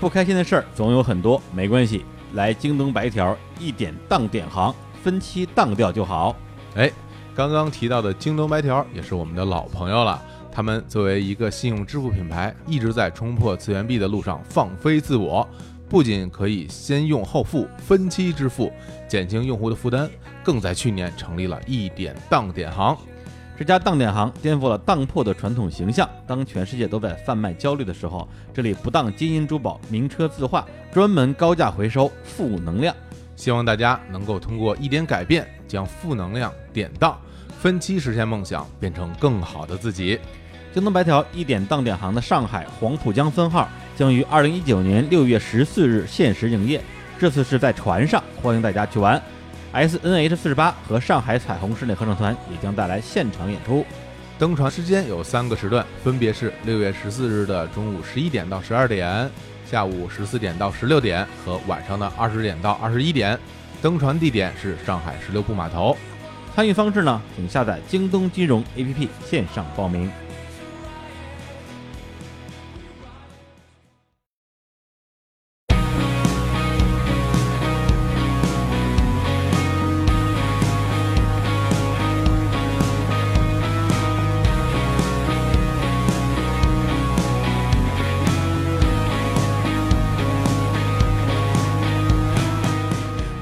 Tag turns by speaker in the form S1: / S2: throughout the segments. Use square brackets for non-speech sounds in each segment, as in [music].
S1: 不开心的事儿总有很多，没关系，来京东白条一点当点行，分期当掉就好。
S2: 哎，刚刚提到的京东白条也是我们的老朋友了。他们作为一个信用支付品牌，一直在冲破次元壁的路上放飞自我，不仅可以先用后付、分期支付，减轻用户的负担，更在去年成立了一点当点行。
S1: 这家当点行颠覆了当铺的传统形象。当全世界都在贩卖焦虑的时候，这里不当金银珠宝、名车字画，专门高价回收负能量。
S2: 希望大家能够通过一点改变，将负能量典当，分期实现梦想，变成更好的自己。
S1: 京东白条一点当点行的上海黄浦江分号将于二零一九年六月十四日限时营业，这次是在船上，欢迎大家去玩。S N H 四十八和上海彩虹室内合唱团也将带来现场演出。
S2: 登船时间有三个时段，分别是六月十四日的中午十一点到十二点，下午十四点到十六点和晚上的二十点到二十一点。登船地点是上海十六铺码头。
S1: 参与方式呢，请下载京东金融 A P P 线上报名。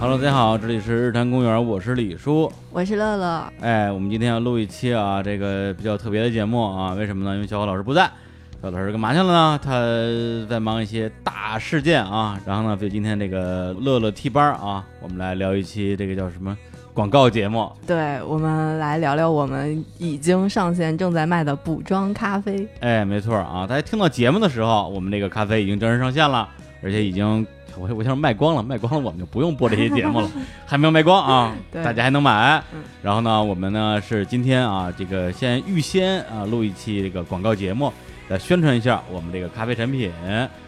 S1: Hello，大家好，这里是日坛公园，我是李叔。
S3: 我是乐乐，
S1: 哎，我们今天要录一期啊，这个比较特别的节目啊，为什么呢？因为小虎老师不在，小虎老师干嘛去了呢？他在忙一些大事件啊。然后呢，所以今天这个乐乐踢班啊，我们来聊一期这个叫什么广告节目。
S3: 对我们来聊聊我们已经上线正在卖的补妆咖啡。
S1: 哎，没错啊，大家听到节目的时候，我们这个咖啡已经正式上线了，而且已经我我想卖光了，卖光了我们就不用播这些
S3: [laughs]
S1: 节目了，还没有卖光啊，
S3: 对
S1: 大家还能买
S3: 嗯。
S1: 然后呢，我们呢是今天啊，这个先预先啊录一期这个广告节目。来宣传一下我们这个咖啡产品，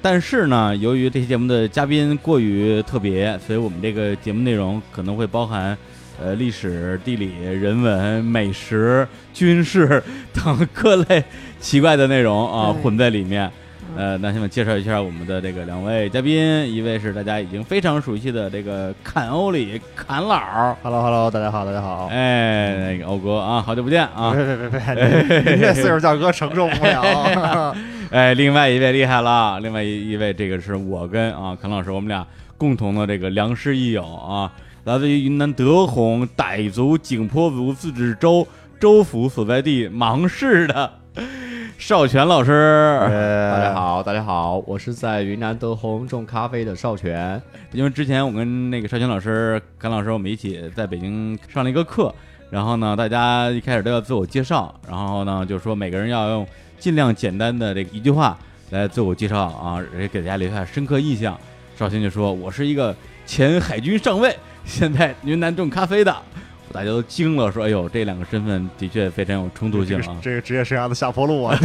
S1: 但是呢，由于这期节目的嘉宾过于特别，所以我们这个节目内容可能会包含，呃，历史、地理、人文、美食、军事等各类奇怪的内容啊
S3: 对
S1: 混在里面。呃，那下面介绍一下我们的这个两位嘉宾，一位是大家已经非常熟悉的这个侃欧里侃老儿，
S4: Hello Hello，大家好，大家
S5: 嗯
S4: 好。
S1: 哎，那个欧哥啊，好久不见啊！
S4: 别别别别，您您这岁数叫哥承受
S1: [laughs]
S4: 不了。
S1: 哎，另外一位厉害了，啊另外一一位这个是我跟啊侃老师我们俩共同的这个良师益友啊，来自于云南德宏傣族景颇族自治州州府所在地芒市的 [laughs] 邵泉老师。 [laughs]
S4: 大
S6: 大家，好，大家好，我是在云南德宏种咖啡的邵泉。
S1: 因为之前我跟那个邵军老师、甘老师我们一起在北京上了一个课，然后呢，大家一开始都要自我介绍，然后呢就说每个人要用尽量简单的这个一句话来自我介绍啊，也给大家留下深刻印象。邵军就说：“我是一个前海军上尉，现在云南种咖啡的。”大家都惊了，说：“哎呦，这两个身份的确非常有冲突性
S4: 这
S1: 啊！”
S4: 个这个职业生涯的下坡路啊，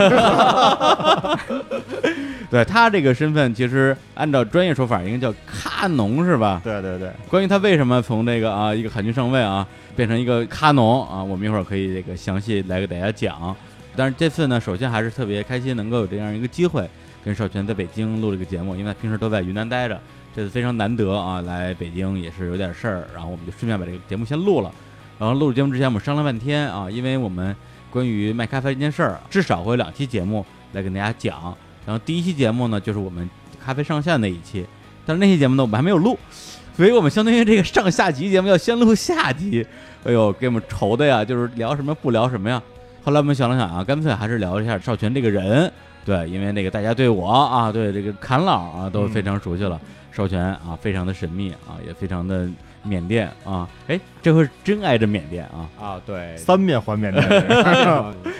S1: 对他这个身份，其实按照专业说法，应该叫咖农是吧？
S4: 对对对，
S1: 关于他为什么从这个啊一个海军上尉啊变成一个咖农啊，我们一会儿可以这个详细来给大家讲。但是这次呢，首先还是特别开心能够有这样一个机会跟少泉在北京录这个节目，因为他平时都在云南待着，这次非常难得啊来北京也是有点事儿，然后我们就顺便把这个节目先录了。然后录节目之前我们商量半天啊，因为我们关于卖咖啡这件事儿，至少会有两期节目来跟大家讲。然后第一期节目呢，就是我们咖啡上线那一期，但是那期节目呢，我们还没有录， [laughs] 所以我们相当于这个上下集节目要先录下集。哎呦，给我们愁的呀，就是聊什么不聊什么呀。后来我们想了想啊，干脆还是聊一下少泉这个人。对，因为那个大家对我啊，对这个侃老啊都非常熟悉
S6: 嗯
S1: 了。少泉啊，非常的神秘啊，也非常的缅甸啊。哎，这回是真挨着缅甸啊。
S6: 啊，对，
S4: 三面环面的。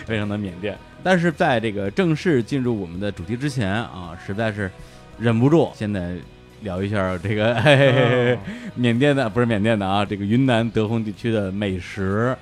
S1: 非常的缅甸。但是在这个正式进入我们的主题之前啊，实在是忍不住，现在聊一下这个、嘿 [laughs] 嘿嘿嘿缅甸的，不是缅甸的啊，这个云南德宏地区的美食。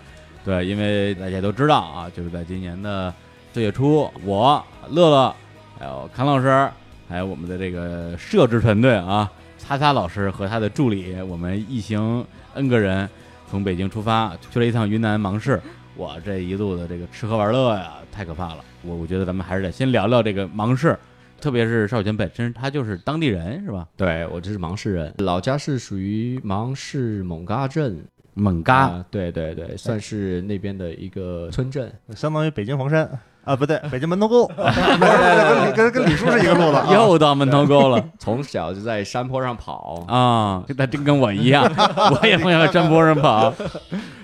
S1: 对，因为大家都知道啊，就是在今年的四月初，我乐乐，还有康老师，还有我们的这个摄制团队啊，擦擦老师和他的助理，我们一行 N 个人从北京出发，去了一趟云南芒市。我这一路的这个吃喝玩乐呀，太可怕了。我我觉得咱们还是得先聊聊这个芒市，特别是少泉本身他就是当地人是吧？
S6: 对我这是芒市人，老家是属于芒市勐嘎镇，
S1: 蒙嘎、
S6: 啊对对对，算是那边的一个村镇。
S4: 相当于北京房山啊，不对，北京门头 [laughs] 沟，啊跟跟跟李叔是一个路 [laughs] 了啊。
S1: [laughs] 又到门头沟了
S6: 从小就在山坡上跑，
S1: [laughs] 啊！那真跟我 [laughs] 一样，我也梦想在山坡上跑。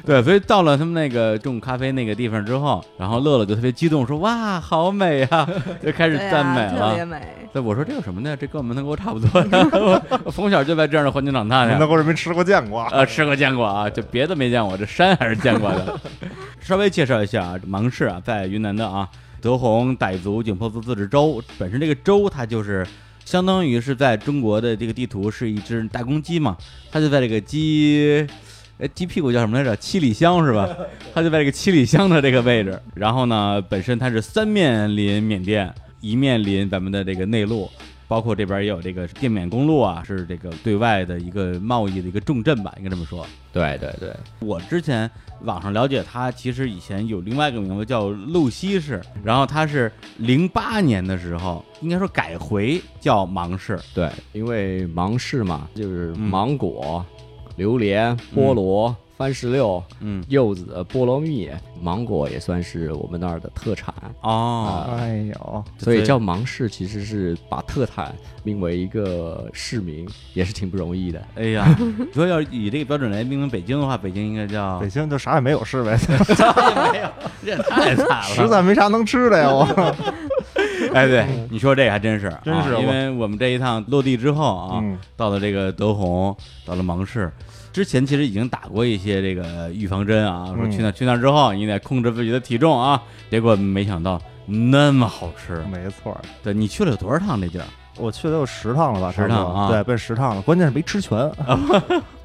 S1: 对，所以到了他们那个种咖啡那个地方之后，然后乐乐就特别激动，说：“哇，好美 [laughs] 啊！”就开始
S3: 对
S1: 赞
S3: 啊
S1: 美
S3: 特
S1: 了。
S3: 别美。
S1: 对，我说这有什么呢？这跟我们门头沟差不多 [laughs] 呀。我我从小就在这样的环境长大的
S4: 门头。沟人没吃过见过，
S1: 呃，吃过见过啊，就别的没见过，这山还是见过的。 [laughs] 稍微介绍一下啊，芒市啊，在云南的啊，德宏傣族景颇族自治州，本身这个州它就是。相当于是在中国的这个地图是一只大公鸡嘛，它就在这个鸡，呃，鸡屁股叫什么来着？七里香是吧？它就在这个七里香的这个位置。然后呢，本身它是三面临缅甸，一面临咱们的这个内陆，包括这边也有这个滇缅公路啊，是这个对外的一个贸易的一个重镇吧，应该这么说。
S6: 对对对，
S1: 我之前网上了解它，其实以前有另外一个名字叫露西市，然后它是零八年的时候，应该说改回叫芒市，
S6: 对，因为芒市嘛，就是
S1: 嗯
S6: 芒果、榴莲、菠萝、番石榴、
S1: 嗯，
S6: 柚子、菠萝蜜，芒果也算是我们那儿的特产，
S1: 哦，
S4: 哎呦，
S6: 所以叫芒市其实是把特产命为一个市名，也是挺不容易的。
S1: 哎呀，你说要以这个标准来命名北京的话，北京应该叫
S4: 北京就啥也没有是呗，
S1: 这也
S4: [laughs]
S1: 太惨
S5: 啊
S1: 了，
S4: 实在没啥能吃的呀，我
S1: 哎，对，你说这个还真是，
S4: 真是
S1: 啊
S4: 我
S1: 因为我们这一趟落地之后啊，
S4: 嗯
S1: 到了这个德宏，到了芒市。之前其实已经打过一些这个预防针啊，说去那、
S4: 嗯
S1: 去那之后你得控制自己的体重啊，结果没想到那么好吃。
S4: [laughs] 没错儿，
S1: 对你去了有多少趟这地儿？
S4: 我去了有十趟了吧，差不多
S1: 十趟啊
S4: 对，奔十趟了，关键是没吃
S1: [laughs]
S4: 全，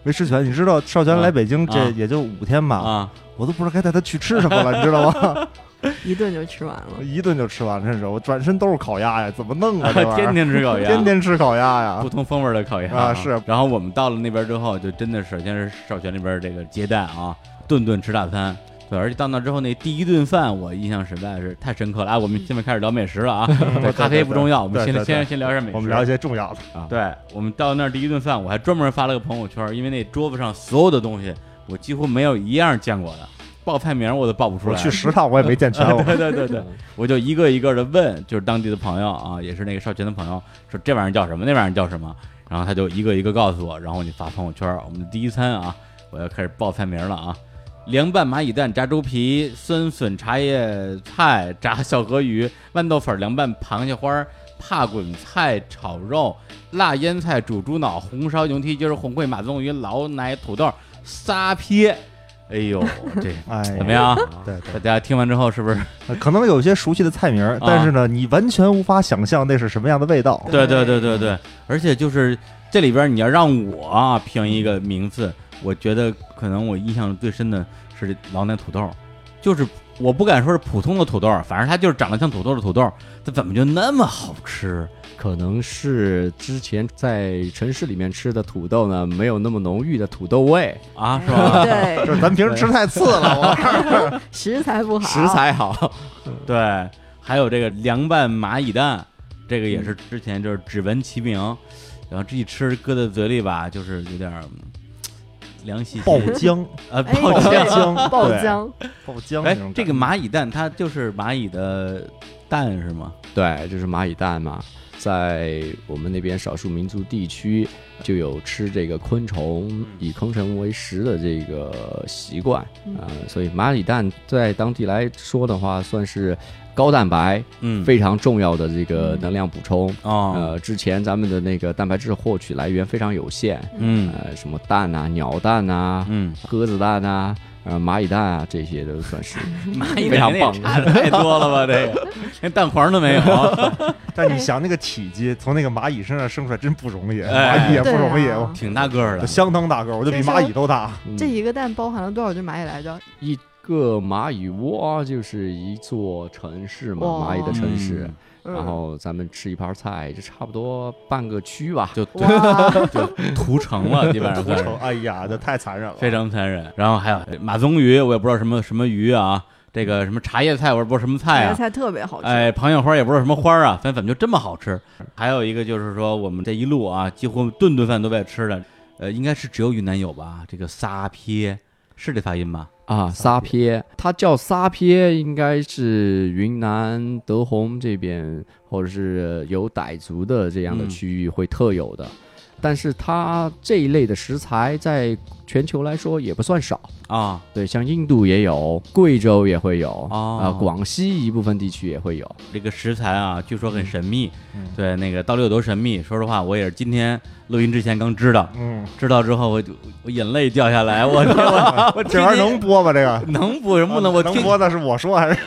S4: 没吃全。你知道少泉来北京
S1: 啊
S4: 这也就五天吧，
S1: 啊，
S4: 我都不知道该带他去吃什么了，你知道吗？ [laughs]
S3: 一顿就吃完了
S4: 我。一顿就吃完，真是我转身都是烤鸭呀，怎么弄啊？这玩意
S1: [laughs] 天
S4: 儿，
S1: 天吃
S4: [laughs]
S1: 烤鸭，
S4: 天天吃烤鸭呀
S1: 不，同风味的烤鸭
S4: 啊是
S1: 然后我们到了那边之后，就真的是先是少泉那边这个接待啊，顿顿吃大餐。对，而且到那之后那第一顿饭，我印象实在是太深刻了。啊，我们现在开始聊美食
S4: [laughs]
S1: 了啊，对，咖啡不重要，我们
S4: 嗯对
S1: 先
S4: 对对
S1: 先先聊一下美食。
S4: 我们聊一些重要的。
S1: 对，我们到那儿第一顿饭，我还专门发了个朋友圈，因为那桌子上所有的东西，我几乎没有一样见过的，报菜名我都报不出
S4: 我
S1: 来。
S4: 去十趟我也没见全，
S1: [laughs]
S4: 我
S1: 对对对对，我就一个一个的问，就是当地的朋友啊，也是那个少泉的朋友，说这玩意儿叫什么，那玩意儿叫什么，然后他就一个一个告诉我，然后我就发朋友圈儿，我们的第一餐啊，我要开始报菜名了啊。凉拌蚂蚁蛋、炸猪皮、酸笋茶叶菜、炸小河鱼、豌豆粉、凉拌螃蟹花、怕滚菜炒肉、辣腌菜煮猪脑、红烧牛蹄筋、红烩马鬃鱼、老奶土豆、撒撇。哎呦，这
S4: 哎，
S1: 怎么？样？
S4: [laughs] 对
S1: 大家听完之后是不是
S4: 对，可能有些熟悉的菜名儿，但是呢，你完全无法想象那是什么样的味道。
S1: 啊对对对对对，而且就是这里边你要让我啊评一个名字，我觉得可能我印象最深的是老奶土豆，就是我不敢说是普通的土豆，反正它就是长得像土豆的土豆，它怎么就那么好吃？
S6: 可能是之前在城市里面吃的土豆呢，没有那么浓郁的土豆味，
S1: 啊，是吧？
S4: 就
S3: 对，
S4: 是咱平时吃太次了，我
S3: 食材不好，
S6: 食材好。
S1: 对，还有这个凉拌蚂蚁蛋，这个也是之前就是只闻其名，然后这一吃搁在嘴里吧，就是有点儿嗯凉兮兮，
S4: 爆浆，
S3: 哎
S1: 啊爆
S4: 爆
S1: 浆。
S4: [laughs] 浆，
S3: 爆
S4: 对，
S3: 浆，
S4: 爆浆那
S1: 哎
S4: 种感，觉。
S1: 这个蚂蚁蛋它就是蚂蚁的蛋是吗？
S6: 对，就是蚂蚁蛋嘛，在我们那边少数民族地区就有吃这个昆虫，以昆虫为食的这个习惯
S3: 嗯
S6: 啊、呃所以蚂蚁蛋在当地来说的话，算是高蛋白
S1: 嗯
S6: 非常重要的这个能量补充。
S1: 哦，
S6: 呃，之前咱们的那个蛋白质获取来源非常有限，
S1: 嗯
S6: 呃，什么蛋啊、鸟蛋啊、
S1: 嗯，
S6: 鸽子蛋啊、呃蚂蚁蛋啊，这些都算是
S1: [laughs] 蚂蚁
S6: 非常
S1: 蛋
S6: 棒
S1: 也差的嗯太多了吧？这个 [laughs] 连蛋黄都没有，
S4: 但你想那个体积，从那个蚂蚁身上生出来真不容易，
S1: 哎
S4: 蚂蚁也不容易，哦
S3: 对啊
S4: 我
S1: [laughs] 挺大个儿的。
S4: 相当大个儿，我就比蚂蚁都大。
S6: 嗯
S3: 这一个蛋包含了多少只蚂蚁来着？
S6: 一个蚂蚁窝就是一座城市嘛，
S3: 哇
S6: 蚂蚁的城市。
S1: 嗯
S3: 嗯
S6: 然后咱们吃一盘菜，就差不多半个区吧。
S1: [laughs] 就
S3: 哇，
S1: 就屠城了，基本啊
S4: [laughs]
S1: 上
S4: 屠
S1: 算 [laughs] 是
S4: 城，哎呀，这太残忍了，
S1: 非常残忍。然后还有马鬃鱼，我也不知道什么什么鱼啊，这个什么茶叶菜，我说不是什么
S3: 白
S1: 菜啊，
S3: 菜特别好吃。
S1: 哎，螃蟹花也不知道什么花儿啊，咱怎么就这么好吃？还有一个就是说，我们这一路啊，几乎顿顿饭都在吃的，呃，应该是只有云南有吧？这个撒撇是这发音吧？
S6: 啊，撒撇，它叫撒撇，应该是云南德宏这边或者是有傣族的这样的
S1: 嗯
S6: 区域会特有的，
S3: 嗯
S6: 但是它这一类的食材在全球来说也不算少。
S1: 啊，
S6: 对，像印度也有，贵州也会有，啊、
S1: 哦
S6: 广西一部分地区也会有。
S1: 这个食材啊，据说很神秘，
S4: 嗯
S1: 对，那个到底有多神秘？说实话，我也是今天录音之前刚知道，
S4: 嗯，
S1: 知道之后我就我眼泪掉下来，我 [laughs] 我我
S4: 这玩意儿能播吗？这个啊
S1: 听你能不能不能？我
S4: 能
S1: 听
S4: 播的是我
S1: [laughs]
S4: 说还是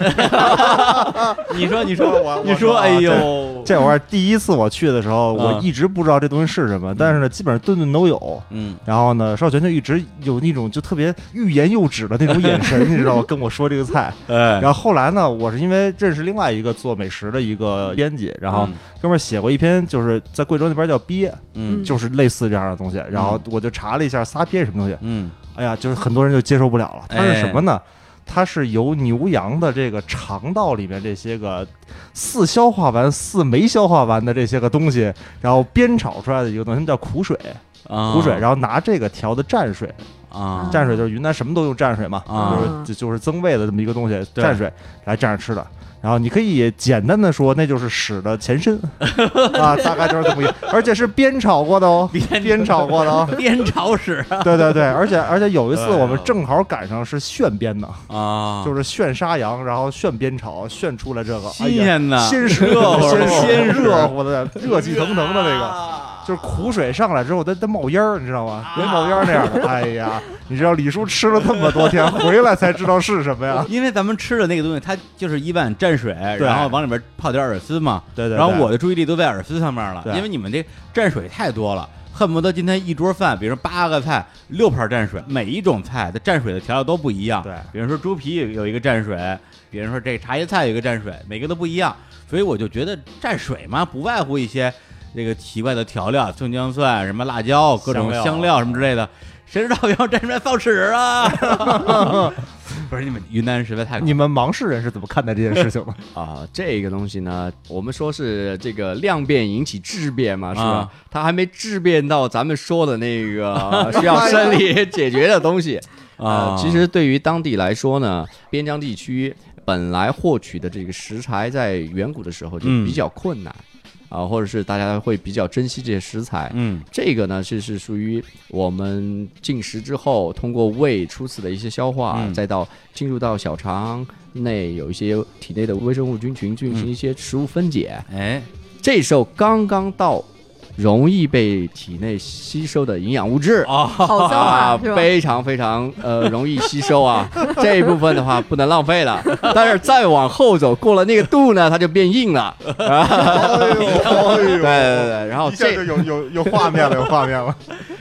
S1: 你说你
S4: 我
S1: 说
S4: 我
S1: 你
S4: 说
S1: 说，
S4: 啊
S1: 哎
S4: 这
S1: 呦，
S4: 这玩意儿？第一次我去的时候，我
S1: 嗯
S4: 一直不知道这东西是什么，但是呢，基本上顿顿都有。
S1: 嗯，
S4: 然后呢，邵全就一直有那种就特别欲言又止的那种眼
S1: [laughs]
S4: 神，你知道吗？跟我说这个菜。
S1: 哎，
S4: 然后后来呢，我是因为认识另外一个做美食的一个编辑，然后
S1: 嗯
S4: 哥们儿写过一篇，就是在贵州那边叫鳖，
S1: 嗯
S4: 就是类似这样的东西。然后我就查了一下撒鳖是什么东西，
S1: 嗯
S4: 哎呀，就是很多人就接受不了了。它是什么呢？它是由牛羊的这个肠道里面这些个似消化完、似没消化完的这些个东西，然后煸炒出来的一个东西，他们叫苦水，
S1: 啊，
S4: 苦水，然后拿这个调的蘸水，
S1: 啊
S4: 蘸水就是云南什么都用蘸水嘛，
S1: 啊
S4: 就是就就是增味的这么一个东西，
S1: 对
S4: 蘸水来蘸着吃的。然后你可以简单的说，那就是屎的
S1: [laughs]
S4: 前身啊，大概就是这么一个，而且是煸炒过的哦，煸炒过
S1: [laughs]
S4: 的哦，
S1: 边炒屎
S4: 对对对，而且而且有一次
S1: 哎呦
S4: 我们正好赶上是炫煸的，
S1: 啊，
S4: 就是炫杀羊，然后炫煸炒，炫出了这个，哎
S1: 新
S4: 呀，
S1: 鲜的，
S4: 鲜
S1: 热
S4: 热
S1: 乎 [laughs]
S4: 鲜鲜
S1: 啊热乎
S4: 热乎的，热气腾腾的那个。
S1: 个
S4: 就是苦水上来之后，它它冒烟儿，你知道吗？人冒烟儿那样的。哎呀，你知道李叔吃了这么多天，回来才知道是什
S1: [laughs]
S4: 么呀？
S1: 因为咱们吃的那个东西，它就是一碗蘸水，然后往里边泡点饵丝嘛。
S4: 对对
S1: 然后我的注意力都在饵丝上面了，
S4: 对
S1: 因为你们这蘸水太多了，恨不得今天一桌饭，比如说八个菜，六盘蘸水，每一种菜的蘸水的调料都不一样。
S4: 对
S1: 比如说猪皮有有一个蘸水，比如说这茶叶菜有一个蘸水，每个都不一样。所以我就觉得蘸水嘛，不外乎一些这个奇怪的调料，葱姜蒜、什么辣椒、各种
S4: 香料
S1: 香料什么之类的。谁知道要蘸出来放屎
S4: [laughs]
S1: 啊？不是你们云南人实在太苦
S4: 你们芒市人是怎么看待这件
S2: [laughs]
S4: 事情的？
S6: 啊、这个东西呢，我们说是这个量变引起质变嘛，是吧？
S1: 啊
S6: 它还没质变到咱们说的那个
S1: [laughs]
S6: 需要生理解决的东西
S1: 啊
S6: 呃其实对于当地来说呢，边疆地区本来获取的这个食材，在远古的时候就
S1: 嗯
S6: 比较困难啊、或者是大家会比较珍惜这些食材。
S1: 嗯
S6: 这个呢，是是属于我们进食之后，通过胃初次的一些消化，
S1: 嗯
S6: 再到进入到小肠内有一些体内的微生物菌群进行一些食物分解，
S1: 哎
S6: 这时候刚刚到，容易被体内吸收的营养物质。
S1: 哦
S3: 好消
S6: 啊
S3: 化是，吧？
S6: 非常非常呃容易吸收
S3: [laughs]
S6: 啊，这一部分的话不能浪费了。但是再往后走，过了那个度呢，它就变硬了。
S4: 哎呦， [laughs]
S6: 对对对，对然后
S4: 一下
S6: 哦这
S4: 就有有有画面了，有画面了。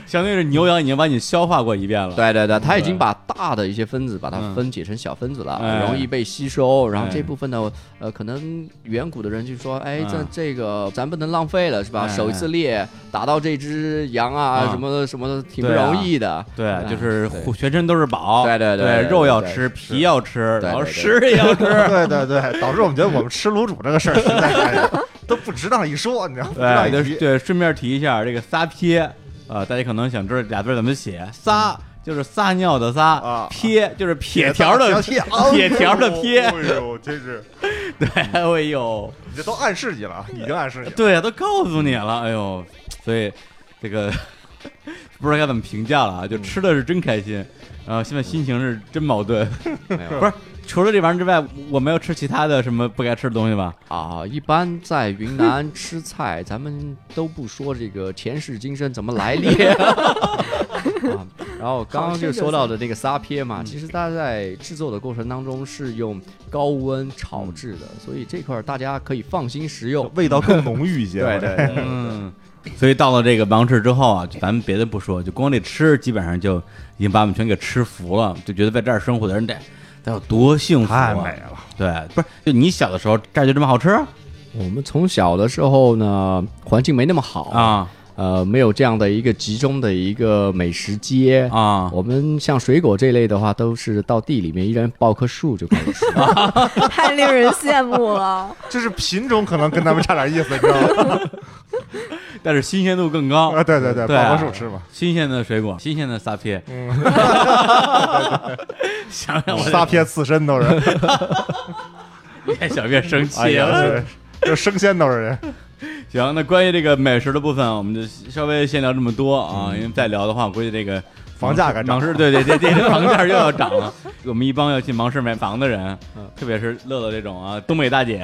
S1: 相当于是牛羊已经把你消化过一遍了。
S6: 对对对，它已经把大的一些分子把它
S1: 嗯
S6: 分解成小分子了，
S1: 哎
S6: 容易被吸收。然后
S1: 哎
S6: 这部分呢，呃，可能远古的人就说，哎，这
S1: 嗯
S6: 这个咱不能浪费了，是吧？
S1: 哎
S6: 手一次猎打到这只羊啊
S1: 啊，
S6: 什么什么的，挺不
S1: 对啊
S6: 容易的。
S1: 对，
S6: 嗯
S1: 就是
S6: 对
S1: 全身都是宝。
S6: 对对
S1: 对
S6: 对对对
S1: 肉要
S6: 对
S1: 吃，
S6: 是
S1: 皮要吃，
S6: 对
S1: 然后
S6: 对对
S1: 屎也要
S6: [laughs]
S1: 吃。
S4: 对对对，导致我们觉得我们吃卤煮这个事儿实在是都不值当一说，你知道吗？不值当
S1: 对，
S4: 一
S1: 对
S4: 提。
S1: 对，顺便提一下这个撒撇，呃，大家可能想知道俩字儿怎么写，撒。
S6: 嗯
S1: 就是撒尿的撒，
S4: 啊
S1: 撇就是撇条的
S6: 啊
S4: 铁条
S1: 撇条的撇
S4: 哎呦，真是，
S1: 对，哎呦，
S4: 你这都暗示你了，已经暗示你了。
S1: 对啊，都告诉你了，哎呦，所以这个不知道该怎么评价了啊，就吃的是真开心，然后现在心情是真矛盾，
S6: 没有
S1: 不是除了这玩意儿之外，我没有吃其他的什么不该吃的东西吧？
S6: 啊，一般在云南吃菜，咱们都不说这个前世今生怎么来历。
S1: [laughs]
S6: 啊，然后刚刚就说到的那个撒撇
S1: 嗯
S6: 嘛，其实它在制作的过程当中是用高温炒制
S1: 嗯
S6: 的，所以这块儿大家可以放心食用。
S4: 味道更浓郁一些。
S6: 对对，对，
S1: 嗯，所以到了这个芒市之后啊，就咱们别的不说，就光这吃，基本上就已经把我们全给吃服了，就觉得在这儿生活的人得得有多幸福、啊，
S4: 太美了。
S1: 对，不是就你小的时候这儿就这么好吃
S6: 我们从小的时候呢，环境没那么好，
S1: [laughs] 啊？
S6: 呃没有这样的一个集中的一个美食街。
S1: 啊，
S6: 我们像水果这类的话，都是到地里面一人抱棵树就可以吃。
S3: 太令人羡慕
S4: [laughs]
S3: 了。
S4: 就是品种可能跟咱们差点意思，你知道吗？
S1: 但是新鲜度更高
S4: 啊，，对对对，
S1: 对 [laughs] 啊
S4: 宝宝树吃吧，
S1: 新鲜的水果，新鲜的撒 [laughs] 撇，
S4: 嗯，
S1: 想想我
S4: 撒撇刺身
S1: [laughs]
S4: 都是，
S1: 越想越生
S4: 哎
S1: 气
S4: 呀，
S1: 了。
S4: 对就生鲜都是人，
S1: 行，那关于这个美食的部分，啊我们就稍微先聊这么多啊，因为再聊的话，我估计这个
S4: 嗯房价该涨
S1: 芒市对对对对，这房价又要涨了。我们一帮要去芒市买房的人，
S4: 嗯
S1: 特别是乐乐这种啊，东北大
S4: [laughs]
S1: 姐，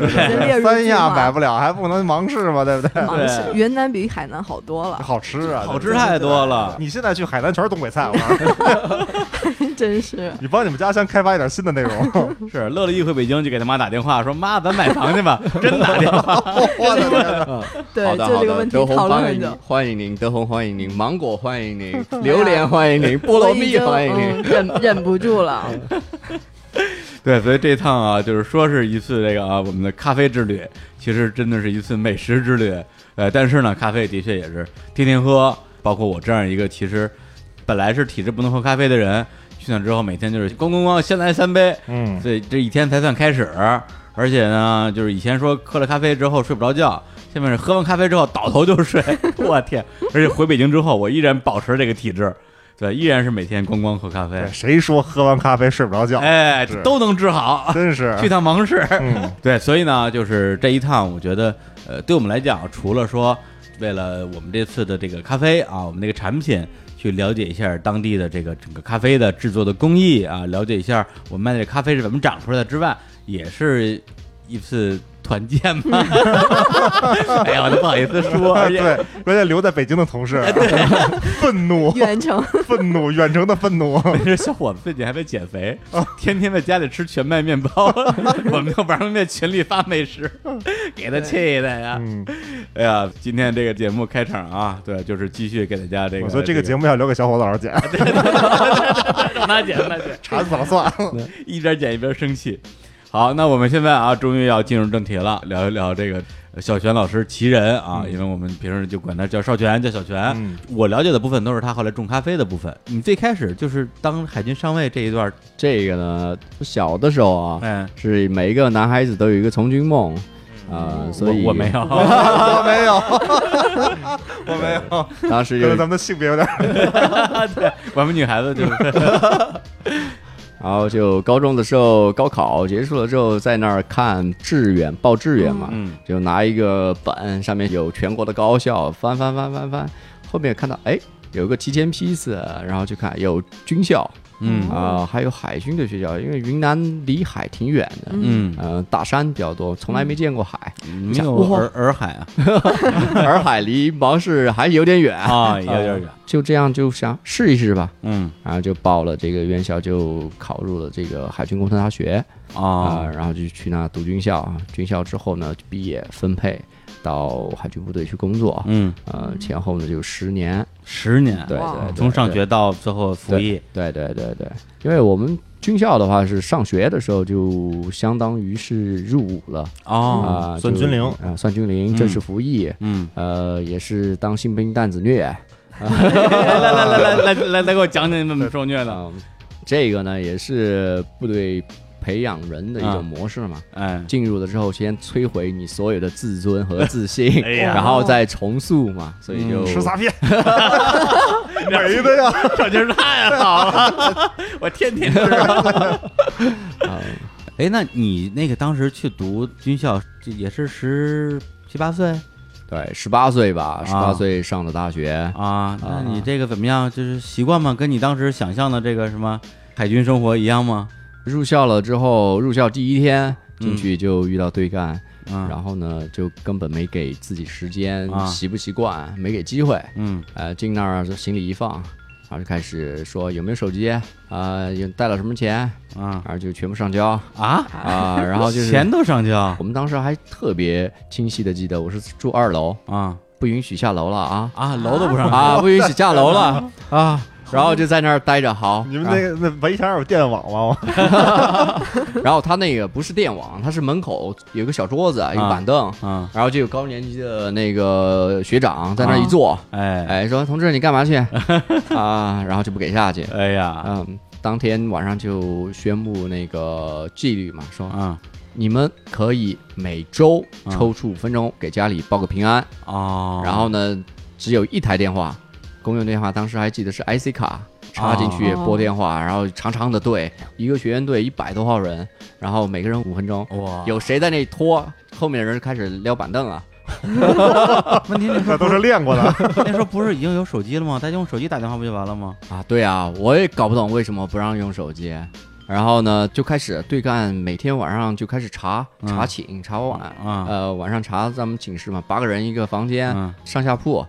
S3: 已经列入
S4: 三
S3: 计
S4: 亚
S3: 划
S4: 买不了，还不能芒市吗？对不 [laughs] 对？
S3: 芒市云南比海南好多
S4: [laughs]
S3: 了，
S4: 好吃啊，
S1: 好
S4: 对
S1: 吃太多了。
S4: 你现在去海南全是东北菜，我告诉
S1: [laughs]
S4: 你，
S3: 真是。
S4: 你帮你们家乡开发一点新的
S1: [laughs]
S4: 内容。
S1: 是乐乐一回北京就给他妈打电话说：“妈，咱买房去吧。”真打电话，
S4: 我的天哪
S3: 对
S6: 好，的
S3: 就
S6: 好
S3: 这个
S6: 的，
S3: 问题
S6: 德宏
S3: 讨论
S6: 欢
S3: 很
S6: 迎您
S3: 久。
S6: 欢迎您，德宏欢迎您，芒果欢
S3: [laughs]
S6: 迎您，
S3: 啊
S6: 榴莲欢迎您，菠萝蜜欢迎您
S3: 嗯。忍忍不住了。
S1: 对，所以这趟啊，就是说是一次这个啊，我们的咖啡之旅，其实真的是一次美食之旅。呃，但是呢，咖啡的确也是天天喝，包括我这样一个其实本来是体质不能喝咖啡的人，去那之后每天就是咣咣咣，先来三杯，
S4: 嗯，
S1: 所以这一天才算开始。而且呢，就是以前说喝了咖啡之后睡不着觉，现在是喝完咖啡之后倒头就睡。 [laughs] 我天！而且回北京之后，我依然保持这个体质，对，依然是每天咣咣喝咖啡
S4: 对，，哎谁说喝完咖啡睡不着觉？
S1: 哎，
S4: 是
S1: 都能治好。
S4: 真是，
S1: 去趟芒市，
S4: 嗯，
S1: 对，所以呢，就是这一趟，我觉得，呃，对我们来讲，除了说为了呃我们这次的这个咖啡啊，我们这个产品去了解一下当地的这个整个咖啡的制作的工艺啊，了解一下我们卖的这咖啡是怎么长出来的之外，也是一次团建嘛。哎呀，我都不好意思说，而且
S4: 对，关键留在北京的同
S1: 哎
S4: 事，愤怒，
S3: 远程
S4: [laughs] 愤怒，远程的愤怒，
S1: 这小伙子最近还在减肥，天天在家里吃全麦面包，我们就玩命在群里发美食，给他气的呀。
S4: 嗯，
S1: 哎呀，今天这个节目开场啊，对，就是继续给大家这个，
S4: 我觉得这个节目要留给小伙子老师剪，
S1: 让他剪，让他 [laughs] 剪，
S4: 馋死了算了。
S1: 一边剪一边生气。好，那我们现在啊，终于要进入正题了，聊一聊这个呃小泉老师奇人啊，因为我们平时就管他叫少泉，叫小泉。
S4: 嗯
S1: 我了解的部分都是他后来种咖啡的部分。你最开始就是当海军上尉这一段，
S6: 这个呢，我小的时候啊，
S1: 嗯，
S6: 是每一个男孩子都有一个从军梦啊、所以
S1: 嗯我我没有，
S4: 我没有，我没有，
S6: 当
S1: [laughs]
S6: 时
S4: 可
S6: 有
S4: 能咱，们的性别有点儿
S1: 我们女孩子就是
S6: 然后就高中的时候高考结束了之后，在那儿看志愿报志愿嘛，
S1: 嗯
S6: 就拿一个本，上面有全国的高校，翻翻翻翻翻，后面看到哎有一个提前批次，然后去看有军校
S1: 嗯
S6: 啊、还有海军的学校，因为云南离海挺远的，
S1: 嗯，
S6: 呃，大山比较多，从来没见过海，
S1: 没有洱洱海啊，
S6: [laughs] 洱海离芒市还有点
S1: [laughs]
S6: 远
S1: 啊，有点远，
S6: 就这样就想试一试吧，
S1: 嗯
S6: 然后就报了这个院校，就考入了这个海军工程大学啊、
S1: 啊，
S6: 然后就去那读军校啊。军校之后呢，就毕业分配到海军部队去工作，
S1: 嗯，
S6: 呃，前后呢就十年，
S1: 十年，
S6: 对
S3: 哇
S6: 对对，
S1: 从上学到最后服役，
S6: 对，对对对对，因为我们军校的话是上学的时候就相当于是入伍了
S1: 哦，
S6: 啊、
S4: 算
S6: 就
S4: 军龄
S6: 啊，算军龄，正式服役，
S1: 嗯，
S6: 呃，也是当新兵蛋子虐。
S1: [laughs] 来来来来来来来，给我讲讲你怎么受虐的，
S6: 嗯，这个呢也是部队培养人的一
S1: 啊
S6: 种模式嘛。
S1: 哎，
S6: 进入了之后，先摧毁你所有的自尊和自信，
S1: [laughs] 哎呀嗯
S6: 然后再重塑嘛，所以就、
S4: 吃
S1: [laughs]
S4: 撒片， [laughs] 没的呀，
S1: [laughs] 这哦就是太好了，我天天知 [laughs] 道。
S6: 啊
S1: 哎，那你那个当时去读军校，这也是十七八岁
S6: 对，十八岁吧，十
S1: 啊
S6: 八岁上的大学，
S1: 啊？那你这个怎么样？就是习惯吗？跟你当时想象的这个什么海军生活一样吗？
S6: 入校了之后，入校第一天
S1: 嗯
S6: 进去就遇到对干，
S1: 嗯，
S6: 然后呢就根本没给自己时间，
S1: 啊
S6: 习不习惯，没给机会，
S1: 嗯
S6: 呃，进那儿行李一放。然后就开始说有没有手机啊、有带了什么钱，
S1: 啊
S6: 然后就全部上交
S1: 啊，
S6: 啊、然后就是
S1: 钱都上交
S6: 我们当时还特别清晰的记得，我是住二楼，
S1: 啊
S6: 不允许下楼了啊
S1: [laughs] 啊，楼都不上交
S6: 啊，不允许下楼了啊！然后就在那儿待着好。啊
S4: 你们那个那围墙有电网吗？
S6: 然后他那个不是电网，他是门口有一个小桌子，一个板凳，
S1: 啊，
S6: 然后就有高年级的那个学长在那儿一坐，
S1: 哎
S6: 哎，说同志你干嘛去啊？然后就不给下去。
S5: 啊
S1: 哎呀，
S6: 嗯，当天晚上就宣布那个纪律嘛，说
S1: 啊
S6: 你们可以每周
S1: 嗯
S6: 抽出五分钟给家里报个平安。
S1: 哦，
S6: 然后呢，只有一台电话，公用电话，当时还记得是 IC 卡，插进去
S3: 哦
S6: 拨电话，然后长长的队，一个学员队一百多号人，然后每个人五分钟，
S1: 哇，
S6: 有谁在那拖，后面的人就开始撩板凳啊，
S1: 问题那时
S4: 那
S1: 候
S4: 都是练过的。
S1: [laughs] 那时候不是已经有手机了吗？大家用手机打电话不就完了吗？
S6: 啊，对啊，我也搞不懂为什么不让用手机。然后呢，就开始对干，每天晚上就开始查
S1: 嗯
S6: 查寝、查晚，
S1: 嗯
S6: 呃，晚上查咱们寝室嘛，八个人一个房间，
S1: 嗯
S6: 上下铺，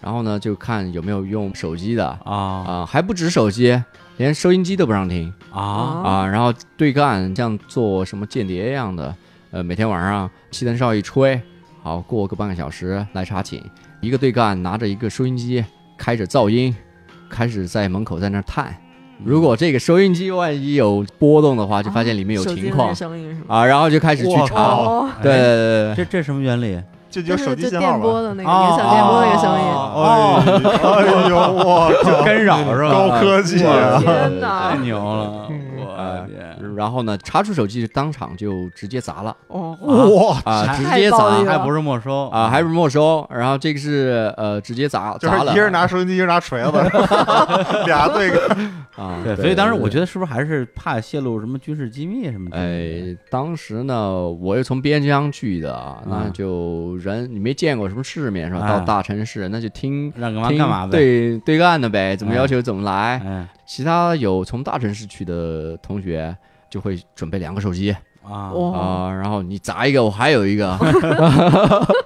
S6: 然后呢就看有没有用手机的，
S1: 啊
S6: 啊、还不止手机，连收音机都不让听
S1: 啊
S3: 哦
S6: 啊、然后对干像做什么间谍一样的，呃，每天晚上气灯哨一吹，好过个半个小时来查寝，一个对干拿着一个收音机，开着噪音，开始在门口在那儿探。
S3: 嗯
S6: 如果这个收音机万一有波动的话，就发现里面有
S3: 哦手机
S6: 情
S3: 那
S6: 况
S3: 声音是吗？
S6: 啊然后就开始去
S4: 我
S6: 查。
S4: 靠
S3: 哦，
S6: 对对对对
S1: 这这什么原理？
S4: 就
S3: 就
S4: 有
S3: 是
S4: 手
S3: 就
S4: 机信号
S3: 电
S4: 吗
S3: 波？的那个影响电波的一个声音。
S1: 哦 [laughs]
S4: 哎呦，哎呦，我靠，
S1: 干扰是吧？
S4: 高科技
S6: 哇
S4: 啊！
S3: 天哪
S1: 太牛了！
S4: 嗯
S1: 我的天，
S6: 对。然后呢，查出手机当场就直接砸了
S3: 哦，
S4: 哇，
S6: 啊、
S1: 太
S6: 直接
S3: 暴
S6: 砸
S3: 力了
S1: 还不是没收
S6: 啊，还不是没收，然后这个是呃直接砸
S4: 就
S6: 砸
S4: 是
S6: 了，
S4: 一人拿收音机，一人拿锤子， [laughs] 俩对个
S6: 啊，
S1: 对，所以当时我
S6: 得，
S1: 觉得是不是还是怕泄露什么军事机密什么的？
S6: 哎，当时呢，我又从边疆去的啊，那
S1: 嗯
S6: 就人你没见过什么世面是吧？
S1: 哎
S6: 到大城市那就听。
S1: 让干嘛
S6: 听
S1: 干嘛呗。，
S6: 对对干的呗，怎么
S1: 哎
S6: 要求怎么来。
S1: 哎
S6: 其他有从大城市去的同学就会准备两个手机啊、
S1: 啊，
S3: 哇，
S6: 然后你砸一个，我还有
S1: [laughs]
S6: 一个，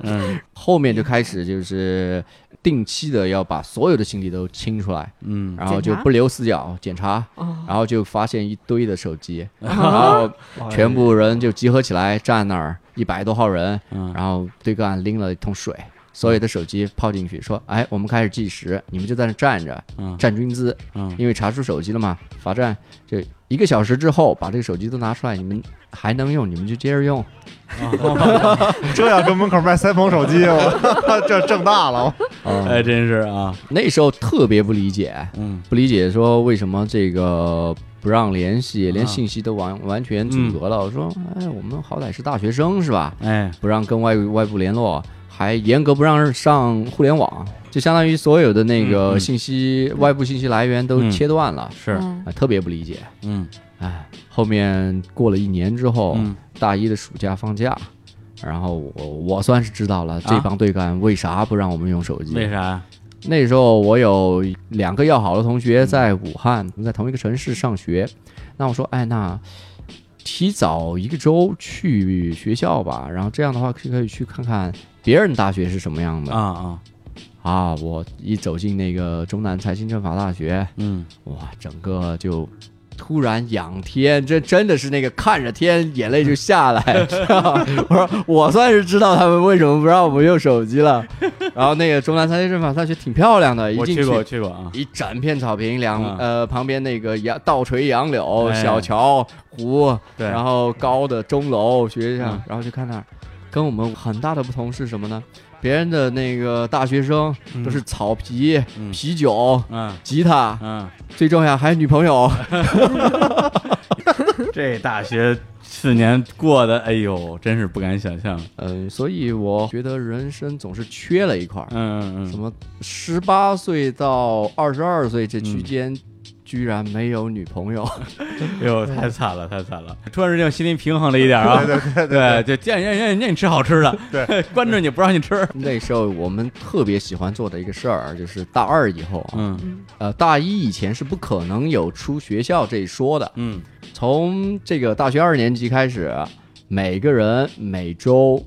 S1: 嗯
S6: 后面就开始就是定期的要把所有的行李都清出来，
S1: 嗯，
S6: [laughs] 然后就
S3: 检查
S6: 不留死角检查，
S3: 哦
S6: 然后就发现一堆的手机，然
S3: 啊
S6: 后全部人就集合起来站那儿，一百多号人，
S1: 嗯
S6: 然后对个岸拎了一桶水，所有的手机泡进去，说：“哎，我们开始计时，你们就在那站着，
S1: 嗯
S6: 站军姿，
S1: 嗯
S6: 因为查出手机了嘛，罚站。这一个小时之后把这个手机都拿出来，你们还能用，你们就接着用。
S4: 这要跟门口卖三鹏手机，我这挣大了。
S1: 哎，真是啊，
S6: 那时候特别不理解，
S1: 嗯
S6: 不理解说为什么这个不让联系，连
S1: 啊
S6: 信息都完完全阻隔了。我说，哎，我们好歹是大学生是吧？
S1: 哎
S6: 不让跟外外部联络，还严格不让上互联网，就相当于所有的那
S1: 嗯
S6: 个
S1: 嗯
S6: 信息、外部信息来源都
S1: 嗯
S6: 切断了，
S1: 是
S3: 嗯
S6: 啊，特别不理解。
S1: 嗯
S6: 哎，后面过了一年之后，
S1: 嗯
S6: 大一的暑假放假，然后我我算是知道了这
S1: 啊
S6: 帮对干为啥不让我们用手机。
S1: 嗯为啥呀？
S6: 那时候我有两个要好的同
S1: 嗯
S6: 学在武汉，我们在同一个城市上学。那我说，哎，那提早一个周去学校吧，然后这样的话可以可以去看看别人大学是什么样的
S1: 啊啊
S6: 啊！我一走进那个中南财经政法大学，
S1: 嗯
S6: 哇，整个就突然仰天，这真的是那个看着天，眼泪就下来。 [laughs] 我说我算是知道他们为什么不让我们用手机了。 [laughs] 然后那个中南财经政法大学挺漂亮的，一
S1: 我
S6: 进
S1: 去过，我去过啊。
S6: 一整片草坪，两、
S1: 嗯
S6: 呃旁边那个杨倒垂杨柳、
S1: 哎
S6: 小桥、湖，
S1: 对
S6: 然后高的钟楼、学校，
S1: 嗯
S6: 然后就看那儿。跟我们很大的不同是什么呢？别人的那个大学生都是草皮、
S1: 嗯
S6: 啤酒、
S1: 嗯
S6: 吉他，
S1: 嗯，
S6: 最重要还有女朋友。
S1: 这大学四年过的，哎呦，真是不敢想象。
S6: 嗯，所以我觉得人生总是缺了一块儿。
S1: 嗯嗯
S6: 什
S1: 嗯，
S6: 么十八岁到二十二岁这区间，居然没有女朋友。
S1: 哎呦，太惨了，太惨了！突然之间我心里平衡了一点啊。对对对就见人人人家你吃好吃的，对， [laughs] 关着你不让你吃。
S6: 那时候我们特别喜欢做的一个事儿，就是大二以后啊，
S1: 嗯
S6: 呃，大一以前是不可能有出学校这一说的。
S1: 嗯
S6: 从这个大学二年级开始，每个人每周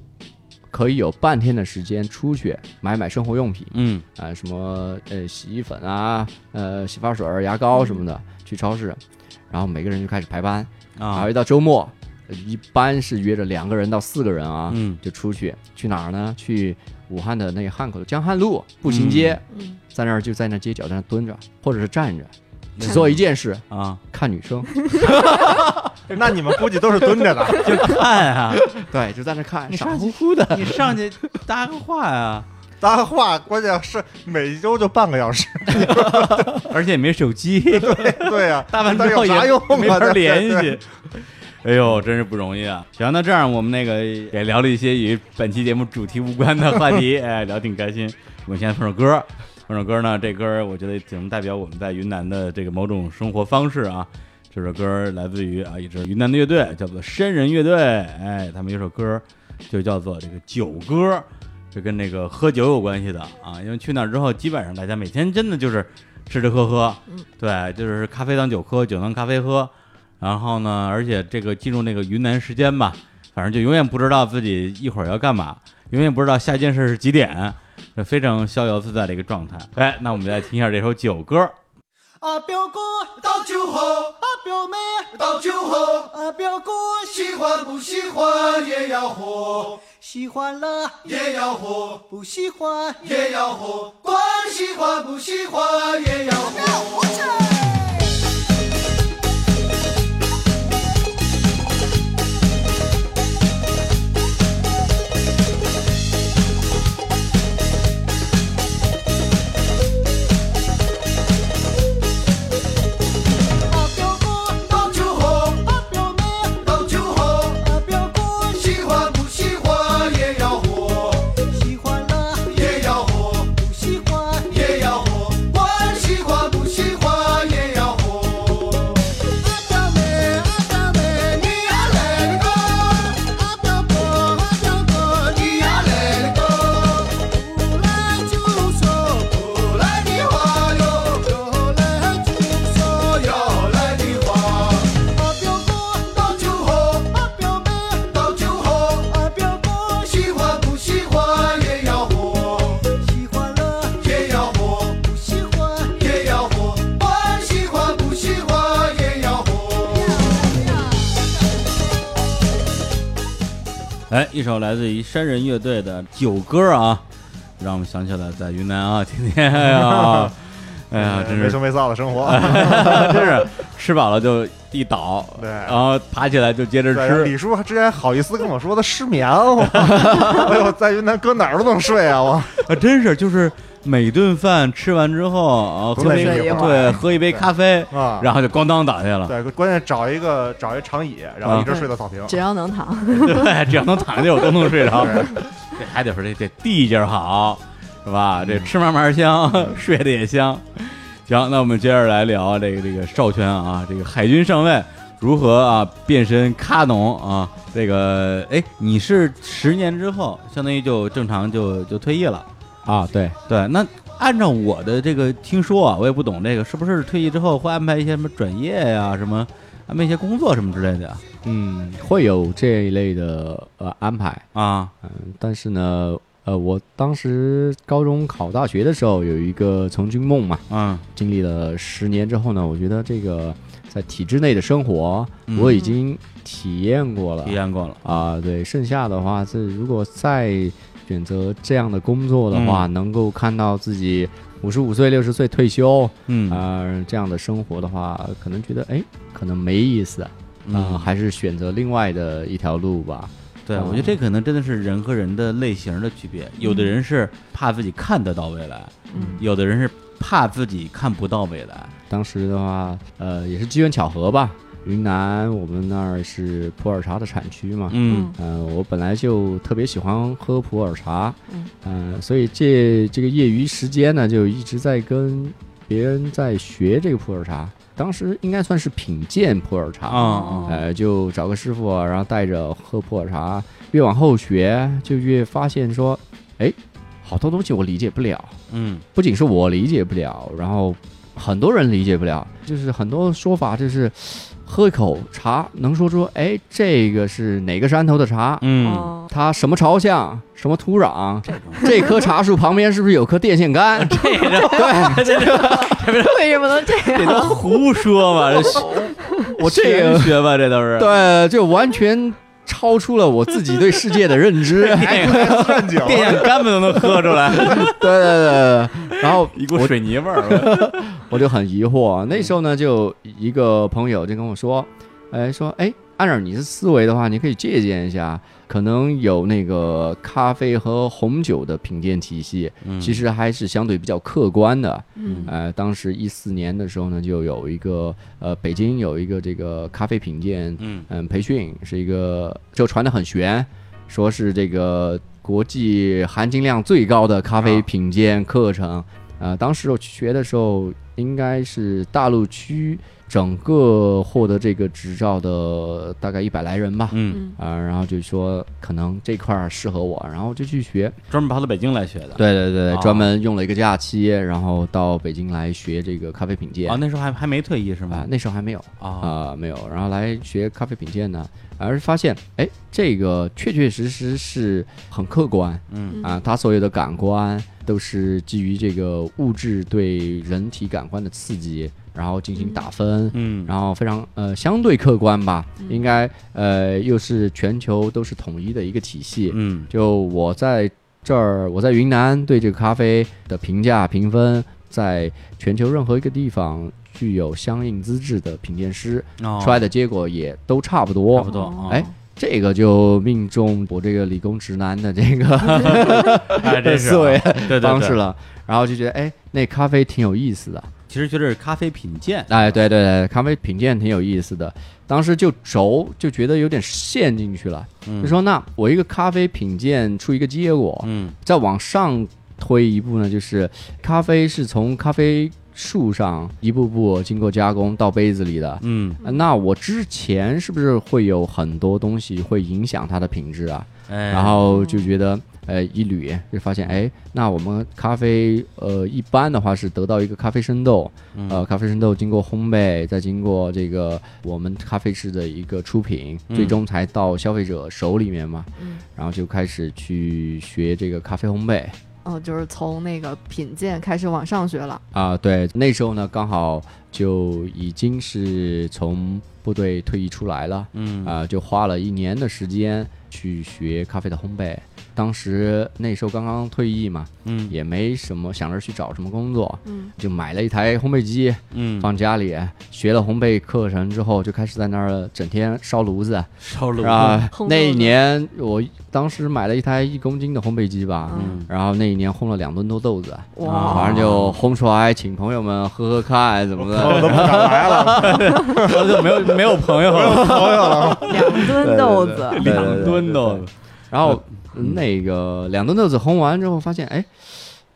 S6: 可以有半天的时间出去买买生活用品
S1: 嗯
S6: 啊、什么呃洗衣粉啊、呃洗发水儿、牙膏什么的，去超市，然后每个人就开始排班，然
S1: 啊
S6: 后一到周末，呃一般是约着两个人到四个人啊，
S1: 嗯
S6: 就出去去哪儿呢？去武汉的那个汉口的江汉路步行街，
S7: 嗯，
S6: 在那儿就在那街角在那蹲着，或者是站着，
S1: 那
S6: 只做一件事，
S1: 啊，
S6: 看女生。
S4: 那你们估计都是蹲着的，
S1: 就看啊，
S6: [laughs] 对，就在那看，
S1: 你
S6: 傻
S1: 上
S6: 乎
S1: 去
S6: 乎的。
S1: [laughs] 你上去搭个话啊呀，
S4: 搭话关键是每周就半个小时，
S1: 而且也没手机，
S4: 对呀、
S1: [laughs] 搭
S4: [laughs]
S1: 完
S4: 那
S1: 之后
S4: 有
S1: 也
S4: 啥用啊？
S1: 没法
S4: [laughs] 对
S1: 联。
S4: 对
S1: 系。哎呦，真是不容易啊！行，那这样我们那个也聊了一些与本期节目主题无关的话题， [laughs] 哎，聊挺开心。我们现在放首歌，放首歌呢，这歌我觉得挺能代表我们在云南的这个某种生活方式啊。这首歌来自于啊一支云南的乐队，叫做山人乐队，哎，他们有首歌就叫做这个酒歌，这跟这个喝酒有关系的啊。因为去那儿之后，基本上大家每天真的就是吃吃喝喝，对，就是咖啡当酒喝，酒当咖啡喝。然后呢，而且这个进入那个云南时间吧，反正就永远不知道自己一会儿要干嘛，永远不知道下一件事是几点，就非常逍遥自在的一个状态。哎，那我们来听一下这首酒歌。
S8: 啊，表哥倒酒喝，啊，表妹倒酒喝，啊，表哥喜欢不喜欢也要喝，喜欢了 [laughs] 也要喝，不喜欢也要喝，管喜欢不喜欢也要喝。啊，表哥倒酒喝，啊，表妹倒酒喝，啊，表哥喜欢不喜欢也要喝，喜欢了也要喝，不喜欢也要喝，管喜欢不喜欢也要喝。啊，表妹啊，表妹你呀来个，啊，表哥啊，表哥你呀来个。不来就说不来的话哟，要来就说要来的话。啊，表哥倒酒喝，啊，表妹倒酒喝，啊，表哥喜欢不喜欢也要喝，喜欢了也要喝，不喜欢也要喝，管喜欢不喜欢也要喝。
S1: 哎，一首来自于山人乐队的酒歌啊，让我们想起了在云南啊，天天哎
S4: [laughs]
S1: 呀，哎呀，真
S4: 没
S1: 是哎
S4: 羞没臊的生活，
S1: [laughs] 真是吃饱了就一倒，
S4: 对
S1: 然后爬起来就接着
S4: 对，
S1: 吃，
S4: 李叔之前好意思跟我说他失
S1: [laughs]
S4: 眠了，哎呦，在云南搁哪儿都能睡啊！我
S1: 啊，真是就是每顿饭吃完之后啊，
S4: 都
S1: 喝杯
S4: 得
S3: 睡一会儿
S1: 对，喝一杯咖啡，
S4: 啊，
S1: 然后就咣当倒下了。
S4: 对，关键找一个找一长椅，然
S1: 啊
S4: 后一直睡到草坪。
S3: 只要能躺，
S1: [laughs] 对，只要能躺下就我都能睡着。
S4: 对
S1: 这还得说这这地界儿好，是吧？这吃嘛嘛香，
S4: 嗯
S1: 睡得也香。行，那我们接着来聊这个这个少泉啊，这个海军上尉如何啊变身咖农啊？这个哎，你是十年之后，相当于就正常就就退役了。
S6: 啊，对，
S1: 对，那按照我的这个听说啊，我也不懂这个，是不是退役之后会安排一些什么转业呀、什么安排一些工作什么之类的呀
S6: 嗯，会有这一类的呃安排，
S1: 啊？
S6: 但是呢，呃，我当时高中考大学的时候有一个从军梦嘛，
S1: 嗯
S6: 经历了十年之后呢，我觉得这个在体制内的生活
S1: 嗯
S6: 我已经体验过了
S1: 体验过了。
S6: 啊、对，剩下的话，这如果再选择这样的工作的话，
S1: 嗯
S6: 能够看到自己五十五岁、六十岁退休
S1: 嗯
S6: 啊、这样的生活的话，可能觉得哎，可能没意思啊、
S1: 嗯
S6: 还是选择另外的一条路吧。
S1: 对，我觉得这可能真的是人和人的类型的区别。有的人是怕自己看得到未来，
S3: 嗯
S1: 有的人是怕自己看不到未来。
S6: 当时的话，呃，也是机缘巧合吧。云南我们那儿是普洱茶的产区嘛，
S1: 嗯
S6: 嗯，我本来就特别喜欢喝普洱茶，
S3: 嗯
S6: 嗯、所以这这个业余时间呢，就一直在跟别人在学这个普洱茶。当时应该算是品鉴普洱茶，
S1: 啊
S6: 呃，就找个师傅啊，然后带着喝普洱茶。越往后学，就越发现说，哎，好多东西我理解不了。
S1: 嗯
S6: 不仅是我理解不了，然后很多人理解不了，就是很多说法就是，喝一口茶能说出，哎，这个是哪个山头的茶，
S1: 嗯，
S3: 哦
S6: 它什么朝向，什么土壤，这棵茶树旁边是不是有棵电线杆？ [laughs] 这对，
S3: 为什么能这
S1: 这
S3: 样？
S1: 都 [laughs] 胡说嘛，这
S6: [laughs] 我这个
S1: 玄学吧，这都是。
S6: 对，就完全。超出了我自己对世界的认 [laughs] 知。
S1: 电
S4: 劝酒，
S1: 电线杆子都能喝出来，
S6: 对对对对， [laughs] 然后
S1: [laughs] 一股水泥味儿。
S6: 我就很疑惑。那时候呢，就一个朋友就跟我说，哎，说哎，按照你的思维的话，你可以借鉴一下，可能有那个咖啡和红酒的品鉴体系，其实还是相对比较客观的。
S3: 嗯
S6: 呃，当时一四年的时候呢，就有一个呃，北京有一个这个咖啡品鉴
S1: [laughs] 嗯
S6: 嗯培训，是一个就传的很悬，说是这个国际含金量最高的咖啡品鉴课程。呃，当时我去学的时候，应该是大陆区整个获得这个执照的大概一百来人吧。
S1: 嗯，
S3: 嗯
S6: 啊、然后就说可能这块儿适合我，然后就去学。
S1: 专门跑到北京来学的。
S6: 对对对，
S1: 哦
S6: 专门用了一个假期，然后到北京来学这个咖啡品鉴。
S1: 啊，
S6: 啊、
S1: 那时候还还没退役是吗？
S6: 那时候还没有
S1: 啊，
S6: 啊、没有。然后来学咖啡品鉴呢，而是发现，哎，这个确确实实是很客观，
S1: 嗯
S6: 啊，他所有的感官都是基于这个物质对人体感官的刺激，然后进行打分，
S1: 嗯，
S6: 然后非常呃相对客观吧，
S3: 嗯
S6: 应该呃又是全球都是统一的一个体系。
S1: 嗯
S6: 就我在这儿，我在云南对这个咖啡的评价评分，在全球任何一个地方具有相应资质的品鉴师
S1: 哦
S6: 嗯出来的结果也都差不多，
S1: 差不多啊。
S6: 哎这个就命中我这个理工直男的这
S1: [laughs]
S6: 个
S1: 哎，这是
S6: 思维
S1: 啊对对对
S6: 方式。了，然后就觉得哎，那咖啡挺有意思的，
S1: 其实觉得是咖啡品鉴，
S6: 哎，对对对，咖啡品鉴挺有意思的。当时就轴就觉得有点陷进去了，
S1: 嗯
S6: 就说那我一个咖啡品鉴出一个结果，
S1: 嗯
S6: 再往上推一步呢，就是咖啡是从咖啡树上一步步经过加工到杯子里的。
S1: 嗯，
S6: 呃那我之前是不是会有很多东西会影响它的品质啊？
S1: 哎，
S6: 然后就觉得，呃，一捋就发现，哎，那我们咖啡，呃，一般的话是得到一个咖啡生豆，
S1: 嗯
S6: 呃，咖啡生豆经过烘焙，再经过这个我们咖啡师的一个出品，最
S1: 嗯
S6: 终才到消费者手里面嘛。
S3: 嗯
S6: 然后就开始去学这个咖啡烘焙
S3: 哦，就是从那个品鉴开始往上学了。
S6: 啊、对，那时候呢，刚好就已经是从部队退役出来了。
S1: 嗯
S6: 啊、就花了一年的时间去学咖啡的烘焙。当时那时候刚刚退役嘛，
S1: 嗯
S6: 也没什么想着去找什么工作，
S3: 嗯
S6: 就买了一台烘焙机
S1: 嗯，
S6: 放家里，学了烘焙课程之后，就开始在那儿整天烧炉子
S1: 烧炉
S6: 啊
S3: 烘。
S6: 那
S3: 豆
S6: 一
S3: 子
S6: 年我当时买了一台一公斤的烘焙机吧，
S1: 嗯
S3: 嗯，
S6: 然后那一年烘了两吨多豆子，
S1: 啊
S6: 反正就烘出来，请朋友们喝喝
S1: [laughs]
S6: 看，怎么
S4: 我
S6: 的。
S4: 哦都不敢来了，
S1: 我就没有没有朋友了，
S4: 朋友了，
S3: 两吨豆子，
S6: [laughs] 对对
S1: 两
S6: 对
S1: 吨都
S6: 然
S1: 呃
S6: 后嗯那个两吨豆子烘完之后，发现哎，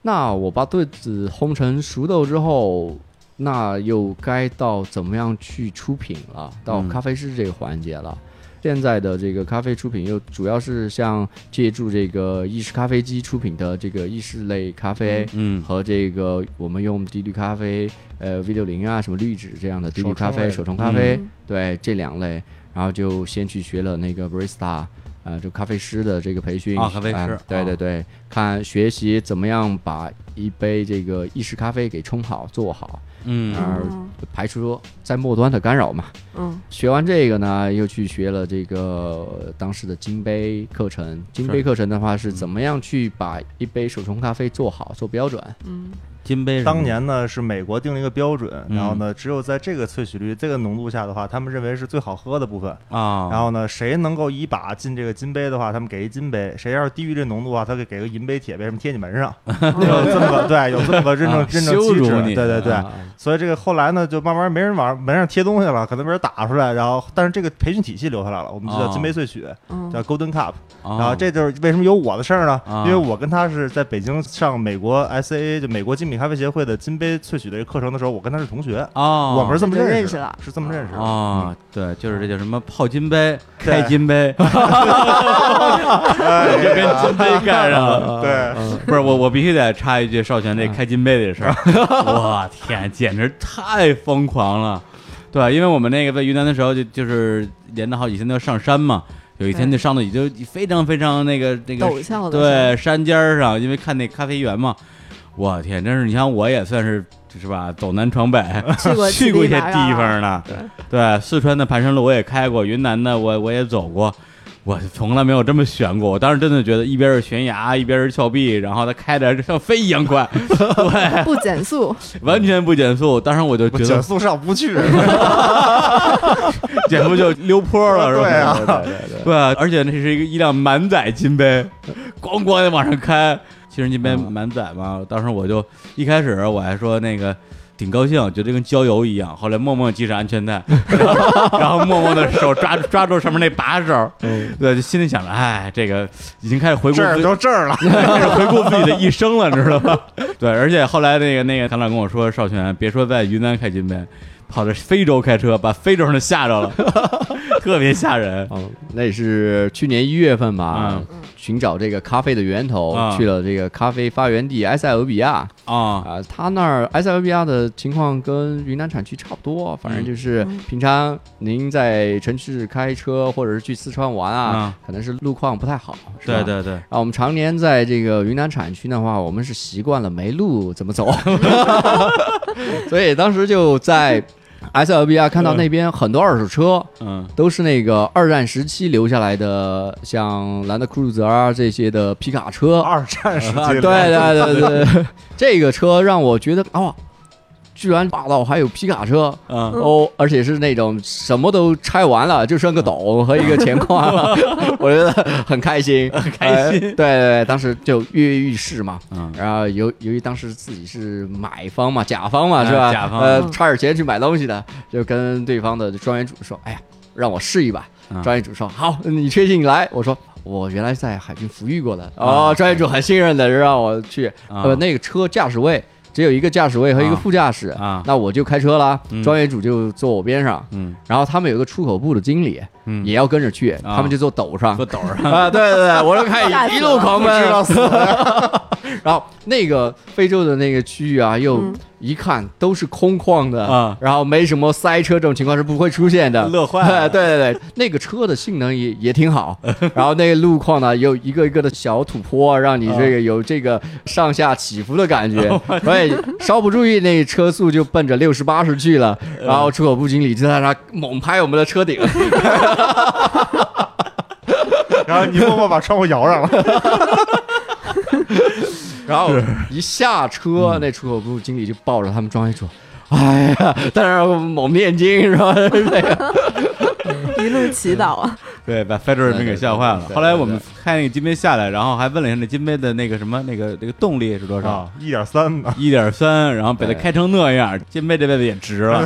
S6: 那我把豆子烘成熟豆之后，那又该到怎么样去出品了？到
S1: 嗯
S6: 咖啡师这个环节了。现在的这个咖啡出品又主要是像借助这个意式咖啡机出品的这个意式类咖啡。
S1: 嗯
S6: 和这个我们用低滤咖啡，呃 V 六零啊，什么滤纸这样的低滤咖啡、手
S4: 手
S6: 冲咖啡，
S3: 嗯
S6: 对这两类，然后就先去学了那个 barista，呃，就咖啡师的这个培训
S1: 啊咖啡师
S6: 呃
S1: 啊
S6: 对对对，看学习怎么样把一杯这个意式咖啡给冲好做好，
S1: 嗯
S6: 而
S3: 哦
S6: 排除在末端的干扰嘛。
S3: 嗯
S6: 学完这个呢，又去学了这个呃当时的金杯课程。金杯
S1: 是嗯
S6: 课程的话是怎么样去把一杯手冲咖啡做好、做标准？
S3: 嗯
S1: 金杯是吗
S4: 当年呢是美国定了一个标准，
S1: 嗯
S4: 然后呢，只有在这个萃取率、这个浓度下的话，他们认为是最好喝的部分。
S1: 啊，
S4: 然后呢，谁能够一把进这个金杯的话，他们给一金杯；谁要是低于这浓度的话，他给给个银杯、铁杯，什么贴你
S1: [laughs]
S4: 门上，有这么个对，有这么个认证
S1: 啊
S4: 认证
S1: 羞
S4: 机
S1: 辱
S4: 制。
S1: 你
S4: 对对对，
S6: 啊
S4: 所以这个后来呢，就慢慢没人往门上贴东西了，可能被人打出来。然后，但是这个培训体系留下来了，我们
S1: 哦
S4: 就叫金杯萃取，
S3: 嗯
S4: 叫 Golden Cup。
S1: 啊
S4: 然后这就是为什么有我的事儿呢？
S1: 啊
S4: 因为我跟他是在北京上美国 SAA 就美国精品咖啡协会的金杯萃取的课程的时候，我跟他是同学，
S1: 啊，
S4: 我们是这么
S3: 那就
S4: 认
S3: 认识
S4: 的
S3: 了，
S4: 是这么认识的。
S1: 啊，对，就是这叫什么泡金杯、开
S4: 对
S1: 金
S4: [laughs]
S1: 杯，
S4: 哎
S1: [laughs] 就跟金杯干上了。
S4: 对，
S1: [laughs] 不是我，我必须得插一句少泉
S3: 嗯
S1: 这开金杯的事儿，
S3: [laughs]
S1: 我天，简直太疯狂了。对，因为我们那个在云南的时候就，就是连着好几天都要上山嘛，有一天就
S3: 对
S1: 上到已经非常非常那个那个
S3: 陡峭的
S1: 对，山尖儿上，因为看那咖啡园嘛，我天，真是你像我也算是是吧，走南闯北，
S3: 去
S1: [laughs]
S3: 过啊
S1: 去过一些
S3: 七里八
S1: 地
S3: 绕
S1: 方呢。对，四川的盘山路我也开过，云南的我我也走过，我从来没有这么悬过，我当时真的觉得一边是悬崖，一边是峭壁，然后它开的像飞一样快， [laughs] 对，
S3: 不减速，
S1: 完全不减速。当时我就
S4: 我
S1: 觉
S4: 减
S1: 得
S4: 速上
S1: [laughs]
S4: 不去，啊
S1: 减速就溜坡
S4: [laughs]
S1: 了，是吧？
S4: 对啊
S6: 对对对，
S1: [laughs] 对，而且那是一个一辆满载金杯， [laughs] 咣咣的往上开。其实金杯
S4: 嗯
S1: 满载嘛，当时我就一开始我还说那个挺高兴，觉得跟郊游一样。后来默默系上安全带， [laughs] 然后默默的手抓 [laughs] 抓住上面那把手，对，就心里想着，哎，这个已经开始回顾
S4: 嗯这儿
S1: 自己
S4: 都这儿
S1: [laughs]
S4: 了，
S1: 开始回顾自己的一生了，你知道吗？ [laughs] 对，而且后来那个那个唐长跟我说，少泉，别说在云南开金杯，跑到非洲开车，把非洲人都吓着了， [laughs] 特别吓人。
S6: 嗯，那也是去年一月份吧
S1: 嗯，
S6: 寻找这个咖啡的源头
S1: 啊，
S6: 去了这个咖啡发源地埃塞俄比亚
S1: 啊
S6: 啊，他那儿埃塞俄比亚的情况跟云南产区差不多，
S1: 嗯
S6: 反正就是平常您在城市开车或者是去四川玩啊
S1: 啊，
S6: 可能是路况不太好，是吧
S1: 对。对对，
S6: 啊，我们常年在这个云南产区的话，我们是习惯了没路怎
S1: [laughs]
S6: 么走，所以当时就在埃塞俄比亚看到那边很多二手车，
S1: 嗯
S6: 都是那个二战时期留下来的，像兰德酷路泽啊这些的皮卡车。
S4: 二战时
S6: 啊
S4: 期
S6: 对对对对对， [laughs] 这个车让我觉得哦，居然霸道还有皮卡车。
S1: [laughs] 嗯
S6: 哦，而且是那种什么都拆完了，就剩个斗和一个钱筐
S4: [laughs]
S6: 了，我觉得很开心，很
S1: 开心
S6: 呃对对对，当时就跃跃欲试嘛，
S1: 嗯
S6: 然后由由于当时自己是买方嘛，甲方嘛，
S1: 嗯
S6: 是吧？
S1: 甲方
S6: 呃
S3: 嗯，
S6: 差点钱去买东西的，就跟对方的专员组说：“哎呀，让我试一把。
S1: 嗯
S6: 专业组说：“好，你确定你来？”我说：“我原来在海军服役过的。”
S1: 嗯
S6: 哦，专业组很信任的，让我去。
S1: 啊
S6: 呃，那个车驾驶位只有一个驾驶位和一个
S1: 啊
S6: 副驾驶，
S1: 啊
S6: 那我就开车啦
S1: 嗯。
S6: 专业组就坐我边上，
S1: 嗯
S6: 然后他们有个出口部的经理
S1: 嗯
S6: 也要跟着去，他们就坐斗上。
S1: 坐斗上
S6: 啊，对对
S3: [laughs]
S6: 对，我就看
S3: 吓死
S6: 一路
S3: 了
S6: 狂奔，
S4: 知道死
S6: [laughs] 然后那个非洲的那个区域啊，又
S3: 嗯
S6: 一看都是空旷的，
S1: 啊
S6: 然后没什么塞车这种情况是不会出现的。
S1: 乐坏了
S6: [laughs] 对对对，那个车的性能也也挺
S1: [laughs]
S6: 好，然后那个路况呢，有一个一个的小土坡，让你
S1: 啊
S6: 这个有这个上下起伏的
S1: [laughs]
S6: 感觉，所以稍不注意，那车速就奔着六十八十去
S1: [laughs]
S6: 了。
S1: 嗯
S6: 然后出口部经理就在那猛拍我们的车顶，
S4: 然后你默默把窗户摇上了，
S6: 然后一下
S1: 嗯
S6: 车，那出口部经理就抱着他们装一说：“哎呀，在那儿猛念经是吧？” [laughs] 这个
S3: 一路祈祷啊，
S1: [laughs] 对，把非洲人民给吓坏了
S6: 对对。对
S1: 后来我们开那个金杯下来，然后还问了一下那金杯的那个什么那个那个动力是多少，
S4: 啊，一点
S3: [laughs]
S4: 三呢，
S1: 一点三，然后被他
S6: 对
S1: 开成那样，金杯这辈子也值了。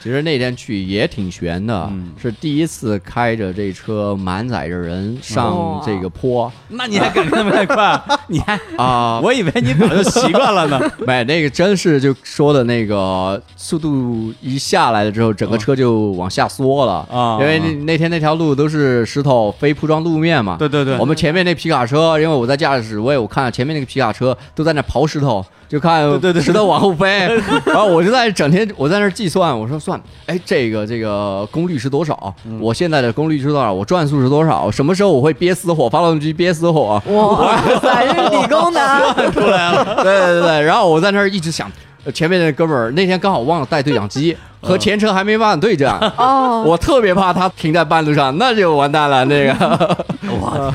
S6: 其实那天去也挺悬的
S1: 嗯，
S6: 是第一次开着这车满载着人上这个坡
S1: 那 [laughs] 你还敢那么 [laughs] 快？你还
S6: 啊。
S1: 我以为你早就习惯了呢。
S6: 买那个真是就说的那个速度一下来了之后，整个车就往下缩了
S1: 啊
S6: 因为那那天那条路都是石头非铺装路面嘛，
S1: [laughs] 对对对
S6: 我，们前面那皮卡车，因为我在驾驶位，我看前面那个皮卡车都在那刨石头，就看
S1: 对对对
S6: 石头往
S1: [laughs]
S6: 后飞。然后我就在整天我在那儿计算，我说算，哎，这个这个功率是多少？
S1: 嗯
S6: 我现在的功率是多少？我转速是多少？什么时候我会憋死火？发动机憋
S1: [laughs]
S6: 死火？
S3: 哇塞，这是理工男，
S1: 哎
S6: 对对对对。然后我在那儿一直想，呃前面那哥们儿那天刚好忘了带对讲机，
S1: [laughs] 嗯
S6: 和前车还没办对战。
S3: 哦，
S6: 我特别怕他停在半路上，那就完蛋了。那个
S1: 我。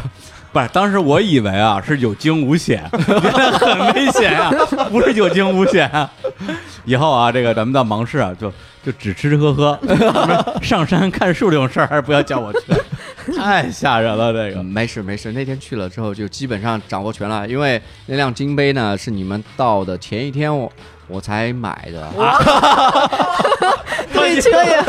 S1: 不是，当时我以为啊是有惊无险，原来 [laughs] 很危险啊，不是有惊无险啊。以后啊，这个咱们到芒市啊，就就只吃吃喝喝， [laughs] 什么上山看树这种事儿还是不要叫我去， [laughs] 太吓人了。这个
S6: 嗯没事没事，那天去了之后就基本上掌握全了，因为那辆金杯呢是你们到的前一天我我才买的，
S3: 对车也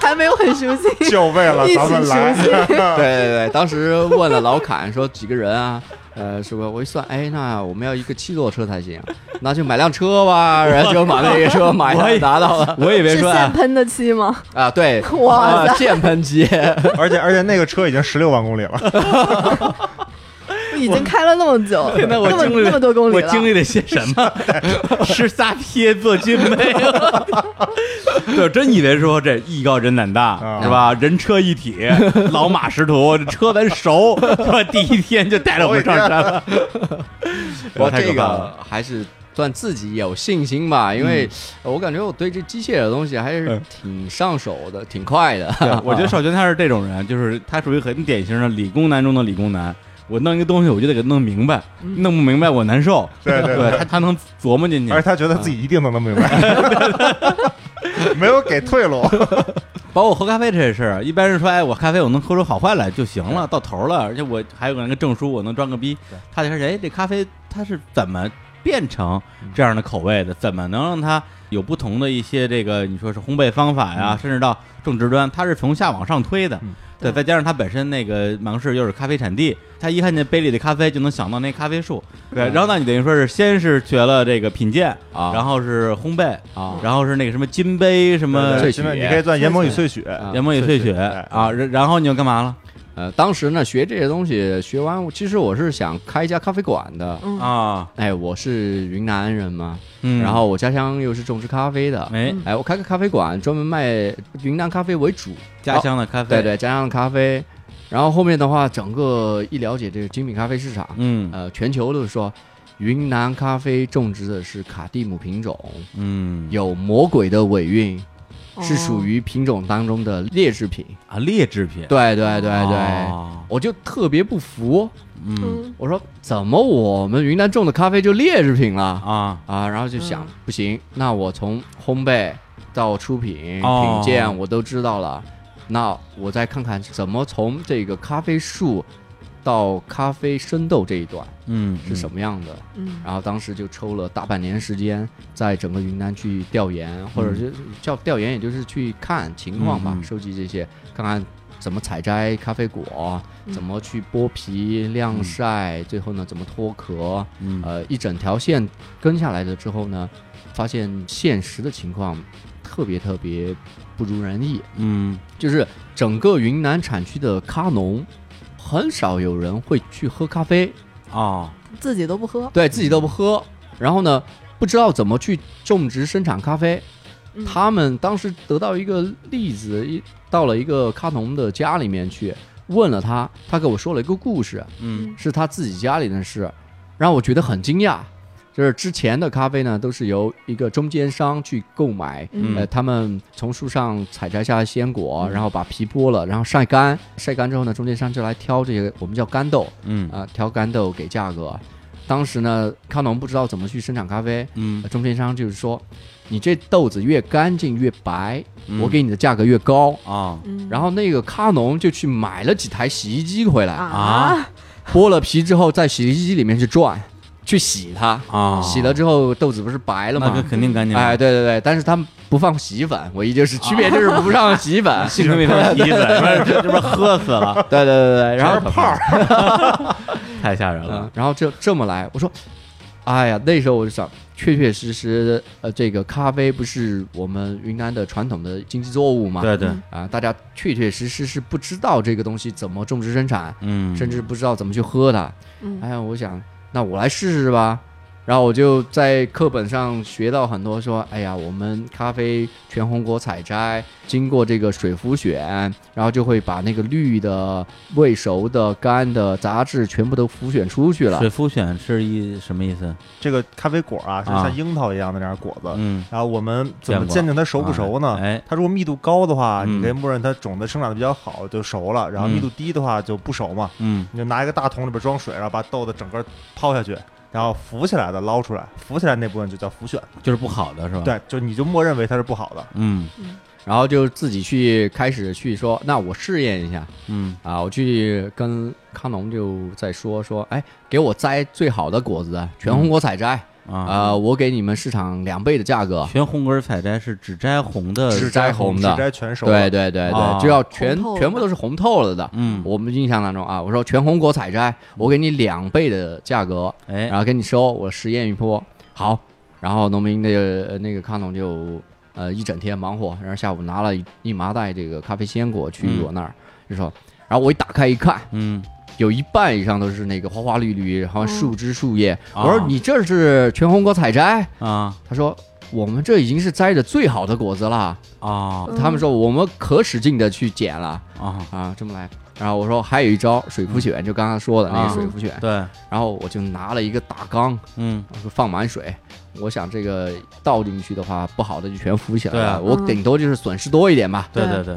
S3: 还没有很熟悉，
S4: 就为了咱们来
S3: 一起，
S6: [laughs] 对对对，当时问了老侃说几个人啊，呃，是吧？我一算，哎，那我们要一个七座车才行，那就买辆车吧，然后就把那个车买
S1: 我
S6: 了，
S1: 也
S6: 拿到了
S1: 我以为
S3: 是
S1: 说、
S3: 现
S1: 啊、
S3: 喷的漆吗？
S1: [laughs]
S6: 啊，对，
S3: 哇
S6: 啊现喷漆，
S4: 而且而且那个车已经十六万公
S1: [laughs]
S4: 里了，
S3: 已经开了那么久，
S1: 现在我
S3: 那么
S1: 经历
S3: 那么多公里
S1: 我
S3: 了，
S1: 经历了些什么？吃撒撇做军备，对，真以为说这艺高人胆大
S4: 啊
S1: 是吧？人车一 [laughs] 体，老马识途，这车咱熟， [laughs] 是吧？第一天就带着我们上山了。
S6: 我
S1: 太可
S6: 这
S1: 怕
S6: 个
S1: 了
S6: 还是。算自己有信心吧，因为我感觉我对这机械的东西还是
S1: 嗯
S6: 挺上手的，挺快的。
S1: 对，呃我 [laughs] 觉得少泉他是这种人，就是他属于很典型的理工男中的理工男。我弄一个东西，我就得给弄明白，弄不明白我难受。
S4: 对对
S1: 对他他能琢磨进去
S4: 而。且他觉得自己一定能弄明白，没有给退路。
S1: 包括喝咖啡这事儿，一般人说，哎，我咖啡我能喝出好坏来就行了，到头了。而且我还有个那个证书，我能装个逼。他就开始，哎，这咖啡它是怎么变
S4: 哦
S1: 成这样的口味的？怎么能让它有不同的一些这个你说是烘焙方法
S6: 嗯
S1: 呀，甚至到种植端，它是从下往上推的。对，再加上它本身那个芒市又是咖啡产地，他一看见杯里的咖啡就能想到那咖啡树。对，然后那你等于说是先是学了这个品鉴
S6: 嗯啊
S1: 然后是烘焙
S6: 啊
S1: 然后是那个什么金杯什么
S6: 对萃取
S4: 现在你可以算研磨与萃取，
S6: 啊
S1: 研磨与萃取
S4: 哎
S1: 啊，然然后你又干嘛了
S6: 呃，当时呢学这些东西，学完其实我是想开一家咖啡馆的。
S3: 嗯
S1: 啊？
S6: 哎，我是云南人嘛，
S1: 嗯，
S6: 然后我家乡又是种植咖啡的。
S1: 哎，
S6: 哎，我开个咖啡馆，专门卖云南咖啡为主，
S1: 家乡的咖啡，
S6: 对，对，家乡的咖啡。然后后面的话，整个一了解这个精品咖啡市场，
S1: 嗯
S6: 呃，全球都是说，云南咖啡种植的是卡蒂姆品种，
S1: 嗯，
S6: 有魔鬼的尾韵，是属
S3: 于。
S6: 于品种当中的劣质品。
S1: 啊，劣质品，
S6: 对对对对，
S1: 哦
S6: 我就特别不服，
S3: 哦
S1: 嗯
S6: 我说怎么我们云南种的咖啡就劣质品了
S1: 啊，
S6: 啊？然后就想、
S3: 嗯
S6: 不行，那我从烘焙到出品、
S1: 哦
S6: 品鉴我都知道了，那我再看看怎么从这个咖啡树到咖啡生豆这一段
S1: 嗯，
S6: 是什么样的。
S3: 嗯
S6: 然后当时就抽了大半年时间，在整个云南去调研，或者是叫调研，也就是去看情况吧
S1: 嗯，嗯
S6: 收集这些，看看怎么采摘咖啡果，
S3: 嗯
S6: 怎么去剥皮、晾晒，最后呢怎么脱壳，
S1: 嗯？嗯
S6: 嗯呃，一整条线跟下来了之后呢，发现现实的情况特别特别不如人意，
S1: 嗯
S6: 就是整个云南产区的咖农，很少有人会去喝咖啡。
S1: 哦，
S3: 自己都不喝，
S6: 对自己都不喝，然后呢，不知道怎么去种植生产咖啡。
S3: 嗯
S6: 他们当时得到一个例子，一到了一个咖农的家里面去，问了他，他给我说了一个故事，
S1: 嗯
S6: 是他自己家里的事，让我觉得很惊讶。就是之前的咖啡呢，都是由一个中间商去购买，
S1: 嗯
S6: 呃，他们从树上采摘下来鲜果，然后把皮剥了，然后晒干，晒干之后呢，中间商就来挑这些我们叫干豆，
S1: 嗯
S6: 啊，挑干豆给价格。当时呢，康农不知道怎么去生产咖啡，
S1: 嗯
S6: 呃，中间商就是说，你这豆子越干净越白，
S1: 嗯
S6: 我给你的价格越高。
S1: 啊
S3: 嗯
S6: 然后那个咖农就去买了几台洗衣机回来，
S1: 啊
S3: 啊，
S6: 剥了皮之后在洗衣机里面去转，去洗它，
S1: 啊，
S6: 洗了之后豆子不是白了
S1: 那就
S6: 吗？
S1: 肯定干净了，
S6: 哎，对对对，但是他们不放洗衣粉，唯一就是区别就是不放洗衣粉。 [laughs] 嗯
S1: 幸亏没放洗衣粉，不然这这不是喝
S5: [laughs]
S1: 死了，
S6: 对对对对，然后
S1: 泡儿，太吓人了，
S6: 然后就这么来，我说，哎呀，那时候我就想，确确实实，呃，这个咖啡不是我们云南的传统的经济作物嘛？
S1: 对对，
S6: 啊，大家确确实实是不知道这个东西怎么种植生产，
S1: 嗯，
S6: 甚至不知道怎么去喝它。
S3: 嗯
S6: 哎呀，我想，那我来试试吧。然后我就在课本上学到很多，说，哎呀，我们咖啡全红果采摘，经过这个水浮选，然后就会把那个绿的、未熟的、干的杂质全部都浮选出去了。
S1: 水浮选是一什么意思？
S4: 这个咖啡果啊，就
S1: 啊
S4: 像樱桃一样的那样果子，
S1: 嗯
S4: 然后我们怎
S1: 见
S4: 么
S1: 过
S4: 鉴定它
S5: 啊
S4: 熟不熟呢？
S1: 哎，
S4: 它如果密度高的话，
S1: 嗯
S4: 你可以默认它种子生长的比较好，就熟了；然后
S1: 嗯
S4: 密度低的话就不熟嘛。
S1: 嗯
S4: 你就拿一个大桶里边装水，然后把豆子整个抛下去，然后浮起来的捞出来，浮起来那部分就叫浮
S5: 啊
S4: 选。
S1: 就是不好的是吧？，
S4: 对，就你就默认为它是不好的。
S1: 嗯
S6: 然后就自己去开始去说，那我试验一下
S1: 嗯
S6: 啊，我去跟康农就在说说，哎，给我摘最好的果子，全红果采摘啊、
S1: 啊。
S6: 我给你们市场两倍的价格，
S1: 全红格采摘是只摘红的，
S6: 只摘红的
S4: 只摘全熟的。
S6: 对对对对，
S1: 啊
S6: 就要全
S3: 红透了
S6: 全部都是红透了的。
S1: 嗯
S6: 我们印象当中啊，我说全红果采摘，我给你两倍的价格，
S1: 哎
S6: 然，后给你收，我实验一波，好。然后农民那个那个康总就呃一整天忙活，然后下午拿了一一麻袋这个咖啡鲜果去
S1: 嗯
S6: 我那儿，就说，然后我一打开一看，
S1: 嗯，
S6: 有一半以上都是那个花花绿绿，然后树枝树叶。
S1: 哦
S6: 我说你这是全红果采摘？
S1: 啊
S6: 他说我们这已经是摘的最好的果子了。
S5: 啊
S3: 嗯
S6: 他们说我们可使劲的去捡了
S5: 啊，
S6: 啊，这么来。然后我说还有一招水浮卷，就刚刚说的那
S5: 啊
S6: 个水浮卷。
S5: 对，
S6: 然后我就拿了一个大缸，
S5: 嗯，
S6: 然后放满水。我想这个倒进去的话，不好的就全浮起来
S5: 对
S6: 了。
S5: 啊
S6: 我顶多就是损失多一点吧。
S5: 对
S3: 对
S5: 对对，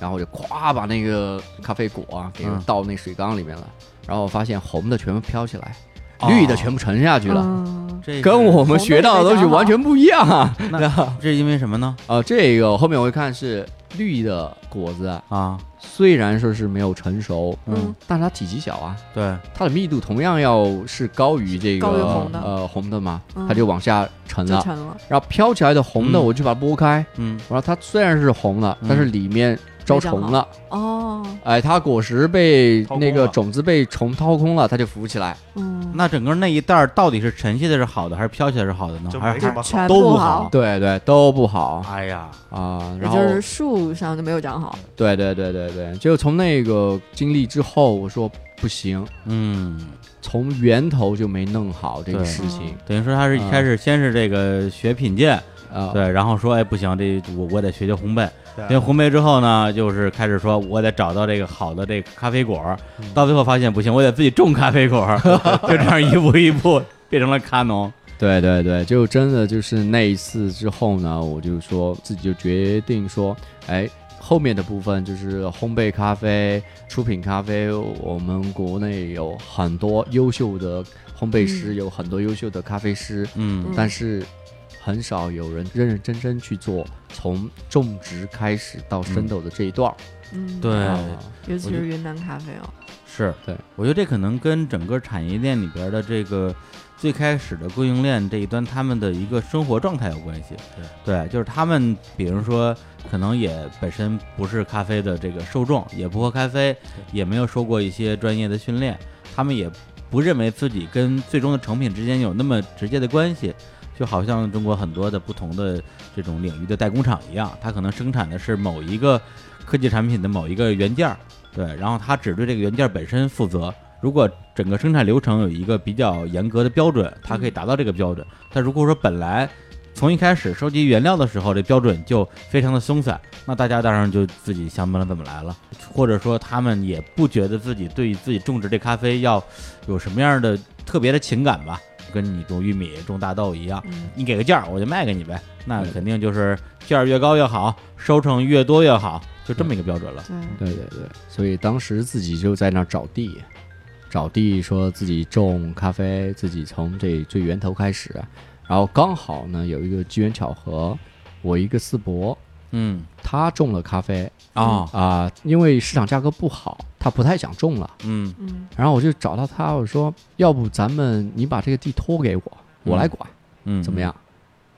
S6: 然后我就咵把那个咖啡果啊给
S5: 嗯
S6: 倒那水缸里面了。然后我发现红的全部飘起来，
S5: 哦
S6: 绿的全部沉下去了。
S3: 嗯
S5: 这
S6: 跟
S5: 是
S6: 我们学到的东西完全不一样啊！
S5: 那这是因为什么呢？
S6: 啊，这个后面我会看是绿的果子啊，
S5: 啊，
S6: 虽然说是没有成熟，
S5: 嗯
S3: 嗯，
S6: 但它体积小啊，
S5: 对，
S6: 它的密度同样要是高于这个
S3: 高于红的
S6: 呃红的嘛，
S3: 嗯
S6: 它就往下沉
S3: 就
S6: 了。
S3: 沉了，
S6: 然后飘起来的红的，
S5: 嗯
S6: 我就把它拨开，
S5: 嗯，
S6: 然后它虽然是红了，
S5: 嗯
S6: 但是里面招虫
S3: 没长
S6: 了，
S3: 哦，
S6: 哎，它果实被
S4: 掏空
S6: 那个
S4: 了
S6: 种子被虫掏空了，它就浮起来。
S3: 嗯，
S5: 那整个那一袋儿到底是沉下的是好的，还是飘起来是好的呢？
S4: 就
S5: 还
S4: 没
S5: 是
S4: 什 [laughs] 么
S3: 全
S5: 都
S3: 不
S5: 好，。
S6: 对对，都不好
S5: 哎呀，
S6: 啊。
S3: 也
S6: 然后
S3: 就是树上就没有长好，
S6: 对对对对对，就从那个经历之后，我说不行，
S5: 嗯，
S6: 从源头就没弄好这个
S5: 对
S6: 事情
S5: 等于说他是一开始先是这个学品鉴，
S3: 嗯
S6: 啊。
S5: 对，然后说哎不行，这我我得学学烘焙，
S4: 对
S5: 学烘焙之后呢，就是开始说我得找到这个好的这个咖啡果儿，
S4: 嗯
S5: 到最后发现不行，我得自己种咖啡果儿，就这样一步一步变成了咖农。嗯
S6: 对对对，就真的就是那一次之后呢，我就说自己就决定说，哎，后面的部分就是烘焙咖啡、出品咖啡，我们国内有很多优秀的烘焙师，
S3: 嗯
S6: 有很多优秀的咖啡师，
S5: 嗯
S3: 嗯
S6: 但是很少有人认认真真去做从种植开始到生
S5: 嗯
S6: 豆的这一段儿。
S3: 嗯，
S5: 对
S6: 啊
S3: 尤其
S5: 我觉得
S3: 是云南咖啡哦，
S5: 是
S6: 对，
S5: 我觉得这可能跟整个产业链里边的这个最开始的供应链这一端，他们的一个生活状态有关系。对，就是他们，比如说，可能也本身不是咖啡的这个受众，也不喝咖啡，也没有受过一些专业的训练，他们也不认为自己跟最终的成品之间有那么直接的关系。就好像中国很多的不同的这种领域的代工厂一样，它可能生产的是某一个科技产品的某一个元件儿，对，然后它只对这个元件本身负责。如果整个生产流程有一个比较严格的标准，它可以达到这个标准。但如果说本来从一开始收集原料的时候，这标准就非常的松散，那大家当然就自己想怎么来怎么来了，或者说他们也不觉得自己对于自己种植这咖啡要有什么样的特别的情感吧，跟你种玉米、种大豆一样，
S3: 嗯，
S5: 你给个价儿我就卖给你呗，那肯定就是价儿越高越好，收成越多越好，就这么一个标准了。
S3: 对，
S6: 对对对，所以当时自己就在那儿找地，找地说自己种咖啡，自己从这最源头开始，然后刚好呢有一个机缘巧合，我一个四伯
S5: 嗯，
S6: 他种了咖啡
S5: 哦，
S6: 啊、因为市场价格不好，他不太想种了，
S5: 嗯
S3: 嗯
S6: 然后我就找到他，我说要不咱们你把这个地托给我，我来管、
S5: 嗯，
S6: 怎么？样？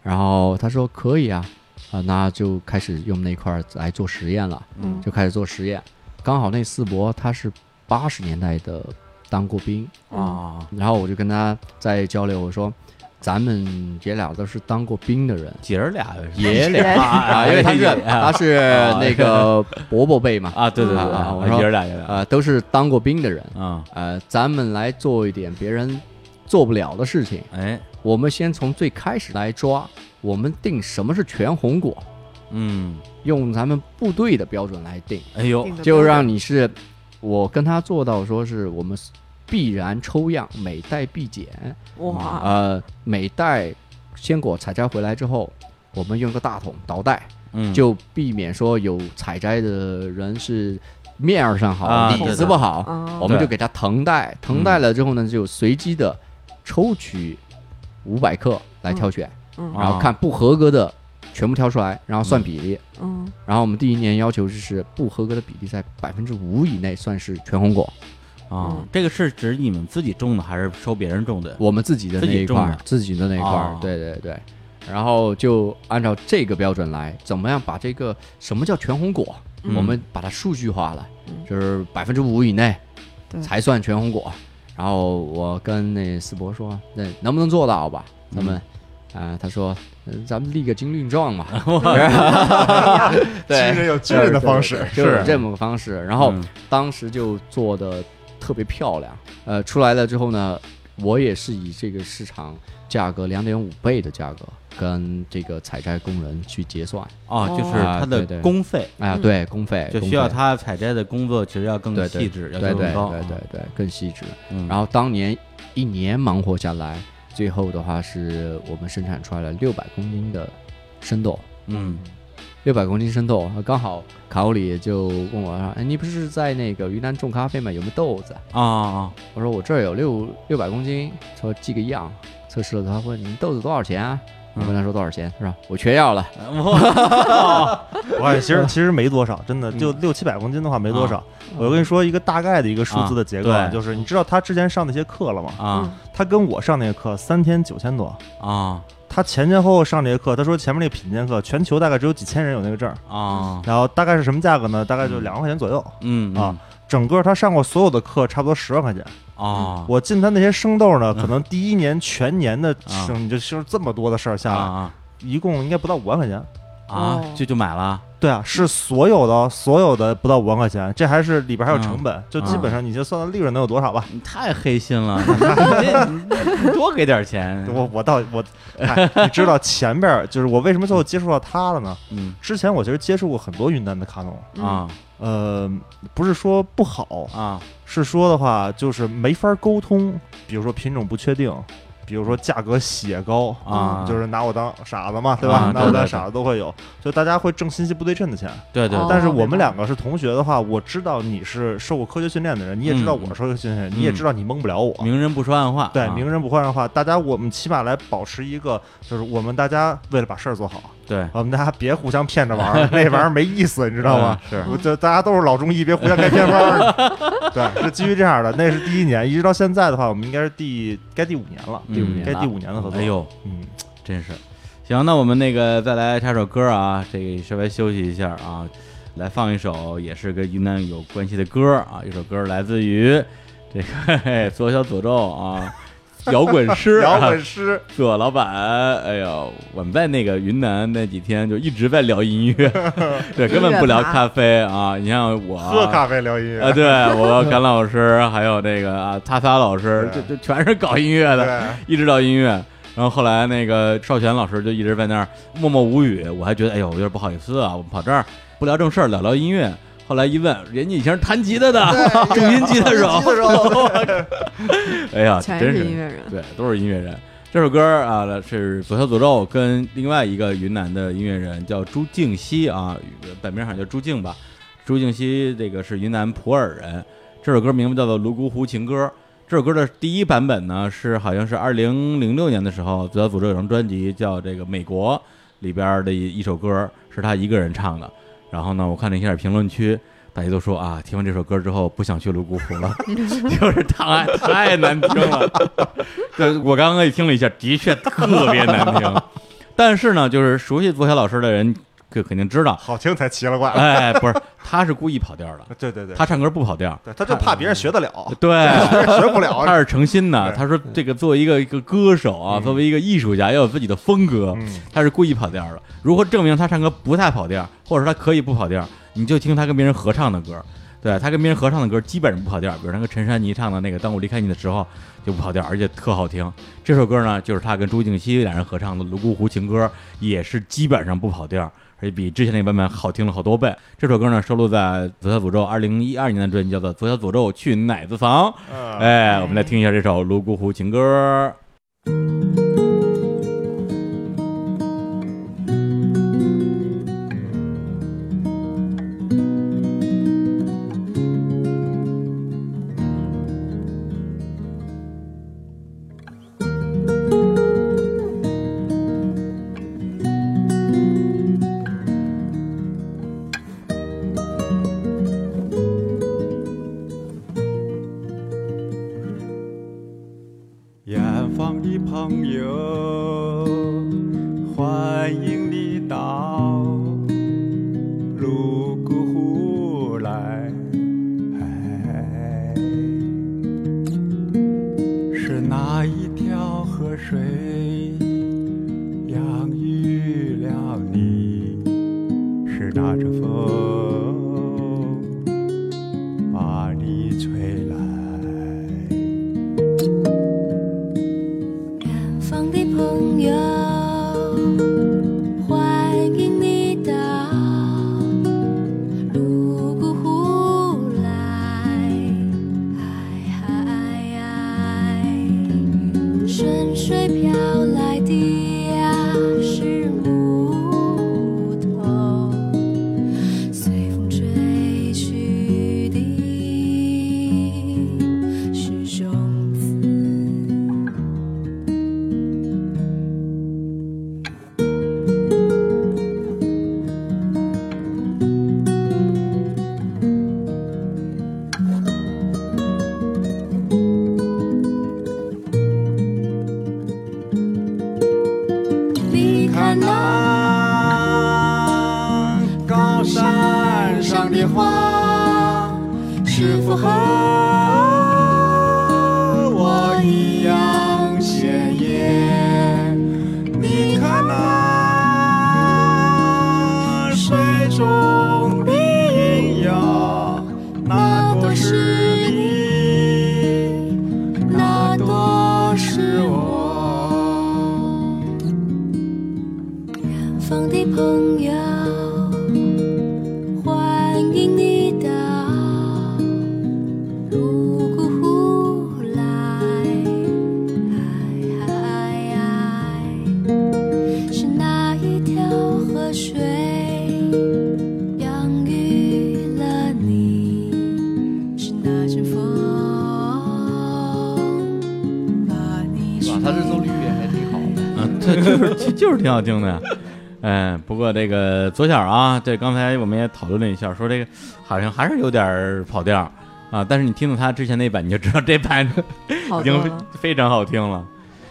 S6: 然后他说可以啊，啊、那就开始用那块儿来做实验了。
S5: 嗯
S6: 就开始做实验。刚好那四伯他是八十年代的当过兵，
S3: 嗯
S5: 啊，，
S6: 然后我就跟他在交流，我说咱们爷俩都是当过兵的人
S5: 姐儿俩
S6: 爷
S3: 爷
S6: 俩啊，因为他是他是
S5: 啊
S6: 那个伯伯辈嘛，
S5: 啊，对对对，
S6: 啊啊我
S5: 姐
S6: 说
S5: 儿俩爷俩
S6: 呃，都是当过兵的人，
S5: 啊，
S6: 呃，咱们来做一点别人做不了的事情，
S5: 哎，
S6: 我们先从最开始来抓，我们定什么是全红果，
S5: 嗯，
S6: 用咱们部队的标准来定。
S5: 哎呦，
S3: 定的
S6: 就
S3: 标
S6: 让
S3: 准
S6: 你是，我跟他做到说是我们必然抽样，每袋必检，
S3: 哇，
S6: 呃，每袋鲜果采摘回来之后，我们用个大桶倒袋，
S5: 嗯，
S6: 就避免说有采摘的人是面儿上
S5: 啊
S6: 好，
S5: 对
S6: 里
S5: 的
S6: 子不好，
S3: 啊
S6: 我们
S5: 对嗯
S6: 就给他腾袋，腾袋了之后呢，就随机的抽取五百克来挑选，
S3: 嗯
S6: 然
S5: 啊
S6: 后看不合格的全部挑出来，然后算比例。
S3: 嗯，
S6: 然后我们第一年要求就是不合格的比例在百分之五以内算是全红果，
S5: 啊
S3: 嗯，
S5: 这个是指你们自己种的还是收别人种的？
S6: 我们自己的那一块儿，自己的那一块儿
S5: 哦，
S6: 对对对。然后就按照这个标准来，怎么样把这个什么叫全红果，
S5: 嗯
S6: 我们把它数据化了，
S3: 嗯
S6: 就是百分之五以内
S3: 对
S6: 才算全红果。然后我跟那思博说，那能不能做到吧？咱们，啊、他说，呃咱们立个军令状嘛， [laughs] 对
S4: 军，人有军人的方式，
S6: 对对对就是这么个方式。然后
S5: 嗯
S6: 当时就做的特别漂亮，呃，出来了之后呢，我也是以这个市场价格两点五倍的价格跟这个采摘工人去结算。
S1: 哦，就是它
S6: 啊对
S1: 的
S6: 对
S1: 工费，
S6: 哎呀，
S3: 嗯
S6: 对，工费
S1: 就
S6: 工
S1: 需要
S6: 费
S1: 它采摘的工作其实要更
S6: 对对
S1: 细致，要
S6: 对
S1: 求
S6: 对
S1: 更高。
S6: 对对对，更细致。
S1: 嗯，
S6: 然后当年一年忙活下来，最后的话是我们生产出来了六百公斤的生豆，
S1: 嗯
S6: 六百公斤生豆。刚好卡欧里就问我说：“哎，你不是在那个云南种咖啡吗？有没有豆子
S1: 啊啊，？”
S6: 我说：“我这儿有六六百公斤。”他说：“寄个样。”测试了，他问：“你豆子多少钱啊？”我跟他说多少钱，他说我全要了。
S4: 我也其实其实没多少，真的就六七百公斤的话没多少。我跟你说一个大概的一个数字的结构，
S1: 啊
S4: 啊，
S1: 对
S4: 就是你知道他之前上那些课了吗？
S1: 啊
S4: 他跟我上那个课三天九千多，
S1: 啊
S4: 他前前后后上这些课，他说前面那个品鉴课，全球大概只有几千人有那个证儿，
S1: 啊，
S4: 然后大概是什么价格呢？大概就两万块钱左右。
S1: 嗯
S4: 啊整个他上过所有的课，差不多十万块钱。
S1: 啊，
S4: 我进他那些生豆呢，可能第一年全年的生，你就生这么多的事儿
S1: 啊
S4: 下来，
S1: 啊
S4: 一共应该不到五万块钱。
S1: 啊，就就买了
S4: 对啊，是所有的所有的不到五万块钱，这还是里边还有成本，就基本
S1: 嗯
S4: 上你就算算利润能有多少吧。
S1: 你太黑心了，你这你你多给点钱，
S4: 我我倒我，哎你知道前边儿就是我为什么最后接触到他了呢？
S1: 嗯
S4: 之前我其实接触过很多云南的卡农，
S3: 嗯
S1: 啊
S4: 呃，不是说不好，
S1: 啊
S4: 是说的话就是没法沟通，比如说品种不确定，比如说价格血高。嗯
S1: 啊，
S4: 就是拿我当傻子嘛，对
S1: 啊
S4: 吧？
S1: 对
S4: 拿我
S1: 对
S4: 当
S1: 对
S4: 傻子都会有，就大家会挣信息不对称的钱。
S1: 对对，对
S4: 但是
S3: 哦
S4: 我
S3: 明白
S4: 们两个是同学的话，我知道你是受过科学训练的人，你也知道我
S1: 嗯
S4: 是受过科学训练，你也
S1: 嗯
S4: 知道你蒙不了我。
S1: 明人不说暗话，
S4: 对
S1: 啊，
S4: 明人不换的话，大家我们起码来保持一个，就是我们大家为了把事儿做好，
S1: 对，
S4: 我们大家别互相骗着玩儿，那玩意儿没意思，你知道吗？
S1: 嗯？是
S4: 我就大家都是老中医，别互相开偏方儿。 [laughs] 对，是基于这样的。那是第一年，一直到现在的话，我们应该是第该第五年啊了，
S1: 第五年
S4: 该
S6: 了
S4: 嗯第五年的合作。
S1: 哎，呦，
S4: 嗯，
S1: 真是。行，那我们那个再来插首歌啊，这个稍微休息一下啊，来放一首也是跟云南有关系的歌啊，一首歌来自于这个嘿左小诅咒啊，摇滚师，啊
S4: 摇滚师，
S1: 左老板，哎呦，我们在那个云南那几天就一直在聊音
S4: [laughs]
S1: 乐，对，根本不聊咖啡啊。你像我
S4: 喝咖啡聊音
S1: 啊，
S4: 乐，
S1: 对我甘老师，还有这个啊擦擦老师，这
S4: 对
S1: 这全是搞音乐的，
S4: 对。
S1: 一直到音乐。然后后来那个邵泉老师就一直在那儿默默无语，我还觉得哎呦有点不好意思啊，我们跑这儿不聊正事儿，聊聊音乐。后来一问，人家以前是弹吉他的， [laughs] 重音吉他手， [laughs] 哎呀，
S3: 全
S1: 真
S3: 是
S1: 是
S3: 音乐人，
S1: 对，都是音乐人。这首歌啊是左小诅咒跟另外一个云南的音乐人叫朱静熙啊，本名好像叫朱静吧。朱静熙这个是云南普洱人，这首歌名字叫做《泸沽湖情歌》。这首歌的第一版本呢是好像是二零零六年的时候，左小诅咒有张专辑叫这个《美国》里边的一一首歌是他一个人唱的。然后呢，我看了一下评论区，大家都说啊，听完这首歌之后不想去泸沽湖了，就是太太难听了。对，我刚刚也听了一下，的确特别难听。但是呢，就是熟悉左小老师的人，就肯定知道，
S4: 好听才奇了怪了。
S1: 哎，不是，他是故意跑调的，
S4: 对对对，
S1: 他唱歌不跑调，
S4: 对他就怕嗯别人学得了，
S1: 对， [laughs]
S4: 学不了。 [laughs]
S1: 他是诚心的。他说这个作为一个一个歌手啊，作为一个艺术家，要有自己的风格，
S4: 嗯，
S1: 他是故意跑调的。如何证明他唱歌不太跑调，或者说他可以不跑调？你就听他跟别人合唱的歌。对他跟别人合唱的歌基本上不跑调，比如那个陈珊妮唱的那个《当我离开你的时候》就不跑调，而且特好听。这首歌呢，就是他跟朱静熙两人合唱的《泸沽湖情歌》，也是基本上不跑调，而且比之前那版本好听了好多倍。这首歌呢，收录在《左小诅咒》二零一二年的专辑，叫做《左小诅咒去奶子房》。
S4: 哎，
S1: 哎，我们来听一下这首《泸沽湖情歌》。
S9: 远方的朋友，欢迎你到泸沽湖来。哎是哪一条河水养育了你？是哪阵风把你吹来？
S5: 就是就就是挺好听的呀。哎，不过这个左小啊，对，刚才我们也讨论了一下，说这个好像还是有点儿跑调儿啊。但是你听到他之前那版，你就知道这版
S3: 好
S5: 已
S3: 多
S5: 经
S3: 了。
S5: 非常好听了。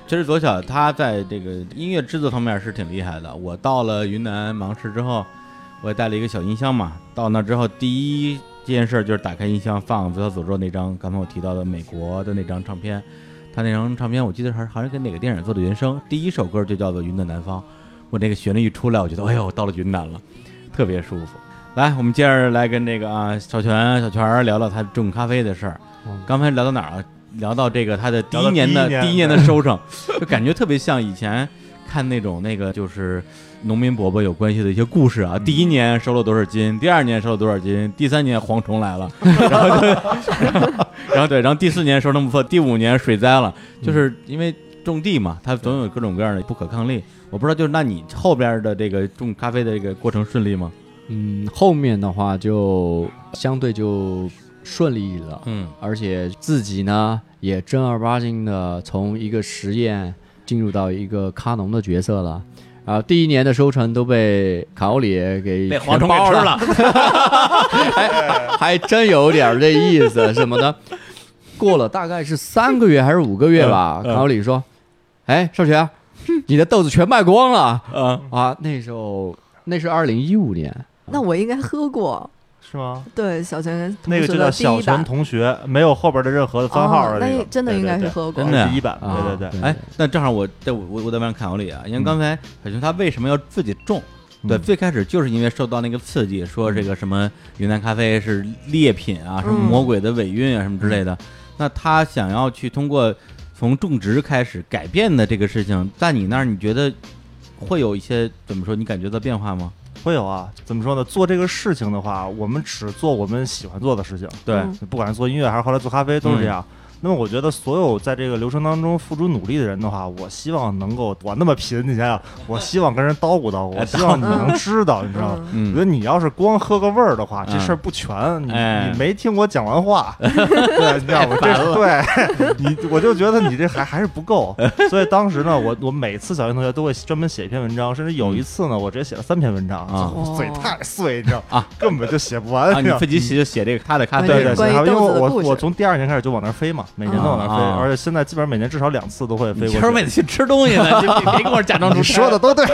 S5: 其实左小他在这个音乐制作方面是挺厉害的。我到了云南芒市之后，我也带了一个小音箱嘛。到那之后，第一件事就是打开音箱放《左小诅咒》那张刚才我提到的美国的那张唱片。他那张唱片我记得还好像给哪个电影做的原声，第一首歌就叫做《云的南方》。我那个旋律一出来，我觉得哎呦，我到了云南了，特别舒服。来，我们接着来跟这个啊小泉小泉儿聊聊他种咖啡的事儿。
S4: 哦
S5: 刚才聊到哪儿了？啊聊到这个他的第一年的
S4: 聊哦到
S5: 第
S4: 第一年
S5: 一年的收成，就感觉特别像以前看那种那个就是农民伯伯有关系的一些故事啊。
S4: 嗯
S5: 第一年收了多少斤，第二年收了多少斤，第三年蝗虫来
S4: [laughs]
S5: 了，然后就然后对，然后第四年收成不错，第五年水灾了，
S4: 嗯
S5: 就是因为种地嘛，它总有各种各样的不可抗力。我不知道，就是那你后边的这个种咖啡的这个过程顺利吗？
S6: 嗯，后面的话就相对就顺利了，
S5: 嗯
S6: 而且自己呢也正儿八经的从一个实验进入到一个咖农的角色了。然后第一年的收成都被卡欧里给
S5: 被蝗虫
S6: 全
S5: 给
S6: 包
S5: 吃
S6: 了，
S5: 了，
S6: 还 [laughs] 还真有点儿这意思，什么的。过了大概是三个月还是五个月吧，
S5: 嗯嗯
S6: 卡欧里说：“哎，少泉，你的豆子全卖光了
S5: 嗯，
S6: 啊！”那时候那是二零一五年，
S3: 那我应该喝过，
S4: 是吗？
S3: 对，小泉同
S4: 那个
S3: 学
S4: 就
S3: 的
S4: 叫
S3: 第一版
S4: 小泉同学，没有后边的任何的番号
S3: 哦
S4: 的
S3: 那
S4: 个，
S3: 真的应该是喝过
S5: 真。的呀
S4: 第一版，
S6: 啊
S4: 对对
S5: [laughs]
S4: 对，
S5: 哎，那正好我在我我我在问看我里啊，因为刚才小熊他为什么要自己种？对，
S4: 嗯
S5: 最开始就是因为受到那个刺激，说这个什么云南咖啡是劣品啊，什么
S3: 嗯
S5: 魔鬼的尾韵啊，什么之类的。那他想要去通过从种植开始改变的这个事情，在你那儿你觉得会有一些怎么说？你感觉到变化吗？
S4: 会有啊。怎么说呢？做这个事情的话，我们只做我们喜欢做的事情，
S5: 对，嗯
S3: 嗯
S4: 不管是做音乐还是后来做咖啡，都是这样。那么我觉得所有在这个流程当中付出努力的人的话，我希望能够我那么贫，你想
S5: [laughs]
S4: 想，我希望跟人叨咕叨咕，
S5: 哎
S4: 我希望你能知道，你知道吗？
S3: 嗯，
S4: 我
S5: 嗯
S4: 觉得你要是光喝个味儿的话，
S5: 嗯
S4: 这事儿不全。你
S5: 哎
S4: 你没听我讲
S5: [laughs]
S4: 完话，对，你知道我这对你，我就觉得你这还还是不够。所以当时呢，我我每次小学同学都会专门写一篇文章，甚至有
S5: 嗯
S4: 一次呢，我直接写了三篇文章，
S5: 啊
S4: 就嘴
S3: 哦
S4: 太碎，你知道
S5: 啊，
S4: 根本就写不完。
S5: 啊，
S4: 你知
S5: 你
S4: 道
S5: 自己写就写这个他的咖啡，
S4: 对对，
S3: 关于
S4: 写不完因为
S3: 豆子的
S4: 我
S3: 故事
S4: 我从第二年开始就往那儿飞嘛，每年都往那儿
S5: 啊啊
S4: 飞，而且现在基本上每年至少两次都会
S5: 你
S4: 飞过去。
S5: 就是为了去吃东西
S4: [laughs]
S5: 呢，你别别跟我假装出
S4: 你
S5: 差
S4: 说
S5: [laughs]
S4: 的都对，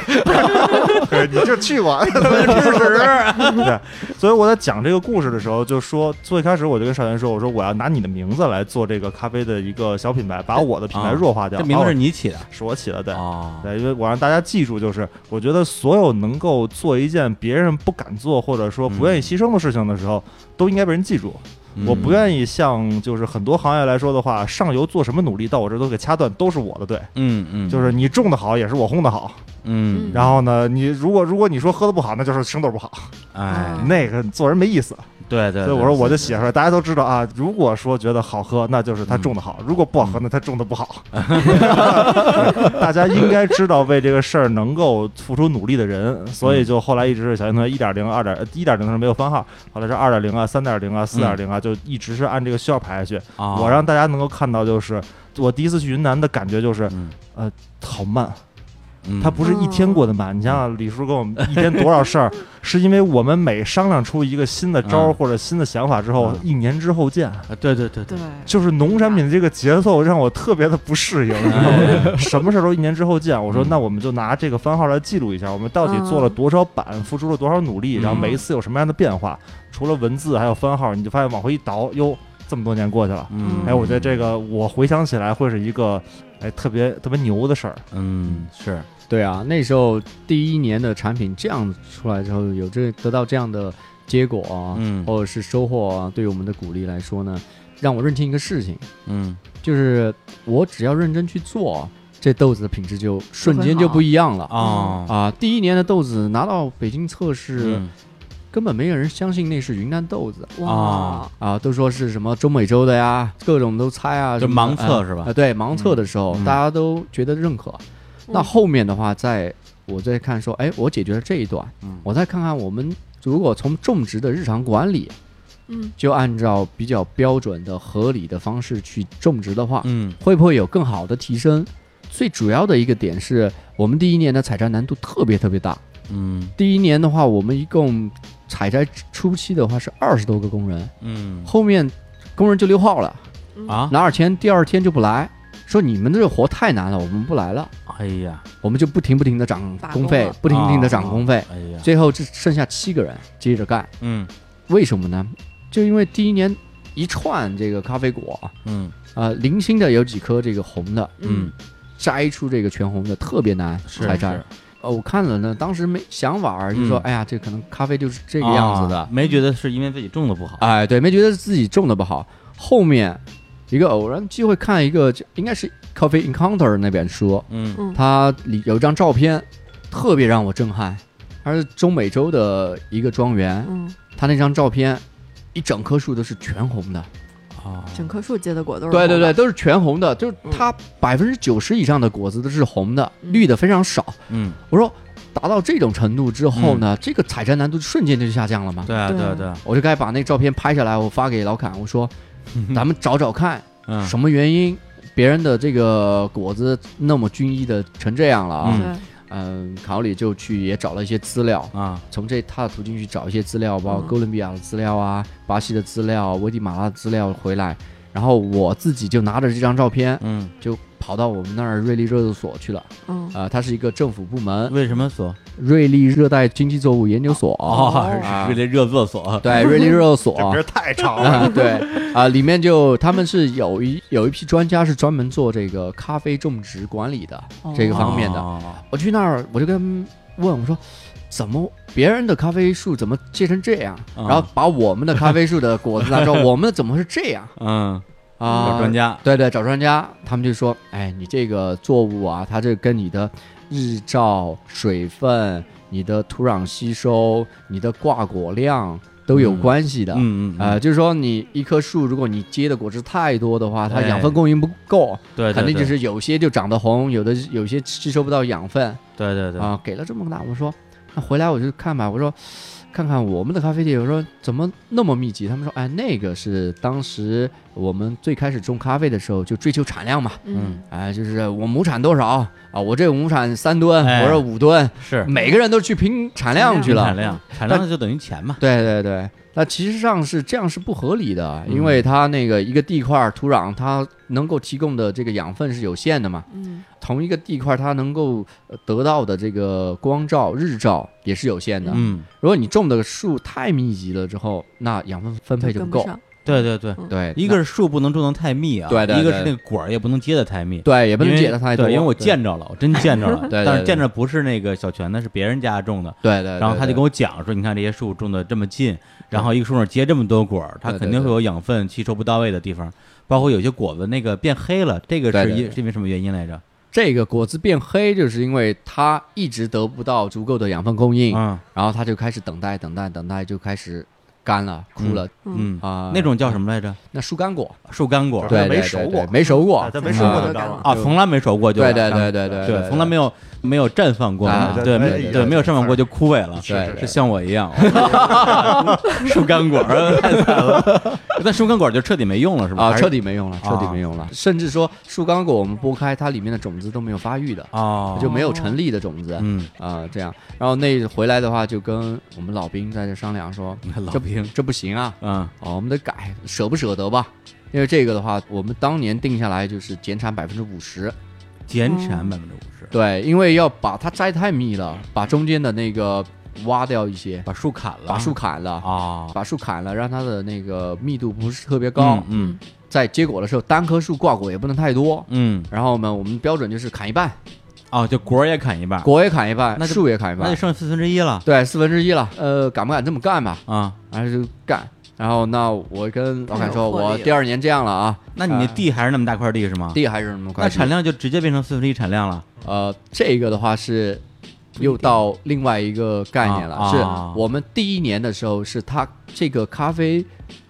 S4: 你就去吧，吃屎。
S5: 啊
S4: 对，所以我在讲这个故事的时候，就说最开始我就跟少元说，我说我要拿你的名字来做这个咖啡的一个小品牌，把我的品牌弱化掉。
S5: 啊这名字
S4: 把
S5: 是
S4: 我
S5: 你起的
S4: 是我起的，对。
S5: 哦
S4: 对，因为我让大家记住，就是我觉得所有能够做一件别人不敢做或者说不愿意牺牲的事情的时候，都应该被人记住。我不
S5: 意，
S4: 愿意像就是很多行业来说的话，上游做什么努力到我这儿都给掐断，都是我的对。
S5: 嗯嗯，
S4: 就是你种的好，也是我烘的好。
S5: 嗯，
S4: 然后呢，你如果如果你说喝的不好，那就是生豆不好，
S5: 哎，
S4: 那个做人没意思。
S5: 对对，
S4: 啊所以我说我就写出来，大家都知道啊。如果说觉得好喝，那就是他种
S5: 嗯
S4: 的好；如果不好喝，那他种的
S5: [laughs]
S4: 不好。大家应该知道为这个事儿能够付出努力的人，所以
S5: 嗯
S4: 就后来一直是小型同学一点零、二点呃一点零是没有番号，后来是二点零啊、三点零啊、四
S5: 嗯
S4: 点零啊，就一直是按这个需要排下去。
S5: 啊
S4: 我让大家能够看到，就是我第一次去云南的感觉就是呃
S5: 嗯
S4: 好慢，
S5: 嗯
S4: 它不是一天过得慢。你想想，李叔跟我们一天多少
S5: [laughs]
S4: 事儿，是因为我们每商量出一个新的招
S5: 嗯
S4: 儿或者新的想法之后，
S5: 嗯
S4: 一年之后见。
S5: 啊对对对
S3: 对，
S4: 就是农产品这个节奏让我特别的
S5: [laughs]
S4: 不适应，你知道吗
S5: 哎
S4: 什么事儿都一年之后见。我说，
S5: 嗯
S4: 那我们就拿这个番号来记录一下，我们到底做了多少版，付出了多少努力，
S5: 嗯
S4: 然后每一次有什么样的变化。除了文字，还有番号，你就发现往回一倒，哟，这么多年过去了。
S5: 嗯，
S4: 哎，我觉得这个我回想起来会是一个哎特别特别牛的事儿。
S5: 嗯是
S6: 对啊，那时候第一年的产品这样出来之后，有这得到这样的结果啊，
S5: 嗯
S6: 或者是收获啊，对于我们的鼓励来说呢，让我认清一个事情，
S5: 嗯
S6: 就是我只要认真去做，这豆子的品质就瞬间就不一样了。
S5: 哦
S6: 啊，第一年的豆子拿到北京测试，
S5: 嗯
S6: 根本没有人相信那是云南豆子
S5: 啊
S3: 哇，
S6: 啊，都说是什么中美洲的呀，各种都猜啊，
S5: 就
S6: 什么
S5: 盲
S6: 的
S5: 测是吧
S6: 啊，对，盲测的时候、
S5: 嗯
S6: 大家都觉得认可。那后面的话，在我再看说，哎，我解决了这一段，
S5: 嗯
S6: 我再看看我们如果从种植的日常管理，
S3: 嗯，
S6: 就按照比较标准的、合理的方式去种植的话，
S5: 嗯
S6: 会不会有更好的提升？最主要的一个点是我们第一年的采摘难度特别特别大。
S5: 嗯
S6: 第一年的话，我们一共采摘初期的话是二十多个工人，
S5: 嗯
S6: 后面工人就溜号了，
S5: 啊，
S6: 拿着钱第二天就不来，说你们这活太难了，我们不来了，
S5: 哎呀，
S6: 我们就不停不停的涨
S3: 罢工
S6: 工费
S3: 了，
S6: 不停不停的
S5: 啊
S6: 涨工费，
S5: 哎呀，
S6: 最后只剩下七个人接着干，
S5: 嗯
S6: 为什么呢？就因为第一年一串这个咖啡果，
S5: 嗯
S6: 啊，零星的有几颗这个红的，
S5: 嗯，
S6: 摘出这个全红的特别难
S5: 是
S6: 采摘
S5: 是。
S6: 呃，我看了呢，当时没想法儿，就说，
S5: 嗯
S6: 哎呀，这可能咖啡就是这个样子的。
S5: 啊没觉得是因为自己种的不好，
S6: 哎，对，没觉得自己种的不好。后面一个偶然机会看一个，应该是《Coffee Encounter》那本书，
S5: 嗯
S3: 嗯
S6: 它里有一张照片，特别让我震撼。它是中美洲的一个庄园，
S3: 嗯，
S6: 它那张照片一整棵树都是全红的，
S5: 啊，
S3: 整棵树结的果都是
S6: 对对
S3: 红
S6: 对，
S3: 的，
S6: 都是全红的，就是
S3: 嗯
S6: 它百分之九十以上的果子都是红的，
S3: 嗯
S6: 绿的非常少。
S5: 嗯，
S6: 我说达到这种程度之后呢，这个采摘难度瞬间就下降了嘛。
S5: 对啊
S3: 对
S5: 对啊对啊，
S6: 我就该把那照片拍下来，我发给老侃，我说咱们找找看
S5: 嗯
S6: 什么原因。别人的这个果子那么均一的成这样了啊，
S5: 嗯
S6: 嗯，考里就去也找了一些资料，
S5: 啊，
S6: 从这他的途径去找一些资料，包括
S3: 嗯
S6: 哥伦比亚的资料啊、巴西的资料、危地马拉的资料回来，然后我自己就拿着这张照片，
S5: 嗯，
S6: 就跑到我们那儿瑞丽热作所去了。
S3: 嗯
S6: 啊，它是一个政府部门，
S5: 为什么锁？
S6: 瑞丽热带经济作物研究所。啊
S5: 哦，是这热作所，
S6: 对，瑞丽热作
S4: [laughs] 这
S6: 所
S4: 名儿。太长了。
S6: 啊，对啊，里面就他们是有一有一批专家是专门做这个咖啡种植管理的这个
S3: 哦
S6: 方面的。
S1: 嗯
S5: 的，
S6: 我去那儿，我就跟他们问我说，怎么别人的咖啡树怎么结成这样？
S5: 嗯
S6: 然后把我们的咖啡树的果子拿出来，我们怎么是这
S5: [laughs]
S6: 样
S5: 嗯，
S6: 啊？
S5: 有专家，
S6: 对对，找专家，他们就说，哎，你这个作物啊，它这跟你的日照、水分、你的土壤吸收、你的挂果量都有
S5: 嗯
S6: 关系的。
S5: 嗯嗯，
S6: 呃，
S5: 嗯，
S6: 就是说，你一棵树，如果你结的果汁太多的话，它
S5: 对
S6: 养分供应不够，
S5: 对，对
S6: 肯定就
S5: 对
S6: 是有些就长得红，有的有些吸收不到养分啊、
S5: 对对对，
S6: 给了这么个大，我说，那回来我就看吧，我说，看看我们的咖啡店，我说怎么那么密集？他们说，哎，那个是当时我们最开始种咖啡的时候就追求产量嘛，
S5: 嗯
S3: 嗯，
S6: 哎，就是我亩产多少啊？我这亩产三吨，
S5: 哎
S6: 我这五吨，
S5: 是
S6: 每个人都去拼产量去
S5: 拼
S6: 了，
S5: 产量，产量就等于钱嘛，
S6: 对对对，那其实上是这样是不合理的，
S5: 嗯
S6: 因为它那个一个地块儿土壤，它能够提供的这个养分是有限的嘛。
S3: 嗯
S6: 同一个地块，它能够呃得到的这个光照、日照也是有限的。
S5: 嗯，
S6: 如果你种的树太密集了之后，那养分分配
S3: 就
S6: 就
S3: 跟
S6: 不
S3: 不
S6: 够。
S3: 上，
S5: 对对对。
S6: 对，
S5: 嗯一个是树不能种得太密啊，
S6: 对对对
S5: 一个是那个果儿也不能结得太密，
S6: 那对也不
S5: 因
S6: 能
S5: 为
S6: 解的太多，
S5: 对，因为我
S6: 对
S5: 见着了，我真见着了，
S6: [laughs] 对对
S5: 但是
S6: 对
S5: 见着不是那个小泉的，是别人家种的，
S6: 对对，
S5: 然后他就跟
S6: 我
S5: 我讲说，你看这些树种的这么近，然后一个树上结这么多果儿，它
S6: 对对
S5: 肯定会
S6: 对
S5: 有养分吸收不到位的地方，包括有些果子那个变黑了，这个
S6: 对
S5: 是
S6: 对
S5: 因
S6: 对
S5: 是因为什么原因来着？
S6: 这个果子变黑，就是因为它一直得不到足够的养分供应，
S5: 嗯
S6: 然后它就开始等待、等待、等待，就开始干了、枯了
S3: 嗯，
S5: 嗯，
S6: 啊。
S5: 那种叫什么来着？
S6: 那树干果，
S5: 树干果
S4: 对
S6: 对，
S4: 没
S6: 对
S4: 熟
S6: 对
S4: 过
S6: 对没熟过
S4: 啊，咱没
S6: 嗯
S4: 说过
S3: 啊
S4: 的干嘛。
S5: 啊，从来没熟过就
S6: 对对对对对
S5: 对，从来没有没有绽放过
S6: 啊，
S5: 对
S4: 对
S5: 没
S4: 对
S5: 有
S4: 对
S5: 对没有绽放过就枯萎了，
S6: 是对是
S5: 是
S6: 是
S5: 像我一 [laughs] 样，树干果 [laughs] 儿太惨了，但树干果儿就彻底没用了是吧？
S6: 啊，
S5: 还是
S6: 彻底没用了，彻底没用了。甚至说树干果，我们剥开它里面的种子都没有发育的，
S5: 哦，
S6: 就没有成粒的种子
S5: 嗯，
S6: 啊，这样。然后那回来的话，就跟我们老兵在这商量说，
S5: 嗯老
S6: 这
S5: 兵，
S6: 这不行啊，
S5: 嗯
S6: 啊，我们得改，舍不舍得吧？因为这个的话，我们当年定下来就是减产百分之五十，
S5: 减产百分之五十，
S6: 对，因为要把它摘太密了，把中间的那个挖掉一些，
S5: 把树砍了，
S6: 把树砍了，
S5: 啊，
S6: 把树砍了，让它的那个密度不是特别高，
S5: 嗯
S6: 在结果的时候，单棵树挂果也不能太多。
S5: 嗯，嗯
S6: 然后呢，我们标准就是砍一半，
S5: 哦，就果儿也砍一半，
S6: 果也砍一半，
S5: 那就
S6: 树也砍一
S5: 那就
S6: 半，
S5: 剩四分之一了
S6: 对，四分之一了。呃，敢不敢这么干吧？
S5: 啊，
S6: 然后就干。然后那我跟老
S3: 太
S5: 哎
S3: 有
S6: 凯说，
S3: 魄力
S6: 我
S3: 了
S6: 第二年这样了啊，
S5: 那你那地还是那么大块哎地是吗？
S6: 地还是那么快。
S5: 啊那产量就直接变成四分之一产量了，
S6: 呃，这个的话是又到另外一个概念了，
S5: 啊
S6: 是我们第一年的时候是它这个咖啡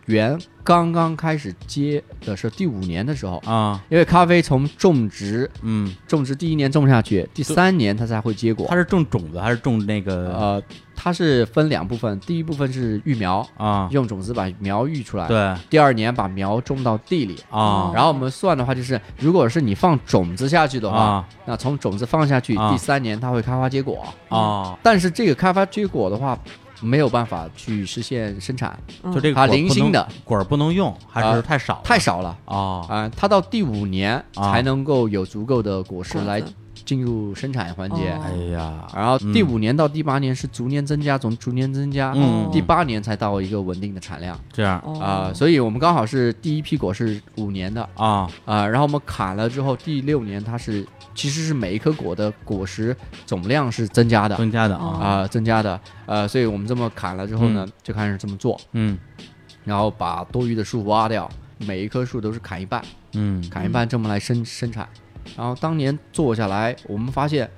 S6: 园刚刚开始接的时候，第五年的时候，
S1: 啊，
S6: 因为咖啡从种植
S1: 嗯，
S6: 种植第一年种下去，第三年它才会结果
S1: 它。是种种子还是种那个
S6: 呃，它是分两部分，第一部分是育苗，
S1: 啊？
S6: 用种子把苗育出来。
S1: 对
S5: 啊
S6: 第二年把苗种到地里。
S5: 哦
S1: 啊
S6: 然后我们算的话，就是如果是你放种子下去的话，
S1: 啊
S6: 那从种子放下去，
S1: 啊
S6: 第三年它会开花结果。
S1: 啊，
S6: 但是这个开发结果的话，没有办法去实现生产，
S3: 嗯
S1: 就这个
S6: 它
S1: 果儿
S6: 零
S1: 不能
S6: 星的
S1: 果儿不能用，还是
S6: 啊
S1: 太少了
S6: 太少了。
S1: 啊
S6: 啊、它到第五年
S1: 啊
S6: 才能够有足够的果实
S3: 果子
S6: 来进入生产环节，
S3: 哦
S1: 哎呀，
S6: 然后第
S1: 嗯
S6: 五年到第八年是逐年增加，从逐年增加，
S1: 嗯
S6: 第八年才到一个稳定的产量
S1: 这样
S3: 哦
S6: 啊、所以我们刚好是第一批果是五年的
S1: 啊
S6: 啊、然后我们砍了之后，第六年它是其实是每一颗果的果实总量是增加的啊、
S1: 增加的啊，
S6: 增加的，呃，所以我们这么砍了之后呢，就开始这么做，
S1: 嗯
S6: 然后把多余的树挖掉，每一棵树都是砍一半，
S1: 嗯
S6: 砍一半这么来生生产。然后当年做下来，我们发现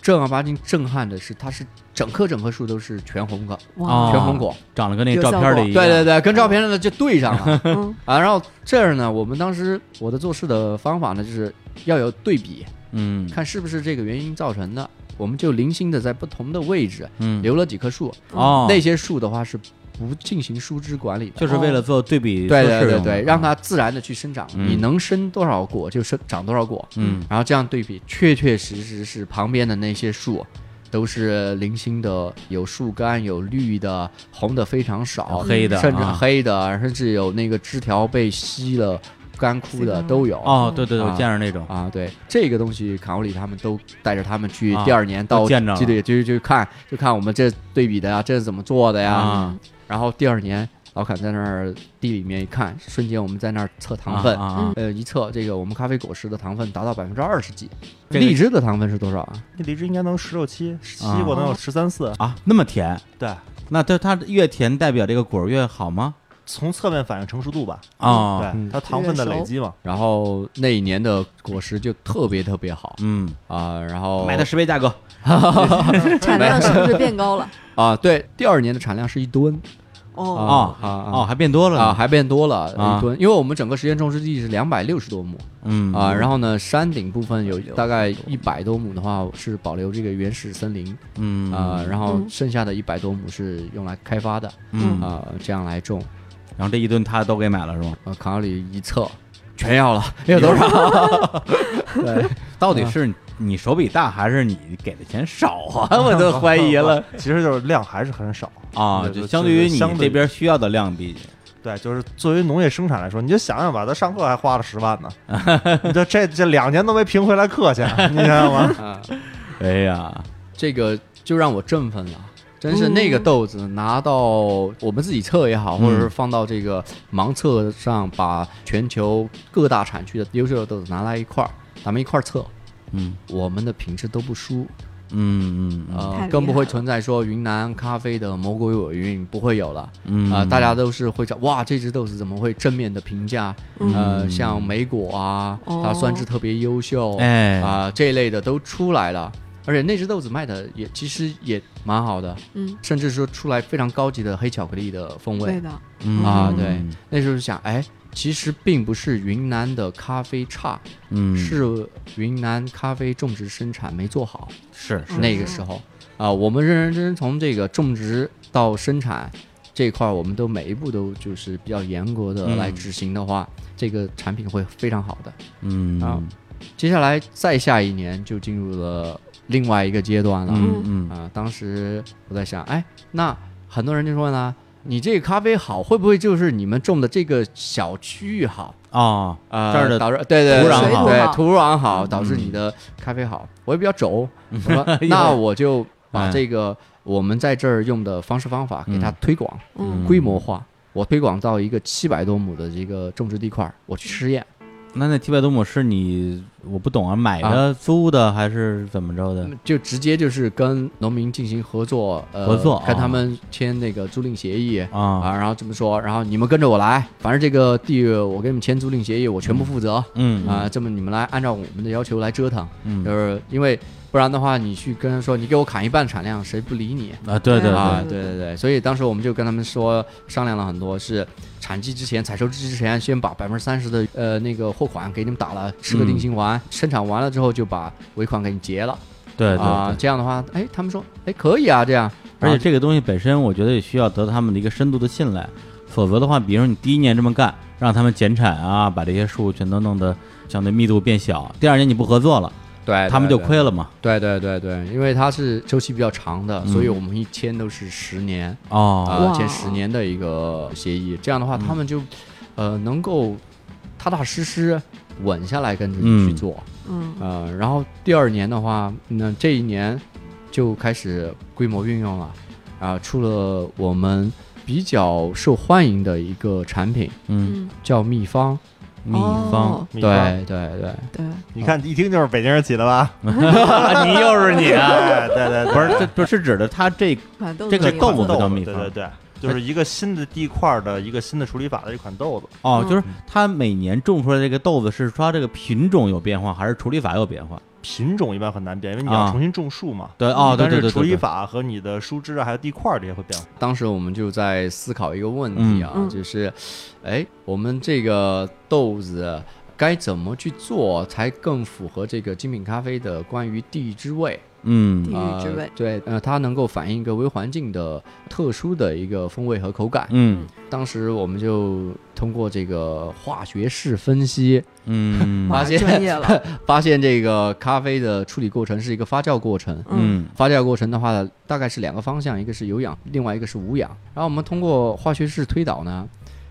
S6: 正儿八经震撼的是，它是整棵整棵树都是全红的，
S1: 啊
S6: 全红果。
S1: 长得跟那
S3: 有
S1: 照
S3: 效
S1: 片
S3: 果
S1: 里一样，
S6: 对对对，跟照片上的就对上
S1: [laughs]
S6: 了
S3: 嗯
S6: 啊。然后这儿呢，我们当时我的做事的方法呢，就是要有对比，
S1: 嗯
S6: 看是不是这个原因造成的。我们就零星的在不同的位置
S1: 嗯
S6: 留了几棵树，
S1: 哦，
S6: 那些树的话是不进行疏枝管理的，
S1: 就是为了做对比测
S6: 对对
S1: 试
S6: 对
S1: 用的
S6: 对，让它自然的去生长，
S1: 嗯
S6: 你能生多少果就生长多少果，
S1: 嗯
S6: 然后这样对比，确确实实是旁边的那些树。都是零星的，有树干，有绿的，红的非常少，
S1: 黑的
S6: 嗯甚至
S1: 啊
S6: 黑的，甚至有那个枝条被吸了、干枯的都有。
S1: 哦，对对对，我
S6: 啊
S1: 见着那种
S6: 啊，对这个东西，卡欧里他们都带着他们去
S1: 啊
S6: 第二年到
S1: 都见着了
S6: 基地，就就看就看我们这对比的呀，这是怎么做的呀？
S1: 啊
S6: 然后第二年老坎在那儿地里面一看，瞬间我们在那儿测糖分，
S1: 啊啊啊
S6: 呃，一测这个我们咖啡果实的糖分达到百分之二十几，
S1: 这个
S6: 荔枝的糖分是多少啊？
S1: 嗯
S4: 那荔枝应该能十六七，西瓜能有十三四。
S1: 啊，那么甜，
S4: 对，
S1: 那它它越甜代表这个果儿越好吗？
S4: 从侧面反映成熟度吧。
S6: 哦
S1: 啊，
S4: 对，它糖分的累积嘛。
S6: 然后那一年的果实就特别特别好
S1: 嗯，
S6: 啊、然后
S1: 买它十倍价格，
S3: 产量是不是变高了？
S6: 啊、对，第二年的产量是一吨
S3: 哦，
S1: 哦
S6: 啊啊
S1: 哦，还变多了呢
S6: 啊，还变多了
S1: 啊
S6: 一吨，因为我们整个实验种植地是两百六十多亩
S1: 嗯
S6: 啊，然后呢，山顶部分有大概一百多亩的话是保留这个原始森林
S1: 嗯
S6: 啊，然后
S3: 嗯
S6: 剩下的一百多亩是用来开发的
S1: 嗯，
S6: 啊，这样来种。
S1: 然后这一吨他都给买了是吗？
S6: 呃，卡里一测全要了，有多少？
S1: [laughs]
S6: [laughs] 对，
S1: 到底是你手笔大还是你给的钱少 [laughs] 啊？我
S4: 都
S1: 都怀疑 [laughs] 了
S4: [laughs] 其实就是量还是很少。
S1: 啊！
S4: 就
S1: 就是相对于你
S4: 相对
S1: 这边需要的量比，
S4: 对，就是作为农业生产来说，你就想想吧，咱上课还花了十万
S1: [laughs]
S4: 呢，你这这这两年都没平回来课钱，你想想吧。
S6: 啊，
S1: 哎呀，
S6: 这个就让我振奋了。真是那个豆子拿到我们自己测也好，或者是放到这个盲测上，把全球各大产区的优秀的豆子拿来一块儿，咱们一块儿测，
S1: 嗯
S6: 我们的品质都不输，
S1: 嗯嗯
S6: 呃
S3: 太，
S6: 更
S3: 厉
S6: 不
S3: 害
S6: 会
S3: 了
S6: 存在说云南咖啡的魔鬼尾韵不会有了，
S1: 嗯
S6: 啊、大家都是会讲哇，这只豆子怎么会正面的评价？呃，
S1: 嗯
S6: 像莓果啊，
S3: 哦
S6: 它酸质特别优秀，
S1: 哎
S6: 啊、这一类的都出来了。而且那只豆子卖的也其实也蛮好的，
S3: 嗯，
S6: 甚至说出来非常高级的黑巧克力的风味
S3: 对的，
S1: 嗯
S6: 啊。对，那时候就想，哎，其实并不是云南的咖啡差，
S1: 嗯
S6: 是云南咖啡种植生产没做好。
S1: 是是
S6: 那个时候啊、我们认认真真从这个种植到生产这一块儿，我们都每一步都就是比较严格的
S1: 嗯
S6: 来执行的话，这个产品会非常好的。
S1: 嗯
S6: 啊
S1: 嗯
S6: 接下来再下一年就进入了另外一个阶段了。
S1: 嗯嗯
S6: 啊、当时我在想，哎，那很多人就说呢，你这个咖啡好，会不会就是你们种的这个小区域好？
S1: 哦，
S6: 啊，
S1: 这儿的
S6: 导致对对
S1: 土
S6: 对
S1: 壤好
S6: 对土壤好，导致
S1: 嗯
S6: 你的咖啡好。我也比较轴，我说那我就把这个我们在这儿用的方式方法给它推广、
S1: 嗯
S6: 规模化。我推广到一个七百多亩的这个种植地块儿，我去试验。
S1: 那那七百多亩是你我不懂啊，买的、租的还是怎么着的？
S6: 就直接就是跟农民进行合作，呃，
S1: 合作
S6: 跟
S1: 啊
S6: 他们签那个租赁协议
S1: 啊，
S6: 啊，然后这么说，然后你们跟着我来，反正这个地我给你们签租赁协议，我全部负责。啊
S1: 嗯
S6: 啊、这么你们来按照我们的要求来折腾，
S1: 嗯
S6: 就是因为不然的话你去跟他说你给我砍一半产量，谁不理你？
S1: 啊，对对
S6: 啊
S1: 对，，
S6: 对对对，所以当时我们就跟他们说商量了很多，是产季之前、采收之前，先把百分之三十的呃那个货款给你们打了，吃
S1: 嗯
S6: 个定心丸，生产完了之后就把尾款给你结了
S1: 对对
S6: 啊、
S1: 对。
S6: 这样的话，哎，他们说，哎，可以啊，这样，
S1: 而且这个东西本身，我觉得也需要得到他们的一个深度的信赖，否则的话，比如说你第一年这么干，让他们减产啊，把这些树全都弄得相对密度变小，第二年你不合作了，
S6: 对
S1: 他们就亏了嘛。
S6: 对对对对，因为它是周期比较长的，
S1: 嗯
S6: 所以我们一签都是十年啊、
S1: 哦，嗯
S3: 哇
S6: 签十年的一个协议。这样的话，他们就、呃能够踏踏实实稳下来跟着你去
S1: 嗯
S6: 做。
S3: 嗯，
S6: 呃，然后第二年的话，那这一年就开始规模运用了，啊、出了我们比较受欢迎的一个产品，
S1: 嗯，
S3: 嗯
S6: 叫秘方。
S1: 秘方，
S3: 哦
S4: 米饭
S6: 对对对，
S3: 对，
S4: 你看一听就是北京人起的吧？
S1: 你又是你啊？
S4: 哎， [laughs] 对对，对
S1: 不是，这不是指的它这
S3: 反正
S1: 这个哎
S3: 一
S1: 豆
S3: 样
S1: 腐
S4: 豆
S1: 叫
S4: 腐
S1: 米
S4: 对
S1: 饭
S4: 对对，就是一个新的地块的一个新的处理法的一款豆子。
S1: 哦，
S3: 嗯
S1: 就是它每年种出来这个豆子是说它这个品种有变化，还是处理法有变化？
S4: 品种一般很难变，因为你
S1: 啊
S4: 要重新种树嘛。
S1: 对哦，对
S4: 但
S1: 对对
S4: 是处
S1: 对
S4: 理
S1: 对，
S4: 法和你的树枝啊，还有地块儿这些会变化。
S6: 当时我们就在思考一个问题啊，
S3: 嗯嗯
S6: 就是，哎，我们这个豆子该怎么去做才更符合这个精品咖啡的关于地域之味？
S1: 嗯
S3: 地域之味
S6: 呃，对，呃，它能够反映一个微环境的特殊的一个风味和口感。
S1: 嗯
S6: 当时我们就通过这个化学式分析，
S1: 嗯
S6: 发现
S3: 专业了，
S6: 发现这个咖啡的处理过程是一个发酵过程。
S1: 嗯
S6: 发酵过程的话，大概是两个方向，一个是有氧，另外一个是无氧。然后我们通过化学式推导呢，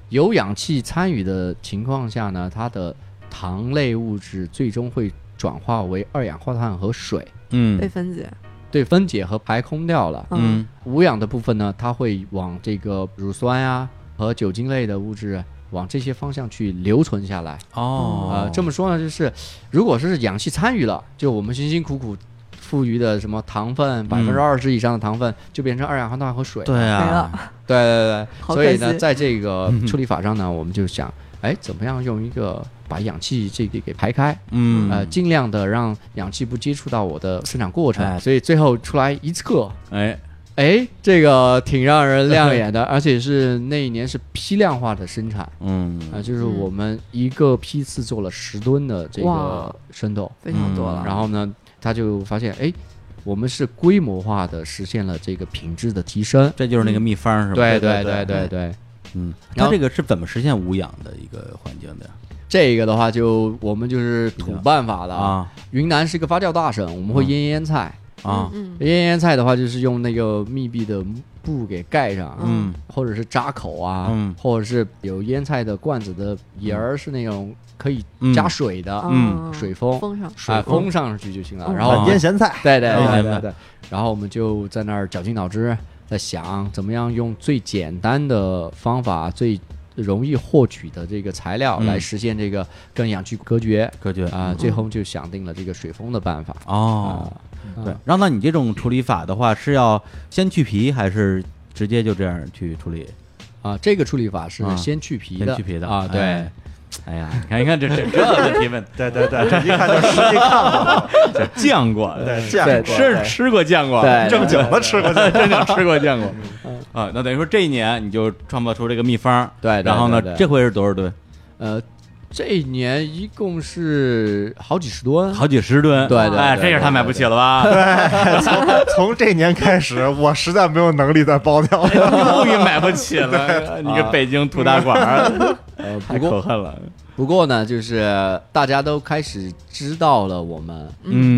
S6: 有氧气参与的情况下呢，它的糖类物质最终会转化为二氧化碳和水，
S3: 被
S1: 嗯
S3: 分解，
S6: 对分解和排空掉了。
S1: 嗯
S6: 无氧的部分呢，它会往这个乳酸啊和酒精类的物质往这些方向去留存下来。
S1: 哦
S6: 呃，这么说呢，就是如果是氧气参与了，就我们辛辛苦苦富余的什么糖分，百分之二十以上的糖分就变成二氧化碳和水。
S1: 嗯对
S3: 没
S1: 啊
S3: 了，
S6: 对对对
S3: 好
S6: 所以
S3: 可
S6: 呢，
S3: 惜
S6: 在这个
S1: 嗯
S6: 处理法上呢，我们就想，哎，怎么样用一个把氧气这个给排开，
S1: 嗯
S6: 呃，尽量的让氧气不接触到我的生产过程。
S1: 哎
S6: 所以最后出来一测，
S1: 哎
S6: 哎，这个挺让人亮眼的，而且是那一年是批量化的生产。啊、
S1: 嗯
S6: 就是我们一个批次做了十吨的这个
S3: 哇
S6: 生豆，
S3: 非常多了。
S6: 嗯然后呢，他就发现，哎，我们是规模化的实现了这个品质的提升。
S1: 这就是那个秘方是吧？
S6: 对
S4: 对
S6: 对
S4: 对
S6: 对对，
S1: 嗯，
S6: 然
S1: 它
S6: 后
S1: 这个是怎么实现无氧的一个环境的呀
S6: 这个的话就我们就是土办法了。
S1: 啊
S6: 云南是个发酵大省，我们会
S1: 嗯
S6: 腌腌菜，
S1: 啊
S3: 嗯
S6: 腌腌菜的话就是用那个密闭的布给盖上，
S1: 嗯
S6: 或者是扎口啊，
S1: 嗯
S6: 或者是有腌菜的罐子的沿儿是那种可以
S1: 嗯
S6: 加水的、
S1: 嗯
S3: 哦
S6: 啊水封，
S3: 封上，
S6: 啊，封上去就行了。
S3: 嗯
S6: 然后
S1: 啊
S4: 腌咸菜，
S1: [laughs]
S6: 对对
S1: 明白
S6: 对
S1: 明白
S6: 对对，然后我们就在那儿绞尽脑汁在想，怎么样用最简单的方法、最容易获取的这个材料
S1: 嗯
S6: 来实现这个跟氧气隔绝
S1: 科学
S6: 啊、最后就想定了这个水封的办法。
S1: 哦
S6: 啊。
S1: 对，然后那你这种处理法的话，是要先去皮还是直接就这样去处理？
S6: 啊，这个处理法是
S1: 啊
S6: 先去皮的，
S1: 先去皮的
S6: 啊，对
S1: 哎，哎呀，你看，你看这 [laughs] 这这提问
S4: 对对对，这一看就实际看过，
S1: 酱过，
S4: 对，
S1: [laughs]
S4: 见
S6: 对
S4: 过，
S1: 是吃过酱过，[laughs]
S6: 对
S1: 正经
S4: 我吃过，
S1: 真正吃过见过啊。那等于说这一年你就创造出这个秘方，
S6: 对对
S1: 然后呢
S6: 对，对
S1: 这回是多少吨？
S6: 呃，这一年一共是好几十吨，
S1: 好几十吨，
S6: 对对对
S1: 哎，
S6: 对
S1: 这是他买不起了吧？
S4: 从这年开始，我实在没有能力再包掉
S1: [laughs]
S4: 了。
S1: 终于买不起了， [laughs] 你个北京土大馆儿，
S6: 呃，
S1: [laughs]
S6: 不
S1: 太
S6: 过
S1: 可恨了。
S6: 不过呢，就是大家都开始知道了我们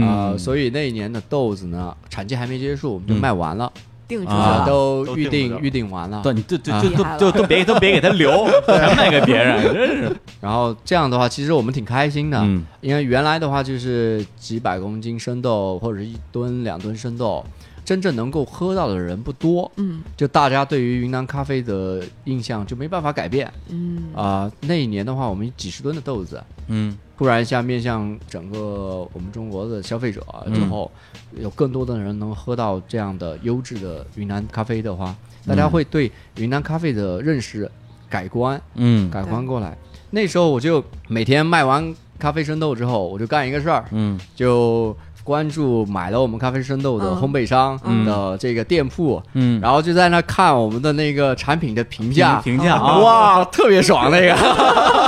S6: 啊、
S1: 嗯，
S6: 所以那一年的豆子呢，产期还没结束，我们就
S1: 嗯
S6: 卖完了，
S3: 定出去
S6: 啊
S1: 啊
S3: 了，
S6: 都
S4: 都
S6: 预
S4: 定不
S6: 定
S4: 了
S6: 预定完了。
S1: 对，你就就
S6: 啊
S1: 就
S3: 厉害
S1: 就
S3: 了
S1: 就都哎别都别给他留，全卖给别人，真是。
S6: 然后这样的话，其实我们挺开心的，
S1: 嗯
S6: 因为原来的话就是几百公斤生豆或者是一吨两吨生豆，真正能够喝到的人不多，
S3: 嗯
S6: 就大家对于云南咖啡的印象就没办法改变
S3: 嗯
S6: 啊、那一年的话，我们几十吨的豆子，
S1: 嗯
S6: 突然一下面向整个我们中国的消费者啊之后，有更多的人能喝到这样的优质的云南咖啡的话，大家会对云南咖啡的认识改观，
S1: 嗯
S6: 改观过来。那时候我就每天卖完咖啡生豆之后，我就干一个事儿，
S1: 嗯
S6: 就关注买了我们咖啡生豆的
S3: 嗯
S6: 烘焙商
S1: 嗯
S6: 的这个店铺，
S1: 嗯，
S6: 然后就在那看我们的那个产品的评
S1: [laughs]
S6: 价，
S1: 评评价啊
S6: 哇，特别爽那个，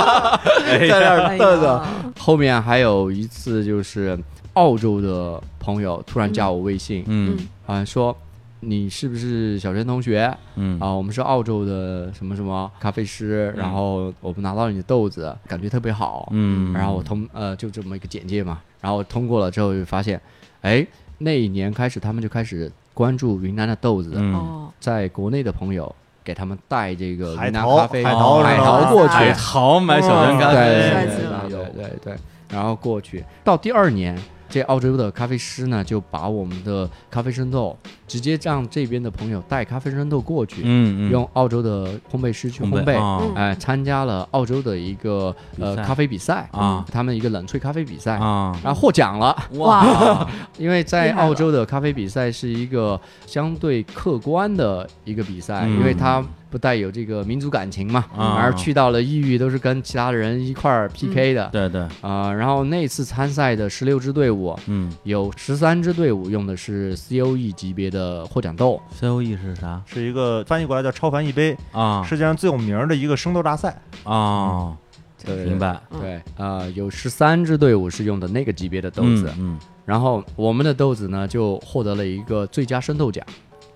S3: 哎
S6: 在那
S3: 呀
S6: 儿嘚瑟。后面还有一次就是澳洲的朋友突然加我微信，
S1: 嗯
S6: 啊，说你是不是小陈同学？
S1: 嗯
S6: 啊，我们是澳洲的什么什么咖啡师，然后我们拿到你的豆子，感觉特别好，
S1: 嗯
S6: 然后我通呃就这么一个简介嘛，然后通过了之后就发现，哎，那一年开始他们就开始关注云南的豆子，
S1: 嗯
S3: 哦，
S6: 在国内的朋友给他们带这个
S4: 海
S6: 云南
S4: 淘
S6: 咖啡
S4: 海淘
S6: 海
S4: 是吧
S6: 淘过去，
S3: 海
S1: 海淘买小
S4: 哦
S1: 陈咖
S6: 对
S3: 帅
S1: 啡，
S3: 气了
S6: 对对对对对，然后过去到第二年，这澳洲的咖啡师呢就把我们的咖啡生豆直接让这边的朋友带咖啡生豆过去，
S1: 嗯嗯，
S6: 用澳洲的烘焙师去
S1: 烘
S6: 烘焙，
S1: 啊
S6: 哎、参加了澳洲的一个呃
S1: 比赛
S6: 咖啡比赛
S1: 啊
S6: 他们一个冷萃咖啡比赛。
S1: 啊，
S6: 然后获奖了，
S3: 哇，
S6: 因为在
S3: 厉害了
S6: 澳洲的咖啡比赛是一个相对客观的一个比赛，
S1: 嗯
S6: 因为它不带有这个民族感情嘛，
S1: 啊嗯
S6: 而去到了异域都是跟其他人一块儿 PK 的，
S1: 对对，
S6: 啊、然后那次参赛的十六支队伍，
S1: 嗯
S6: 有十三支队伍用的是 COE 级别的获奖豆，
S1: ，COE E 是啥
S4: [laughs] 是一个翻译过来叫超凡一杯，
S1: 啊
S4: 世界上最有名儿的一个生豆大赛。
S1: 啊，
S6: 对
S1: 明。白
S3: 嗯
S6: 对，呃，有十三支队伍是用的那个级别的豆子，
S1: 嗯嗯
S6: 然后我们的豆子呢就获得了一个最佳生豆奖。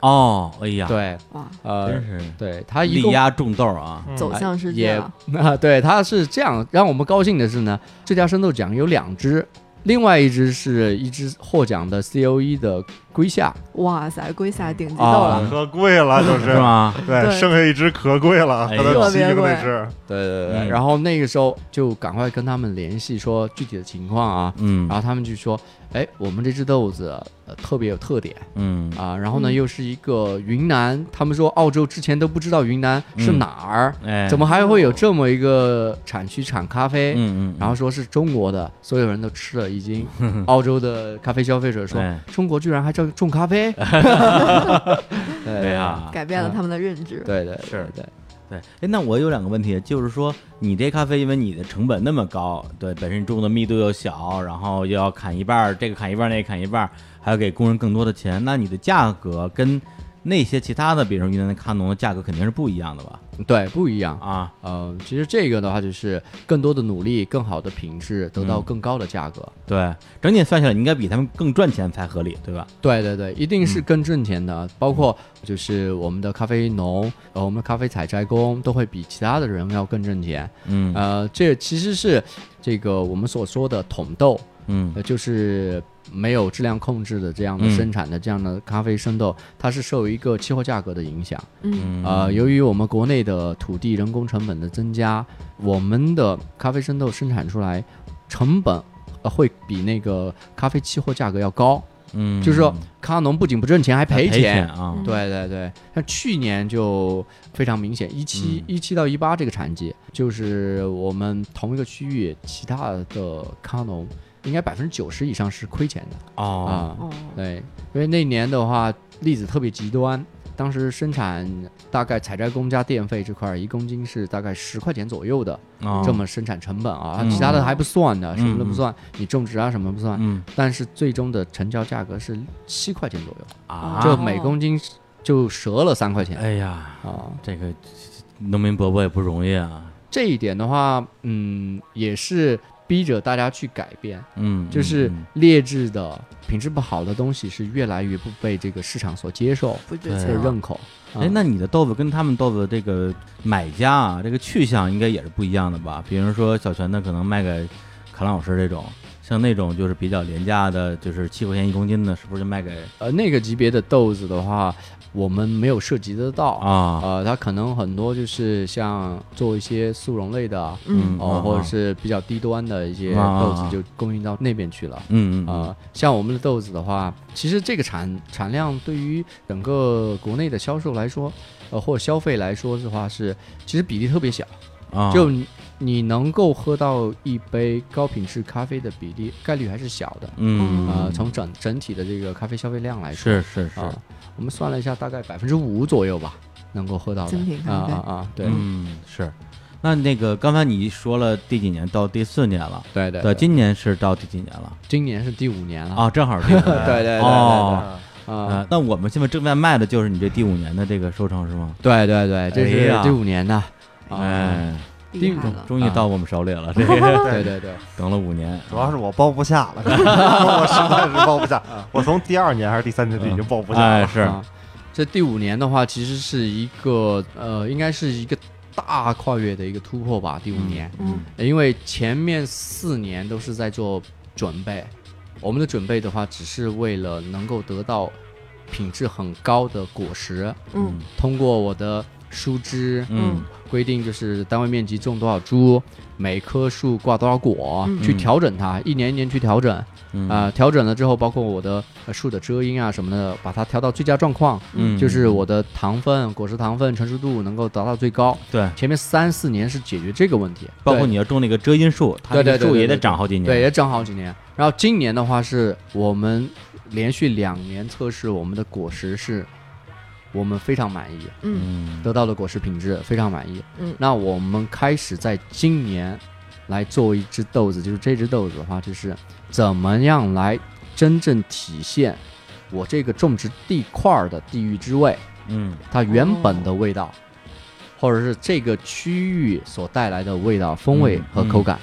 S1: 哦，哎呀，
S6: 对，
S3: 哇，
S6: 呃
S1: 真，是
S6: 对，它一
S1: 力
S6: 共
S1: 压种豆啊，
S4: 嗯哎
S3: 走向世界
S6: 也
S3: 了，
S6: 啊，对，它是这样。让我们高兴的是呢，最佳生豆奖有两支，另外一支是一支获奖的 COE 的龟夏，
S3: 哇塞，龟下顶级豆
S1: 啊
S3: 了，
S4: 可贵了，就是
S1: 吗？
S4: 对，
S3: 对
S4: 剩下一只可贵了，
S1: 哎
S4: 和
S1: 呦
S4: 它
S3: 特
S4: 七
S3: 别
S4: 个
S3: 贵
S4: 那只，
S6: 对对
S1: 嗯
S6: 然后那个时候就赶快跟他们联系，说具体的情况啊。
S1: 嗯
S6: 然后他们就说：“哎，我们这只豆子、呃、特别有特点
S1: 嗯
S6: 啊，然后呢、
S3: 嗯
S6: 又是一个云南，他们说澳洲之前都不知道云南是
S1: 嗯
S6: 哪儿，
S1: 哎，
S6: 怎么还会有这么一个产区产咖啡？
S1: 嗯嗯，
S6: 然后说是中国的，所有人都吃了一惊。澳洲的咖啡消费者说
S1: 嗯哎，
S6: 中国居然还叫种咖
S1: [laughs]
S6: 啡，
S1: 对
S6: 对，
S1: 呀，
S3: 改变了他们的认知。
S6: 对对
S1: 啊是
S6: 对，
S1: 对，哎，那我有两个问题，就是说，你这咖啡因为你的成本那么高，对，本身种的密度又小，然后又要砍一半儿，这个砍一半儿，那个砍一半儿，还要给工人更多的钱，那你的价格跟那些其他的，比如说云南的咖农的价格肯定是不一样的吧？
S6: 对不一样。
S1: 啊，
S6: 呃，其实这个的话就是更多的努力，更好的品质，得到
S1: 嗯
S6: 更高的价格。
S1: 对，整体算下来，你应该比他们更赚钱才合理，对吧？
S6: 对对对，一定是
S1: 嗯
S6: 更挣钱的。包括就是我们的咖啡农，呃，我们的咖啡采摘工都会比其他的人要更挣钱。
S1: 嗯
S6: 呃，这其实是这个我们所说的桶豆，
S1: 嗯
S6: 呃，就是没有质量控制的这样的
S1: 嗯
S6: 生产的这样的咖啡生豆，它是受一个期货价格的影响。
S3: 嗯，
S1: 嗯
S6: 呃，由于我们国内的土地、人工成本的增加，我们的咖啡生豆生产出来成本、呃、会比那个咖啡期货价格要高，
S1: 嗯，
S6: 就是说咖农不仅不挣钱，还
S1: 赔
S6: 赔钱。
S1: 啊，
S3: 嗯
S6: 对对对，像去年就非常明显，一
S1: 嗯
S6: 七一七到一八这个产季，就是我们同一个区域其他的咖农，应该百分之九十以上是亏钱的
S1: 哦，
S6: 啊、
S3: 哦，
S6: 对，因为那年的话例子特别极端，当时生产大概采摘工加电费这块儿，一公斤是大概十块钱左右的、
S1: 哦
S6: 这么生产成本啊，
S1: 嗯
S6: 其他的还不算的，什么都
S1: 嗯嗯
S6: 不算，你种植啊什么不算，
S1: 嗯
S6: 但是最终的成交价格是七块钱左右，
S1: 啊，
S6: 就
S3: 哦
S6: 每公斤就折了三块钱啊、
S1: 哎呀，这个农民伯伯也不容易啊，
S6: 这一点的话，嗯，也是逼着大家去改变。
S1: 嗯，
S6: 就是
S1: 嗯嗯
S6: 劣质的、品质不好的东西是越来越不被这个市场所接受、
S3: 不值
S1: 对
S6: 所
S3: 钱了。
S6: 认可。
S1: 哎，
S6: 嗯
S1: 那你的豆子跟他们豆子这个买家啊，这个去向应该也是不一样的吧？比如说小泉的可能卖给卡朗老师这种，像那种就是比较廉价的，就是七块钱一公斤的，是不是就卖给
S6: 呃，那个级别的豆子的话，我们没有涉及得到。
S1: 啊？
S6: 呃，它可能很多就是像做一些速溶类的，
S3: 嗯，
S1: 嗯
S6: 哦，或
S1: 啊
S6: 者是比较低端的一些
S1: 啊
S6: 豆
S1: 啊啊
S6: 子就供应到那边去了。
S1: 嗯嗯
S6: 啊，像我们的豆子的话，其实这个产产量对于整个国内的销售来说，呃，或者消费来说的话是，其实比例特别小，
S1: 啊，
S6: 就你你能够喝到一杯高品质咖啡的比例概率还是小的。
S1: 嗯
S6: 啊、
S1: 嗯
S6: 从整整体的这个咖啡消费量来说，
S1: 是是是，
S6: 啊，我们算了一下，大概百分之五左右吧，能够喝到的
S3: 精品咖
S6: 啊
S3: 啡
S6: 啊啊，对，
S1: 嗯是。那那个刚才你说了第几年到第四年了，
S6: 对对
S1: 对，今年是到第几年了？
S6: 今年是第五年了，
S1: 啊，正好是第五
S6: [laughs]
S1: 年。
S6: 对对对
S1: 哦，
S6: 对啊
S1: 啊，，那我们现在正在卖的就是你这第五年的这个收成是吗？
S6: 对对对，这
S1: 哎
S6: 是
S1: 呀
S6: 第五年的，啊，
S1: 哎，
S3: 厉害了。
S1: 终于到我们手里了，这个
S6: 对对对，
S1: 等了五年。
S4: 主要是我包不下了， [laughs] 我实在是包不下。我从第二年还是第三年就已经包不
S1: 嗯
S4: 下
S1: 哎，
S4: 了。
S1: 是
S6: 啊，这第五年的话，其实是一个呃，应该是一个大跨越的一个突破吧。第五年，
S3: 嗯
S6: 因为前面四年都是在做准备，我们的准备的话，只是为了能够得到品质很高的果实，
S3: 嗯
S6: 通过我的疏枝。
S1: 嗯
S6: 规定就是单位面积种多少株，每棵树挂多少果，
S3: 嗯
S6: 去调整它，一年一年去调整。
S1: 嗯
S6: 啊、调整了之后，包括我的、呃树的遮阴啊什么的，把它调到最佳状况，
S1: 嗯
S6: 就是我的糖分、果实糖分、成熟度能够达到最高。
S1: 对，
S6: 前面三四年是解决这个问题，
S1: 包括
S6: 对
S1: 你要种那个遮阴树，它那
S6: 对对
S1: 个
S6: 对
S1: 树
S6: 对
S1: 也得
S6: 对
S1: 长好几年。
S6: 对也长好几年。然后今年的话，是我们连续两年测试我们的果实是。我们非常满意，
S3: 嗯
S1: 嗯，
S6: 得到的果实品质非常满意。
S3: 嗯
S6: 那我们开始在今年来做一只豆子，就是这只豆子的话，就是怎么样来真正体现我这个种植地块儿的地域之味，
S1: 嗯
S6: 它原本的味道，或者是这个区域所带来的味道、
S1: 嗯
S6: 风味和口感。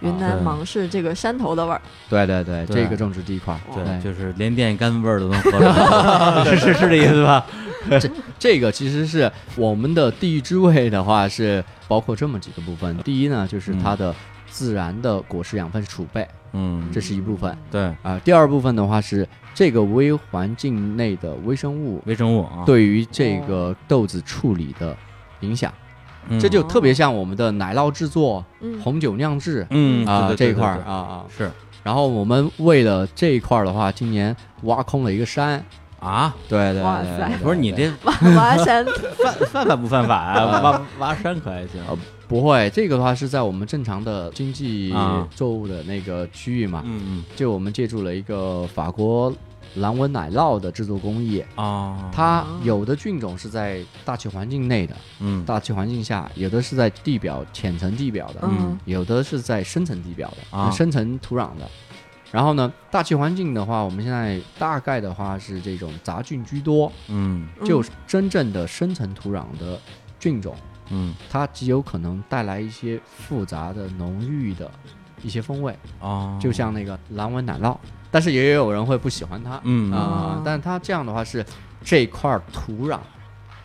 S3: 云南
S1: 对
S3: 芒市这个山头的味儿，
S6: 对对对，
S1: 对
S6: 这个种植地块儿，
S1: 对，就是连电线杆味儿都能喝出来，是是是这意思吧？
S6: 这个其实是我们的地域之味的话，是包括这么几个部
S1: 嗯
S6: 分。第一呢，就是它的自然的果实养分储备，
S1: 嗯，
S6: 这是一部分
S1: 对
S6: 啊、第二部分的话是这个微环境内的微生物
S1: 微生物啊，
S6: 对于这个豆子处理的影响，
S1: 嗯，
S6: 这就特别像我们的奶酪制作、
S3: 嗯，
S6: 红酒酿制
S1: 嗯对
S6: 啊、
S1: 对
S6: 这
S1: 对
S6: 一块儿
S1: 对对
S6: 啊啊。
S1: 是
S6: 然后我们为了这一块儿的话，今年挖空了一个山，
S1: 啊，
S6: 对对
S3: 哇
S6: 对
S3: 塞
S6: 对，
S1: 不是你
S6: 对
S1: 这
S3: 华山
S1: 犯犯法不犯法啊？挖挖山可还行？
S6: 呃不会，这个的话是在我们正常的经济
S1: 啊
S6: 作物的那个区域嘛，
S1: 嗯
S6: 就我们借助了一个法国蓝纹奶酪的制作工艺，
S1: 嗯哦，
S6: 它有的菌种是在大气环境内的，
S1: 嗯
S6: 大气环境下，有的是在地表浅层地表的，
S3: 嗯
S6: 有的是在深层地表的，
S1: 啊
S6: 深层土壤的。然后呢，大气环境的话，我们现在大概的话是这种杂菌居多，
S1: 嗯
S6: 就是真正的深层土壤的菌种，
S1: 嗯
S6: 它极有可能带来一些复杂的、浓郁的一些风味，
S1: 哦，
S6: 就像那个蓝纹奶酪。但是也有人会不喜欢它，
S1: 嗯
S6: 啊、
S3: 哦
S6: 但它这样的话是这块土壤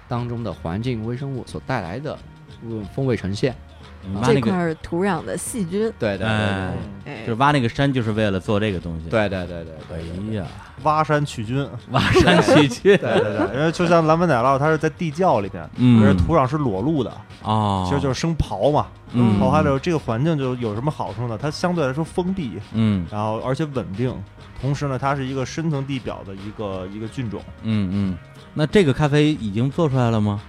S6: 当中的环境微生物所带来的嗯风味呈现。
S1: 嗯你挖
S3: 这
S1: 那
S3: 块
S1: 个
S3: 儿土壤的细菌，
S6: 对对
S1: 哎，
S3: 哎
S1: 就是挖那个山就是为了做这个东西。，
S6: 对对对对
S1: 哎
S6: 对对
S1: 呀，
S4: 挖山取菌，
S1: 挖山取菌，
S4: 对对对，因为就像蓝纹奶酪，它是在地窖里面，
S1: 嗯
S4: 而且土壤是裸露的，
S1: 哦，
S4: 其实就是生刨嘛。
S1: 嗯
S4: 刨开了这个环境就有什么好处呢？它相对来说封闭，
S1: 嗯
S4: 然后而且稳定，同时呢，它是一个深层地表的一个一个菌种。
S1: 嗯嗯，那这个咖啡已经做出来了吗？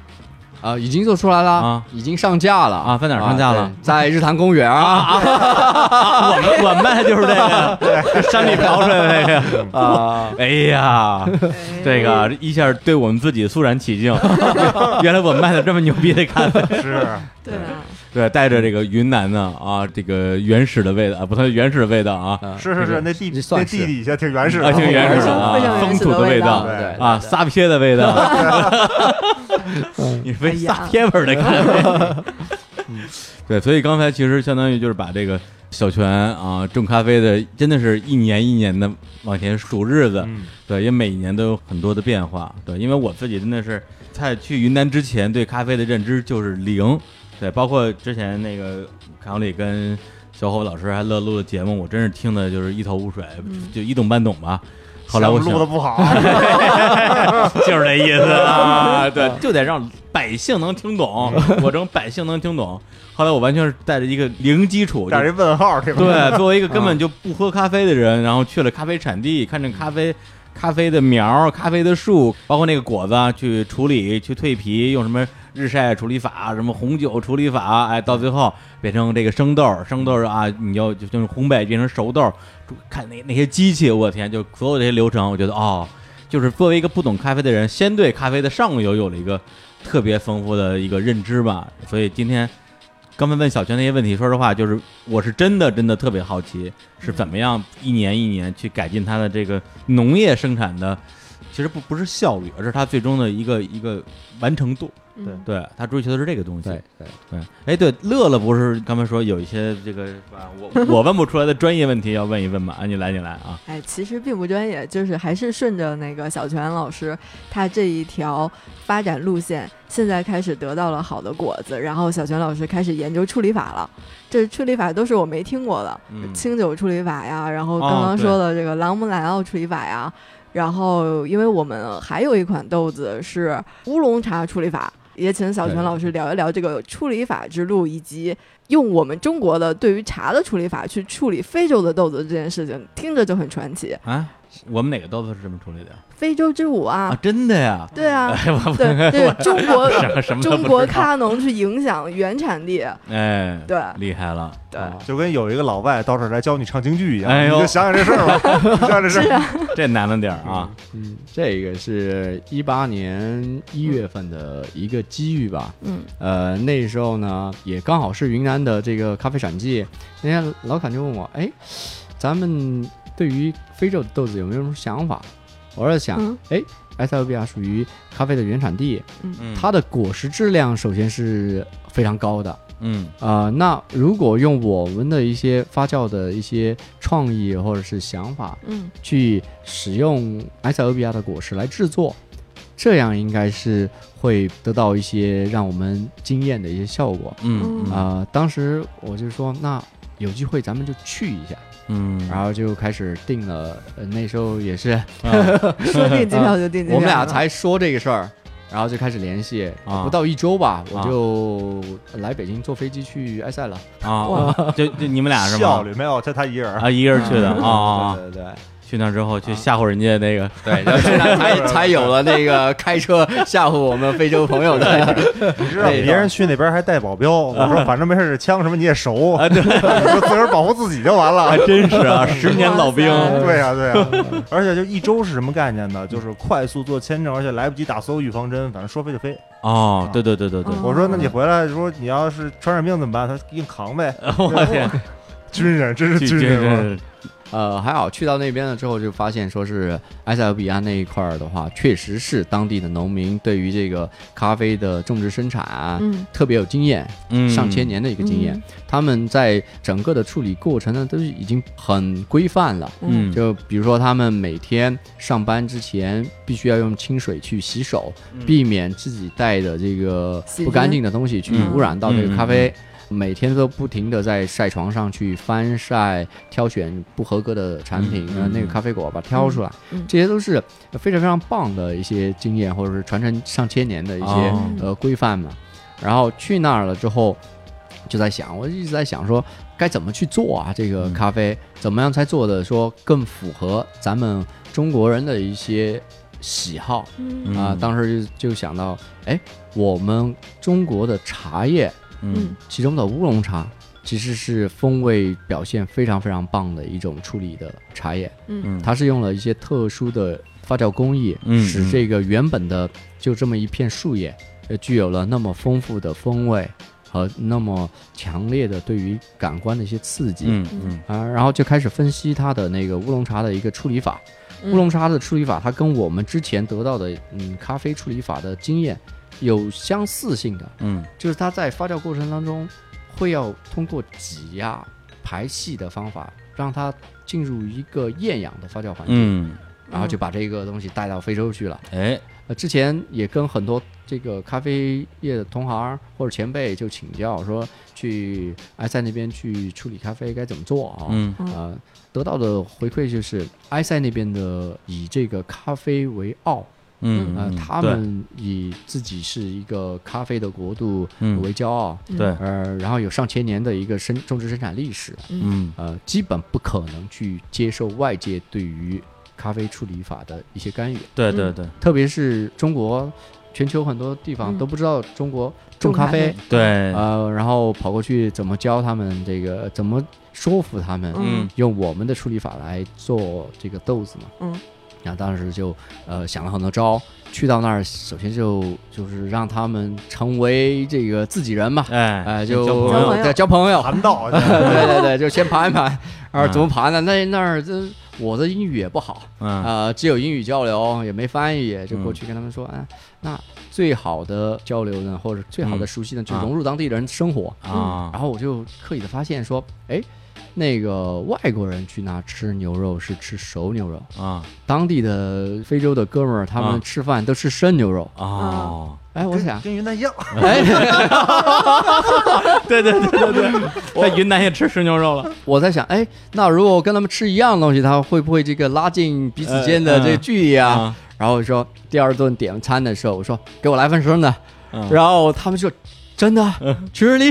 S6: 啊、已经做出来了，
S1: 啊
S6: 已经上架了
S1: 啊在哪儿上架了
S6: 对在日坛公园 [laughs] 啊
S1: 哎我们 [laughs] 我们卖的就是这个， [laughs] 山里刨出来的那个。
S6: 啊！
S1: 哎呀， [laughs] 这个一下对我们自己肃然起敬，原来我们卖的这么牛逼的咖啡。
S4: 是，
S3: 对啊，
S1: 对，带着这个云南呢啊，这个原始的味道啊，不，它是原始的味道啊，
S6: 啊
S4: 是是是，那地
S6: 这
S4: 那
S6: 算是
S4: 地底下挺原始的，
S1: 啊，挺原始的
S3: 非常
S1: 啊，
S3: 原
S1: 风
S3: 始
S1: 土
S3: 的
S1: 的味
S3: 味
S1: 道
S3: 道
S6: 对对
S1: 啊，撒撇的味
S6: [laughs]
S1: 道，你非
S3: 哎呀
S1: 撒撇味儿的咖啡。 [laughs] 对，所以刚才其实相当于就是把这个小泉啊种咖啡的，真的是一年一年的往前数日子，
S4: 嗯，
S1: 对，也每一年都有很多的变化。对，因为我自己真的是在去云南之前，对咖啡的认知就是零。对，包括之前那个康里跟小伙老师还乐录的节目，我真是听的就是一头雾水，
S6: 嗯
S1: 就一懂半懂吧。后来我想
S4: 录的，不
S1: [laughs]
S4: 好，
S1: 就是这意思啊，对，就得让百姓能听懂，我这种百姓能听懂。后来我完全是带着一个零基础，就
S4: 带着一问号，对吧？
S1: 对，作为一个根本就不喝咖啡的人，然后去了咖啡产地，看着咖啡。咖啡的苗儿、咖啡的树，包括那个果子啊，去处理、去蜕皮，用什么日晒处理法、什么红酒处理法，哎，到最后变成这个生豆儿，生豆儿啊，你要就就是烘焙变成熟豆儿，看那那些机器，我的天，就所有这些流程，我觉得哦，就是作为一个不懂咖啡的人，先对咖啡的上游有了一个特别丰富的一个认知吧。所以今天刚才问小泉那些问题，说实话，就是我是真的真的特别好奇，是怎么样一年一年去改进它的这个农业生产的，其实不不是效率，而是它最终的一个一个完成度。
S3: 嗯
S4: 对
S1: 对，他追求的是这个东西。
S6: 对对，
S1: 对，哎，对，乐乐不是刚才说有一些这个是吧？我我问不出来的专业问题要问一问嘛？啊，你来，你来啊！
S3: 哎，其实并不专业，就是还是顺着那个小泉老师他这一条发展路线，现在开始得到了好的果子，然后小泉老师开始研究处理法了。这处理法都是我没听过的，
S1: 嗯
S3: 清酒处理法呀，然后刚
S1: 哦
S3: 刚
S1: 对
S3: 说的这个朗姆莱奥处理法呀，然后因为我们还有一款豆子是乌龙茶处理法。也请小泉
S6: 对
S3: 老师聊一聊这个处理法之路，以及用我们中国的对于茶的处理法去处理非洲的豆子这件事情，听着就很传奇。
S1: 啊，我们哪个豆子是这么处理的
S3: 非洲之舞啊，
S1: 啊？真的呀？
S3: 对啊，
S1: 哎，我
S3: 对对，中国
S1: 想 [laughs] 什么都不
S3: 中
S1: 知道
S3: 国咖农去影响原产地，
S1: 哎，
S3: 对
S1: 厉害了，
S3: 对，
S6: 啊
S4: 就跟有一个老外到这儿来教你唱京剧一样，
S1: 哎呦
S4: 你就想想这事儿吧， [laughs] 你想想这事
S3: 是
S4: 儿。
S3: 啊，
S1: 这难了点儿啊。
S6: 嗯，这个是一八年一月份的一个机遇吧。
S3: 嗯，
S6: 呃，那时候呢，也刚好是云南的这个咖啡产季。那天老坎就问我，哎，咱们对于非洲的豆子有没有什么想法？我在想
S3: 嗯，
S6: 哎、埃塞俄比亚属于咖啡的原产地，
S1: 嗯，
S6: 它的果实质量首先是非常高的。
S1: 嗯
S6: 呃，那如果用我们的一些发酵的一些创意或者是想法，
S3: 嗯
S6: 去使用埃塞俄比亚的果实来制作，这样应该是会得到一些让我们惊艳的一些效果。
S1: 嗯嗯
S6: 啊、当时我就说，那有机会咱们就去一下，
S1: 嗯，
S6: 然后就开始定了。呃、那时候
S1: [laughs]
S6: 也是
S1: 嗯啊
S3: 说定机票就定机票，
S6: 我们俩才说这个事儿，然后就开始联系。
S1: 啊
S6: 不到一周吧，
S1: 啊
S6: 我就来北京坐飞机去埃塞了。
S1: 啊，就就你们俩是吗？
S4: 效率没有，就他一人儿。
S1: 啊，一个人去的啊啊，啊
S6: [laughs] 对对对。
S1: 去那儿之后去吓唬人家那个，
S6: [laughs] 对，哎然后现在才才有了那个开车吓唬我们非洲朋友的，
S4: 你知道
S6: 那个
S4: 别人去那边还带保镖，我说反正没事，这枪什么你也熟，啊对，说自个儿保护自己就完了
S1: 还。真是啊，十年老兵，
S3: 哇塞
S4: 对呀、对呀、 [laughs] 而且就一周是什么概念呢？就是快速做签证，而且来不及打所有预防针，反正说飞就飞。
S1: 哦，
S5: 啊
S1: 对对对对对，
S3: 嗯
S4: 我说那你回来说你要是传染病怎么办？他说硬扛 [laughs] 呗。
S1: 我天，
S4: 军人真是
S1: 这
S4: 军人啊，
S1: 这
S6: [laughs] 呃，还好去到那边了之后就发现，说是埃塞俄比亚啊那一块儿的话，确实是当地的农民对于这个咖啡的种植生产啊、
S3: 嗯
S6: 特别有经验，
S1: 嗯
S6: 上千年的一个经验，他们在整个的处理过程呢都已经很规范了。
S1: 嗯，
S6: 就比如说，他们每天上班之前必须要用清水去洗手，避免自己带的这个
S3: 细菌
S6: 不干净的东西去
S3: 嗯
S6: 污染到这
S1: 嗯
S6: 个
S1: 嗯
S6: 咖啡。每天都不停的在晒床上去翻晒，挑选不合格的产品，
S1: 嗯嗯
S6: 呃，那个咖啡果把它挑出来，
S3: 嗯嗯
S6: 这些都是非常非常棒的一些经验，或者是传承上千年的一些、
S1: 哦
S6: 呃规范嘛。然后去那儿了之后，就在想，我一直在想说该怎么去做啊，这个
S1: 嗯
S6: 咖啡、怎么样才做的说更符合咱们中国人的一些喜好
S3: 嗯
S1: 嗯
S6: 啊、当时就就想到，哎，我们中国的茶叶，
S1: 嗯
S6: 其中的乌龙茶。其实是风味表现非常非常棒的一种处理的茶叶，
S3: 嗯
S1: 嗯，
S6: 它是用了一些特殊的发酵工艺，
S1: 嗯
S6: 使这个原本的就这么一片树叶，呃，具有了那么丰富的风味和那么强烈的对于感官的一些刺激。
S1: 嗯嗯
S6: 啊，然后就开始分析它的那个乌龙茶的一个处理法。乌龙茶的处理法，它跟我们之前得到的嗯咖啡处理法的经验有相似性的，
S1: 嗯
S6: 就是它在发酵过程当中会要通过挤压排气的方法，让它进入一个厌氧的发酵环境。
S1: 嗯，
S6: 然后就把这个东西带到非洲去了。
S1: 哎，
S6: 呃，之前也跟很多这个咖啡业的同行儿或者前辈就请教说，去埃塞那边去处理咖啡该怎么做啊？
S1: 嗯
S6: 呃，得到的回馈就是埃塞那边的以这个咖啡为傲，
S1: 嗯，
S6: 呃，
S1: 嗯
S6: 他们以自己是一个咖啡的国度
S1: 嗯
S6: 为骄傲，
S1: 对对，
S6: 呃，然后有上千年的一个生种植生产历史，
S1: 嗯
S6: 呃，基本不可能去接受外界对于咖啡处理法的一些干预，
S1: 对对对
S6: 特别是中国，全球很多地方
S3: 嗯
S6: 都不知道中国种咖啡
S3: 种，
S1: 对，
S6: 呃，然后跑过去怎么教他们这个，怎么说服他们
S3: 嗯
S6: 用我们的处理法来做这个豆子嘛。
S3: 嗯，
S6: 然后当时就呃想了很多招，去到那儿首先就就是让他们成为这个自己人吧，
S1: 哎
S6: 哎、
S1: 交
S6: 就
S1: 朋友
S3: 友
S6: 对交朋
S1: [laughs]
S6: 友，
S4: 盘 [laughs] 道
S6: 对对对，就先盘一盘。然后
S1: 嗯
S6: 怎么盘呢？那那儿这我的英语也不好，
S1: 嗯
S6: 啊，只有英语交流，也没翻译，就过去跟他们说，哎，那最好的交流呢，或者最好的
S1: 嗯
S6: 熟悉呢，就
S1: 啊
S6: 融入当地人生活。
S1: 啊
S6: 然后我就刻意的发现说，哎，那个外国人去那吃牛肉是吃熟牛肉，
S1: 啊
S6: 当地的非洲的哥们儿他
S1: 啊
S6: 们吃饭都吃生牛肉。
S1: 哦，
S6: 哎，我想，
S4: 跟云南一样，
S6: 哎，
S1: [laughs] 对对对对对， [laughs] 在云南也吃生牛肉了，
S6: 我在想，哎，那如果我跟他们吃一样的东西，他会不会这个拉近彼此
S1: 呃
S6: 间
S1: 嗯
S6: 的这个距离啊？
S1: 啊
S6: 然后我说第二顿点餐的时候，我说给我来份生的，
S1: 嗯
S6: 然后他们说真的，
S1: [laughs]
S6: 吃力。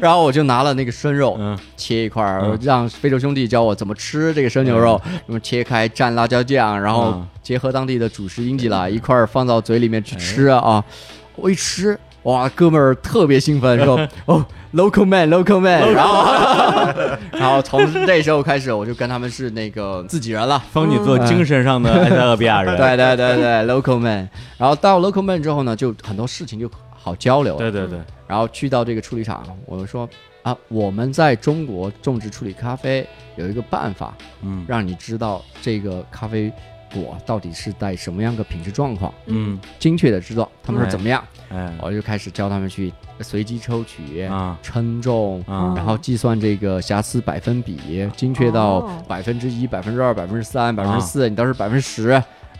S6: 然后我就拿了那个生肉，
S1: 嗯
S6: 切一块儿，
S1: 嗯
S6: 让非洲兄弟教我怎么吃这个生牛肉，什么切开蘸辣椒酱，然后
S1: 嗯
S6: 结合当地的主食英吉拉一块儿放到嘴里面去吃啊。
S1: 哎
S6: 我一吃，哇，哥们儿特别兴奋，
S1: [laughs]
S6: 说哦，local man，local man，然后然后从那时候开始，我就跟他们是那
S1: [laughs]
S6: 个自己人了。
S1: 帮你做精神上的埃塞俄比亚人，
S6: 对对对对，local man。然后到 local man 之后呢，就很多事情就好交流了。
S1: 对对对，
S6: 然后去到这个处理厂，我就说啊，我们在中国种植处理咖啡有一个办法，
S1: 嗯
S6: 让你知道这个咖啡果到底是在什么样的品质状况，
S1: 嗯
S6: 精确的知道他们
S1: 哎
S6: 是怎么样。
S1: 哎
S6: 我就开始教他们去随机抽取、
S1: 啊
S6: 称重。
S1: 啊
S6: 然后计算这个瑕疵百分比，精确到
S3: 哦
S6: 百分之一、百分之二、百分之三、百分之
S1: 啊
S6: 四，你到是百分之十，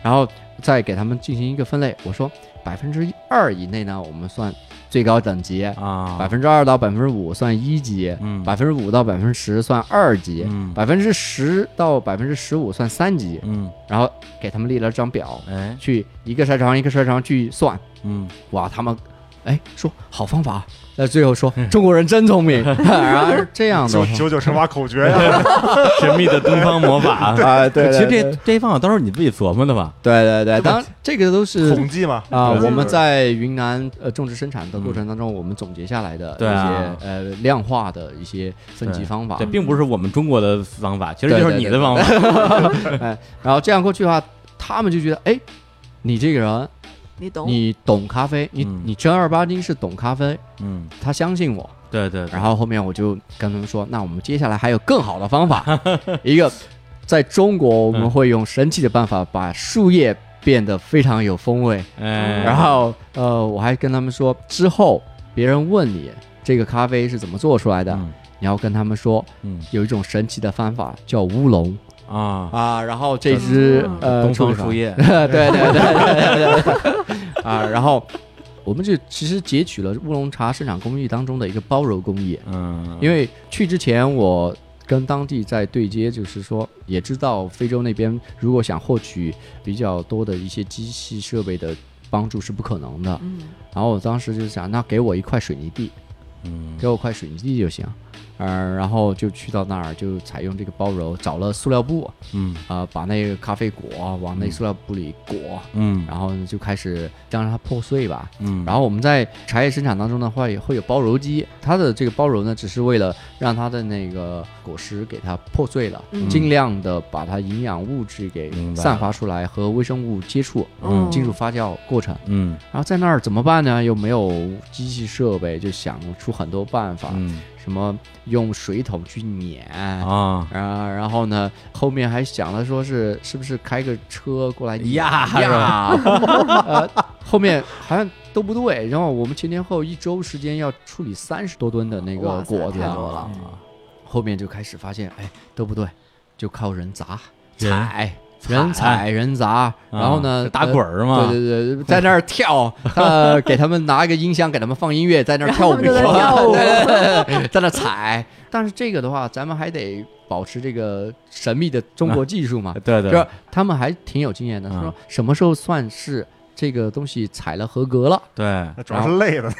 S6: 然后再给他们进行一个分类。我说百分之二以内呢，我们算最高等级，
S1: 啊
S6: 百分之二到百分之五算一级，
S1: 嗯
S6: 百分之五到百分之十算二级
S1: 嗯，
S6: 百分之十到百分之十五算三级，
S1: 嗯
S6: 然后给他们列了张表，
S1: 哎
S6: 去一个筛查行一个筛查行去算，
S1: [laughs] 嗯
S6: 哇，他们。哎，说好方法，啊那最后说
S1: 嗯
S6: 中国人真聪
S1: [laughs]
S6: 明，然后这样的
S4: 九
S6: 话
S4: 九九乘法口诀呀，
S1: 神秘的东方魔 [laughs] 法
S6: 啊，对，
S1: 其实
S6: 对
S1: 这这一方法都是你自己琢磨的吧？
S6: 对对对，当然这个都是
S4: 统计嘛
S6: 啊，
S4: 对
S6: 我们在云南呃种植生产的过程当中，我们总结下来的一
S1: 对啊
S6: 些呃量化的一些分级方法
S1: 这，并不是我们中国的方法，其实就是你的方法。
S6: 哎，然后这样过去的话，他们就觉得哎，你这个人
S3: 你懂？
S6: 你懂咖啡，你
S1: 嗯
S6: 你正儿八经是懂咖啡，
S1: 嗯，
S6: 他相信我。
S1: 对对，对
S6: 然后后面我就跟他们说，那我们接下来还有更好的
S1: [laughs]
S6: 方法，一个在中国我
S1: 嗯
S6: 们会用神奇的办法把树叶变得非常有风味。
S1: 哎，
S6: 然后呃，我还跟他们说，之后别人问你这个咖啡是怎么做出来的，
S1: 嗯
S6: 你要跟他们说，
S1: 嗯
S6: 有一种神奇的方法叫乌龙
S1: 啊，
S6: 啊。然后这只
S3: 嗯
S6: 呃
S1: 东
S6: 处理
S1: 方
S6: 法
S1: 树叶，
S6: 对对对对对对对
S1: [laughs]
S6: 啊，然后。我们就其实截取了乌龙茶生产工艺当中的一个包揉工艺，
S1: 嗯，
S6: 因为去之前我跟当地在对接，就是说也知道非洲那边如果想获取比较多的一些机器设备的帮助是不可能的。
S3: 嗯，
S6: 然后我当时就想，那给我一块水泥地，
S1: 嗯
S6: 给我块水泥地就行。呃，然后就去到那儿，就采用这个包揉，找了塑料布，
S1: 嗯
S6: 啊，把那个咖啡果往那塑料布里裹，
S1: 嗯
S6: 然后呢就开始让它破碎吧。
S1: 嗯，
S6: 然后我们在茶叶生产当中的话，也会有包揉机，它的这个包揉呢，只是为了让它的那个果实给它破碎了，
S3: 嗯
S6: 尽量的把它营养物质给
S1: 明白
S6: 散发出来，和微生物接触，
S1: 嗯
S3: 哦
S6: 进入发酵过程。
S1: 嗯
S6: 然后在那儿怎么办呢？又没有机器设备，就想出很多办法，
S1: 嗯
S6: 什么用水桶去碾。
S1: 啊
S6: 啊，然后呢，后面还想了，说是是不是开个车过来碾
S1: 呀是
S6: 呀？ [laughs] 呃，后面好像都不对。然后我们前前后后一周时间要处理三十多吨的那个
S3: 哇塞
S6: 果子，啊嗯
S3: 太多了
S6: 后面就开始发现，哎，都不对，就靠人砸、
S1: 人
S6: 踩、人踩、人砸，然后呢
S1: 啊 [laughs] 打滚。儿
S6: 呃
S1: 嘛，
S6: 对对对，在那儿跳，呃，给他们拿一个音箱，给他们放音乐，在那儿
S3: 然
S6: 跳
S3: 后
S6: 舞，
S3: 他 [laughs] 们就在跳舞
S6: 对对对对 [laughs] 在那踩。但是这个的话，咱们还得保持这个神秘的中国技术嘛，
S1: 对对
S6: 就是他们还挺有经验的，
S1: 嗯
S6: 说什么时候算是这个东西采了合格了。
S1: 对，
S4: 主要是累的，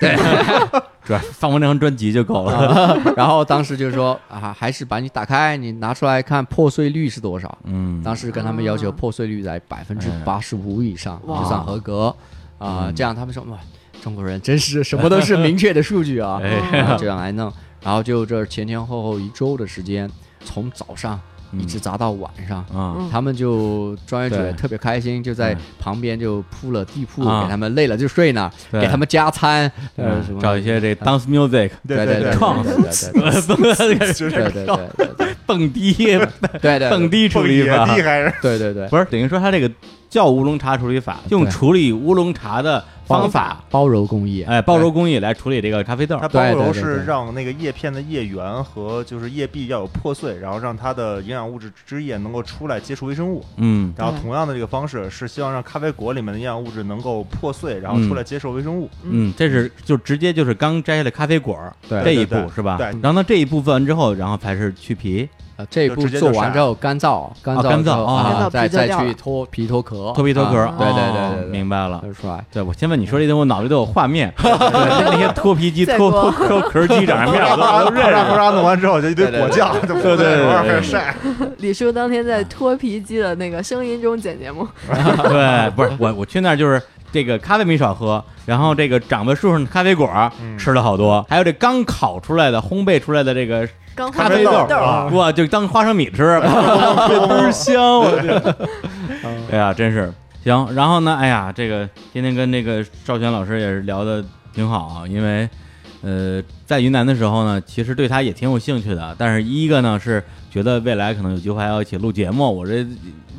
S1: 主要放完这张专辑就够了。
S6: 然后当时就说啊，还是把你打开，你拿出来看破碎率是多少。
S1: 嗯
S6: 当时跟他们要求
S3: 啊
S6: 破碎率在百分之八十五以上
S3: 哇
S6: 就算合格啊，
S1: 嗯
S6: 这样他们说哇，中国人真是什么都是明确的数据啊，
S1: 哎
S6: 啊这样来弄。然后就这前前后后一周的时间，从早上一直砸到晚上。
S5: 啊
S3: 嗯
S6: 他们就专业组
S5: 对
S6: 也特别开心，就在
S5: 对
S6: 旁边就铺了地铺
S5: 啊
S6: 给他们，累了就睡那儿，
S5: 对
S6: 给他们加餐，呃，
S5: 嗯
S6: 什么
S5: 找一些这 dance music，
S6: 对对对
S5: 创
S6: 对对对对对对对对
S5: 蹦迪，
S6: 对对
S5: 蹦迪处理法，
S4: 还
S6: [laughs]
S4: 是
S6: 对对对，
S5: 不是等于说他这个叫乌龙茶处理法，用
S6: 对
S5: 处理乌龙茶的方法，
S6: 包揉工艺，
S5: 哎，包揉工艺来处理这个咖啡豆
S4: 它。包
S6: 对对
S4: 揉
S6: 对
S4: 是
S6: 对
S4: 让那个叶片的叶缘和就是叶壁要有破碎，然后让它的营养物质汁液能够出来接触微生物。
S5: 嗯
S4: 然后
S3: 对
S4: 同样的这个方式是希望让咖啡果里面的营养物质能够破碎，然后
S5: 嗯
S4: 出来接受微生物。
S5: 嗯，这是就直接就是刚摘下来咖啡果儿
S6: 对
S5: 这一
S4: 对对
S5: 步是吧？
S4: 对
S5: 然后呢这一步做完之后，然后才是去皮、
S6: 呃这一
S4: 就
S6: 步
S4: 直接
S6: 做
S4: 就
S6: 完
S4: 晒
S6: 之后干燥，干
S5: 啊
S6: 燥
S5: 干
S6: 之
S5: 燥
S6: 后
S5: 啊
S3: 干燥
S6: 啊，再
S3: 皮就
S6: 再
S3: 掉
S6: 去
S3: 了
S6: 脱皮脱壳，
S5: 脱皮脱壳。
S6: 啊对
S5: 哦
S6: 对对对，
S5: 明白了。
S6: 对，That's right。
S5: 对，我先问你说这东西，我脑袋都有画面，那些脱皮机、
S3: 再
S5: 脱脱
S3: 过
S5: 脱壳机长什么样我都我都认
S4: 咔嚓
S5: 识。
S4: 咔嚓弄完之后就一堆
S6: 对对
S4: 果
S6: 对
S4: 酱，就
S5: 对对对
S4: 往上
S5: 对对
S4: 晒。
S3: 李叔当天
S5: 啊
S3: 在脱皮机的那个声音中剪节目，
S4: [laughs]
S5: 对，不是我，我去那儿就是这个咖啡没少喝，然后这个长在树上的咖啡果儿
S4: 嗯
S5: 吃了好多，还有这刚烤出来的、烘焙出来的这个
S3: 刚
S5: 咖
S3: 换
S5: 啡
S3: 的
S5: 豆
S3: 豆
S5: 儿
S3: 儿
S4: 啊
S5: 哇，就当花生米吃，
S4: [laughs]
S5: 这倍儿香！我天，哎呀，真是行。然后呢，哎呀，这个今天跟这个赵泉老师也是聊的挺好啊，因为呃，在云南的时候呢，其实对他也挺有兴趣的，但是一个呢是觉得未来可能有机会还要一起录节目，我这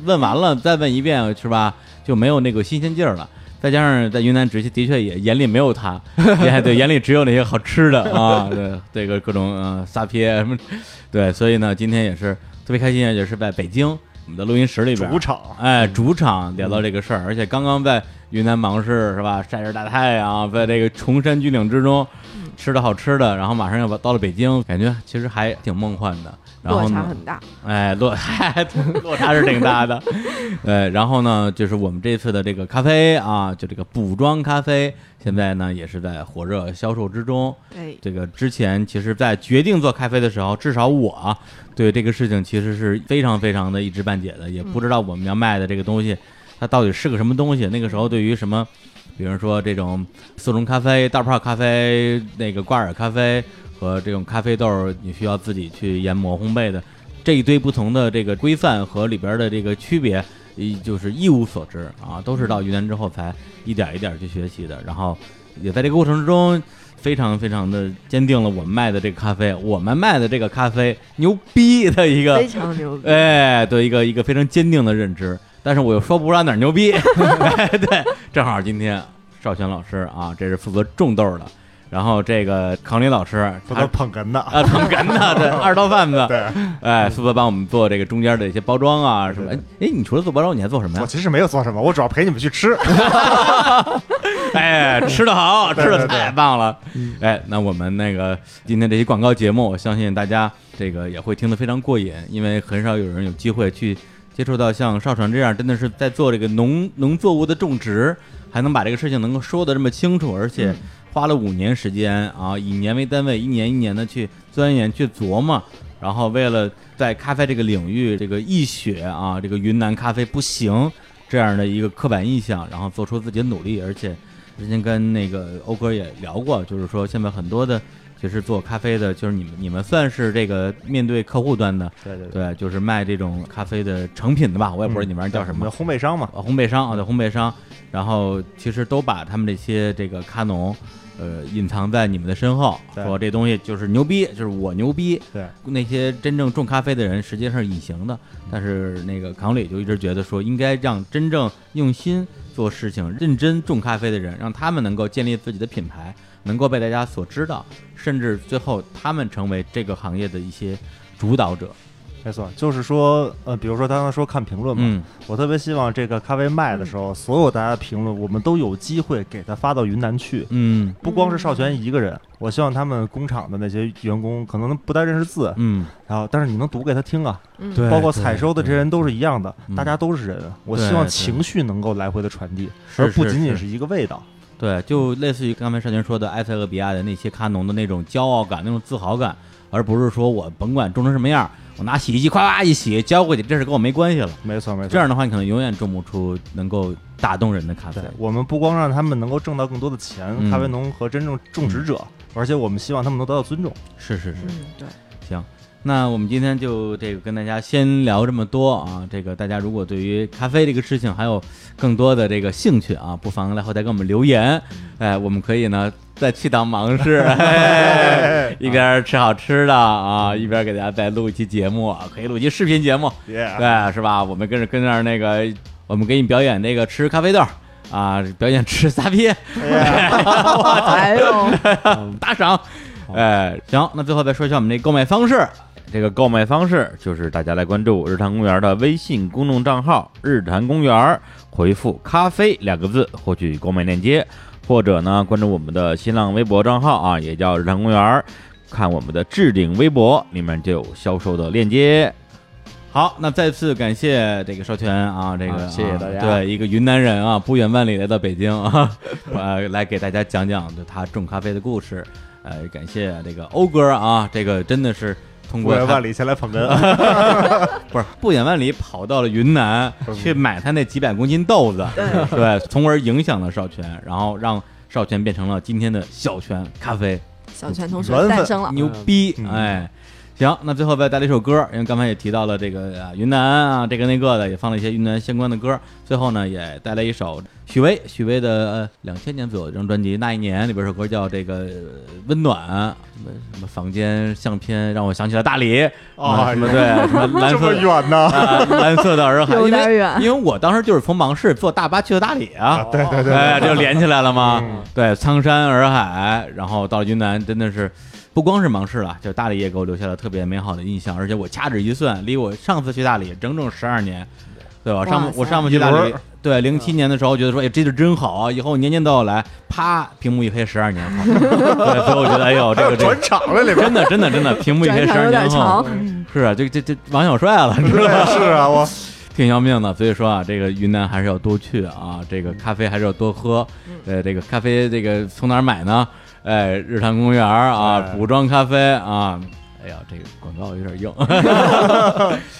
S5: 问完了再问一遍是吧，就没有那个新鲜劲儿了。再加上在云南，直接的确也眼里没有
S3: [laughs]
S5: 他，也对眼里只有那些好吃的啊，对这个各种呃撒撇什么对，所以呢，今天也是特别开心，啊也是在北京我们的录音室里边，
S4: 主，场
S5: 哎，主场聊到这个事儿，而且刚刚在云南芒市是吧，晒着大太阳，在这个崇山峻岭之中
S3: 嗯
S5: 吃的好吃的，然后马上要到了北京，感觉其实还挺梦幻的。然
S3: 落
S5: 后
S3: 差
S5: 呢，
S3: 很大。
S5: 哎，落 [laughs] 落差是挺大的，呃，然后呢，就是我们这次的这个咖啡啊，就这个补妆咖啡，现在呢也是在火热销售之中。
S3: 对，
S5: 这个之前，其实，在决定做咖啡的时候，至少我啊对这个事情其实是非常非常的一知半解的，也不知道我们要卖的这个东西，它到底是个什么东西。那个时候，对于什么，比如说这种速溶咖啡、袋泡咖啡、那个挂耳咖啡和这种咖啡豆儿，你需要自己去研磨烘焙的这一堆不同的这个规范和里边儿的这个区别，一就是一无所知啊，都是到云南之后才一点儿一点儿去学习的。然后也在这个过程中，非常非常的坚定了我们卖的这个咖啡，我们卖的这个咖啡牛逼的一个
S3: 非常牛逼。
S5: 哎，对一个一个非常坚定的认知，但是我又说不出来哪儿牛逼。 [laughs] 哎，对，正好今天邵泉老师啊，这是负责种豆儿的，然后这个康林老师
S4: 负
S5: 他
S4: 责捧哏的。
S5: 啊，捧哏的，这二道贩子，
S4: 对，
S5: 哎，负责帮我们做这个中间的一些包装啊什么。哎，哎你除了做包装，你还做什么
S4: 我
S5: 呀？
S4: 其实没有做什么，我主要陪你们去吃。
S5: [laughs] 哎，吃的好，吃
S4: 对嗯
S5: 的
S4: 对对
S5: 太棒了。哎，那我们那个今天这期广告节目，我相信大家这个也会听得非常过瘾，因为很少有人有机会去接触到像邵传这样，真的是在做这个农农作物的种植，还能把这个事情能够说的这么清楚，而
S4: 嗯
S5: 且花了五年时间啊，以年为单位，一年一年的去钻研、去琢磨。然后为了在咖啡这个领域这个一雪啊，这个云南咖啡不行这样的一个刻板印象，然后做出自己的努力，而且之前跟那个欧哥也聊过，就是说现在很多的，就是做咖啡的，就是你们你们算是这个面对客户端的，
S4: 对对，
S5: 对，就是卖这种咖啡的成品的吧，我也
S4: 嗯
S5: 不知道你 [laughs] 们那儿叫什么
S4: 我们，烘焙商嘛，
S5: 啊，烘焙商啊，对，烘焙商，然后其实都把他们这些这个咖农，呃，隐藏在你们的身后，
S4: 对
S5: 说这东西就是牛逼，就是我牛逼。
S4: 对，
S5: 那些真正种咖啡的人实际上是隐形的，
S4: 嗯
S5: 但是那个康里就一直觉得说，应该让真正用心做事情、认真种咖啡的人，让他们能够建立自己的品牌，能够被大家所知道，甚至最后他们成为这个行业的一些主导者。
S4: 没错，就是说，呃，比如说他刚才说看评论嘛，
S5: 嗯，
S4: 我特别希望这个咖啡卖的时候，所有大家的评论，我们都有机会给它发到云南去。
S5: 嗯
S4: 不光是少泉一个人，我希望他们工厂的那些员工可能不太认识字，
S5: 嗯，
S4: 然后但是你能读给他听啊，
S3: 嗯，
S5: 对嗯
S4: 包括采收的这些人都是一样的
S5: 对，
S4: 大家都是人。我希望情绪能够来回的传递，
S5: 是
S4: 而不仅
S5: 是
S4: 仅是一个味道。
S5: 对，就类似于刚才少年说的埃塞俄比亚的那些咖农的那种骄傲感、那种自豪感，而不是说我甭管种成什么样，我拿洗衣机夸夸一洗浇过去，这事跟我没关系了。
S4: 没错，没错。
S5: 这样的话，你可能永远种不出能够打动人的咖啡
S4: 对。我们不光让他们能够挣到更多的钱，
S5: 嗯
S4: 咖啡农和真正种植者，而且我们希望他们能得到尊重。
S5: 是是是，
S3: 嗯，对， [laughs]
S5: 行。那我们今天就这个跟大家先聊这么多啊。这个大家如果对于咖啡这个事情还有更多的这个兴趣啊，不妨来后台给我们留言。哎，我们可以呢再去趟芒市，哎、一边吃好吃的啊，一边给大家再录一期节目，啊，可以录一期视频节目，对，是吧？我们跟着跟着那个，我们给你表演那个吃咖啡豆儿啊，表演吃 [laughs] 撒撇，
S3: 哎呦，
S5: 打赏。哎，行，那最后再说一下我们这购买方式。
S10: 这个购买方式就是大家来关注日坛公园的微信公众账号“日坛公园”，回复“咖啡”两个字获取购买链接，或者呢关注我们的新浪微博账号啊，也叫日坛公园，看我们的置顶微博里面就有销售的链接。
S5: 好，那再次感谢这个邵全啊，这个、
S6: 啊谢谢大家
S5: 啊对，一个云南人啊，不远万里来到北京啊， [laughs] 呃，来给大家讲讲就他种咖啡的故事。呃，感谢这个欧哥啊，这个真的是通
S4: 不
S5: 过
S4: 远
S5: 他
S4: 万里前来啊捧
S5: [laughs]
S4: 哏，
S5: 不是不远万里跑到了云南去买他那几百公斤豆子，
S4: 嗯
S3: 对
S5: 对，从而影响了少泉，然后让少泉变成了今天的小泉咖啡，
S3: 小泉同学
S4: 缘分
S3: 诞生了，
S5: 牛逼！
S4: 嗯
S5: 哎，行，那最后再带来一首歌，因为刚才也提到了这个、啊、云南啊，这个那个的，也放了一些云南相关的歌。最后呢，也带来一首许巍，许巍的呃两千年左右这张专辑《那一年》里边有首歌叫这个呃《温暖》，什么什么房间相片让我想起了大理啊，
S4: 哎
S5: 什么对，什么蓝
S4: [laughs] 这么
S5: 色。
S4: 远呢？
S5: 啊，蓝色的洱海，
S3: 有
S5: 因
S3: 点
S5: 为
S3: 远
S5: 因为我当时就是从芒市坐大巴去的大理啊，
S4: 对对
S5: [laughs]
S4: 对，嗯
S5: 哎，这就连起来了吗？对，苍山洱海，然后到了云南，真的是不光是芒市了，就大理也给我留下了特别美好的印象。而且我掐指一算，离我上次去大理整整十二年，对吧？我上
S3: 哇塞
S5: 我上次去大
S4: 一轮
S5: 理，对，零七年的时候觉得说，哎，这地儿真好啊，以后年年都要来。啪，屏幕一黑，十二年后， [laughs] 对，所以我觉得，哎呦，这个这个
S4: 转场了里边，
S5: 真的真的真的，屏幕一黑
S3: 转
S5: 十
S3: 场
S5: 二
S3: 有
S5: 年
S3: 点
S5: 后
S3: 长，，
S5: 是啊，这这这王小帅了，知道
S4: 对
S5: 吧？
S4: 是啊， [laughs] 我
S5: 挺要命的，所以说啊，这个云南还是要多去啊，这
S1: 嗯
S5: 个咖啡还是要多喝。呃，这个咖啡这个从哪儿买呢？哎，日坛公园儿啊，
S4: 哎
S5: 补妆咖啡啊。哎呀，这个广告有点硬。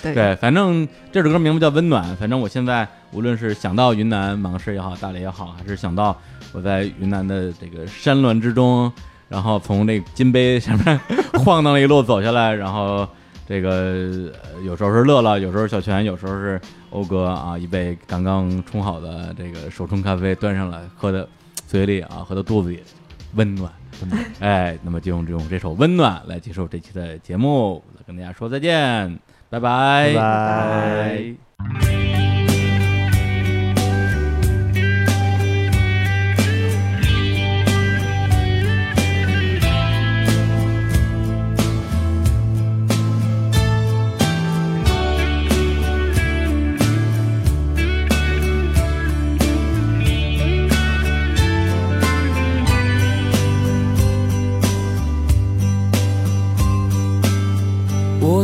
S3: 对，
S5: 对，反正这首歌名字叫《温暖》。反正我现在无论是想到云南芒市也好，大理也好，还是想到我在云南的这个山峦之中，然后从那金杯上面 [laughs] 晃荡了一路走下来，然后这个呃有时候是乐乐，有时候是小泉，有时候是欧哥啊，一杯刚刚冲好的这个手冲咖啡端上来，喝的嘴里啊，喝到肚子里，温暖。哎，那么就用这种这首《温暖》来结束这期的节目，跟大家说再见，拜拜，
S4: 拜拜
S8: 我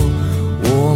S8: 我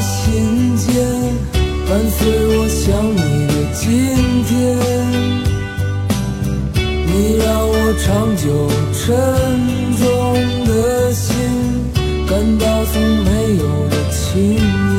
S8: 心间，伴随我想你的今天。你让我长久沉重的心，感到从没有的轻盈。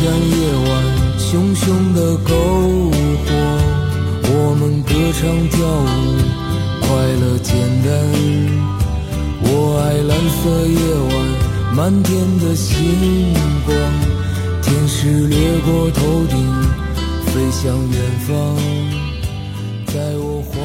S8: 夜晚熊熊的篝火，我们歌唱跳舞，快乐简单。我爱蓝色夜晚，满天的星光，天使掠过头顶，飞向远方，在我怀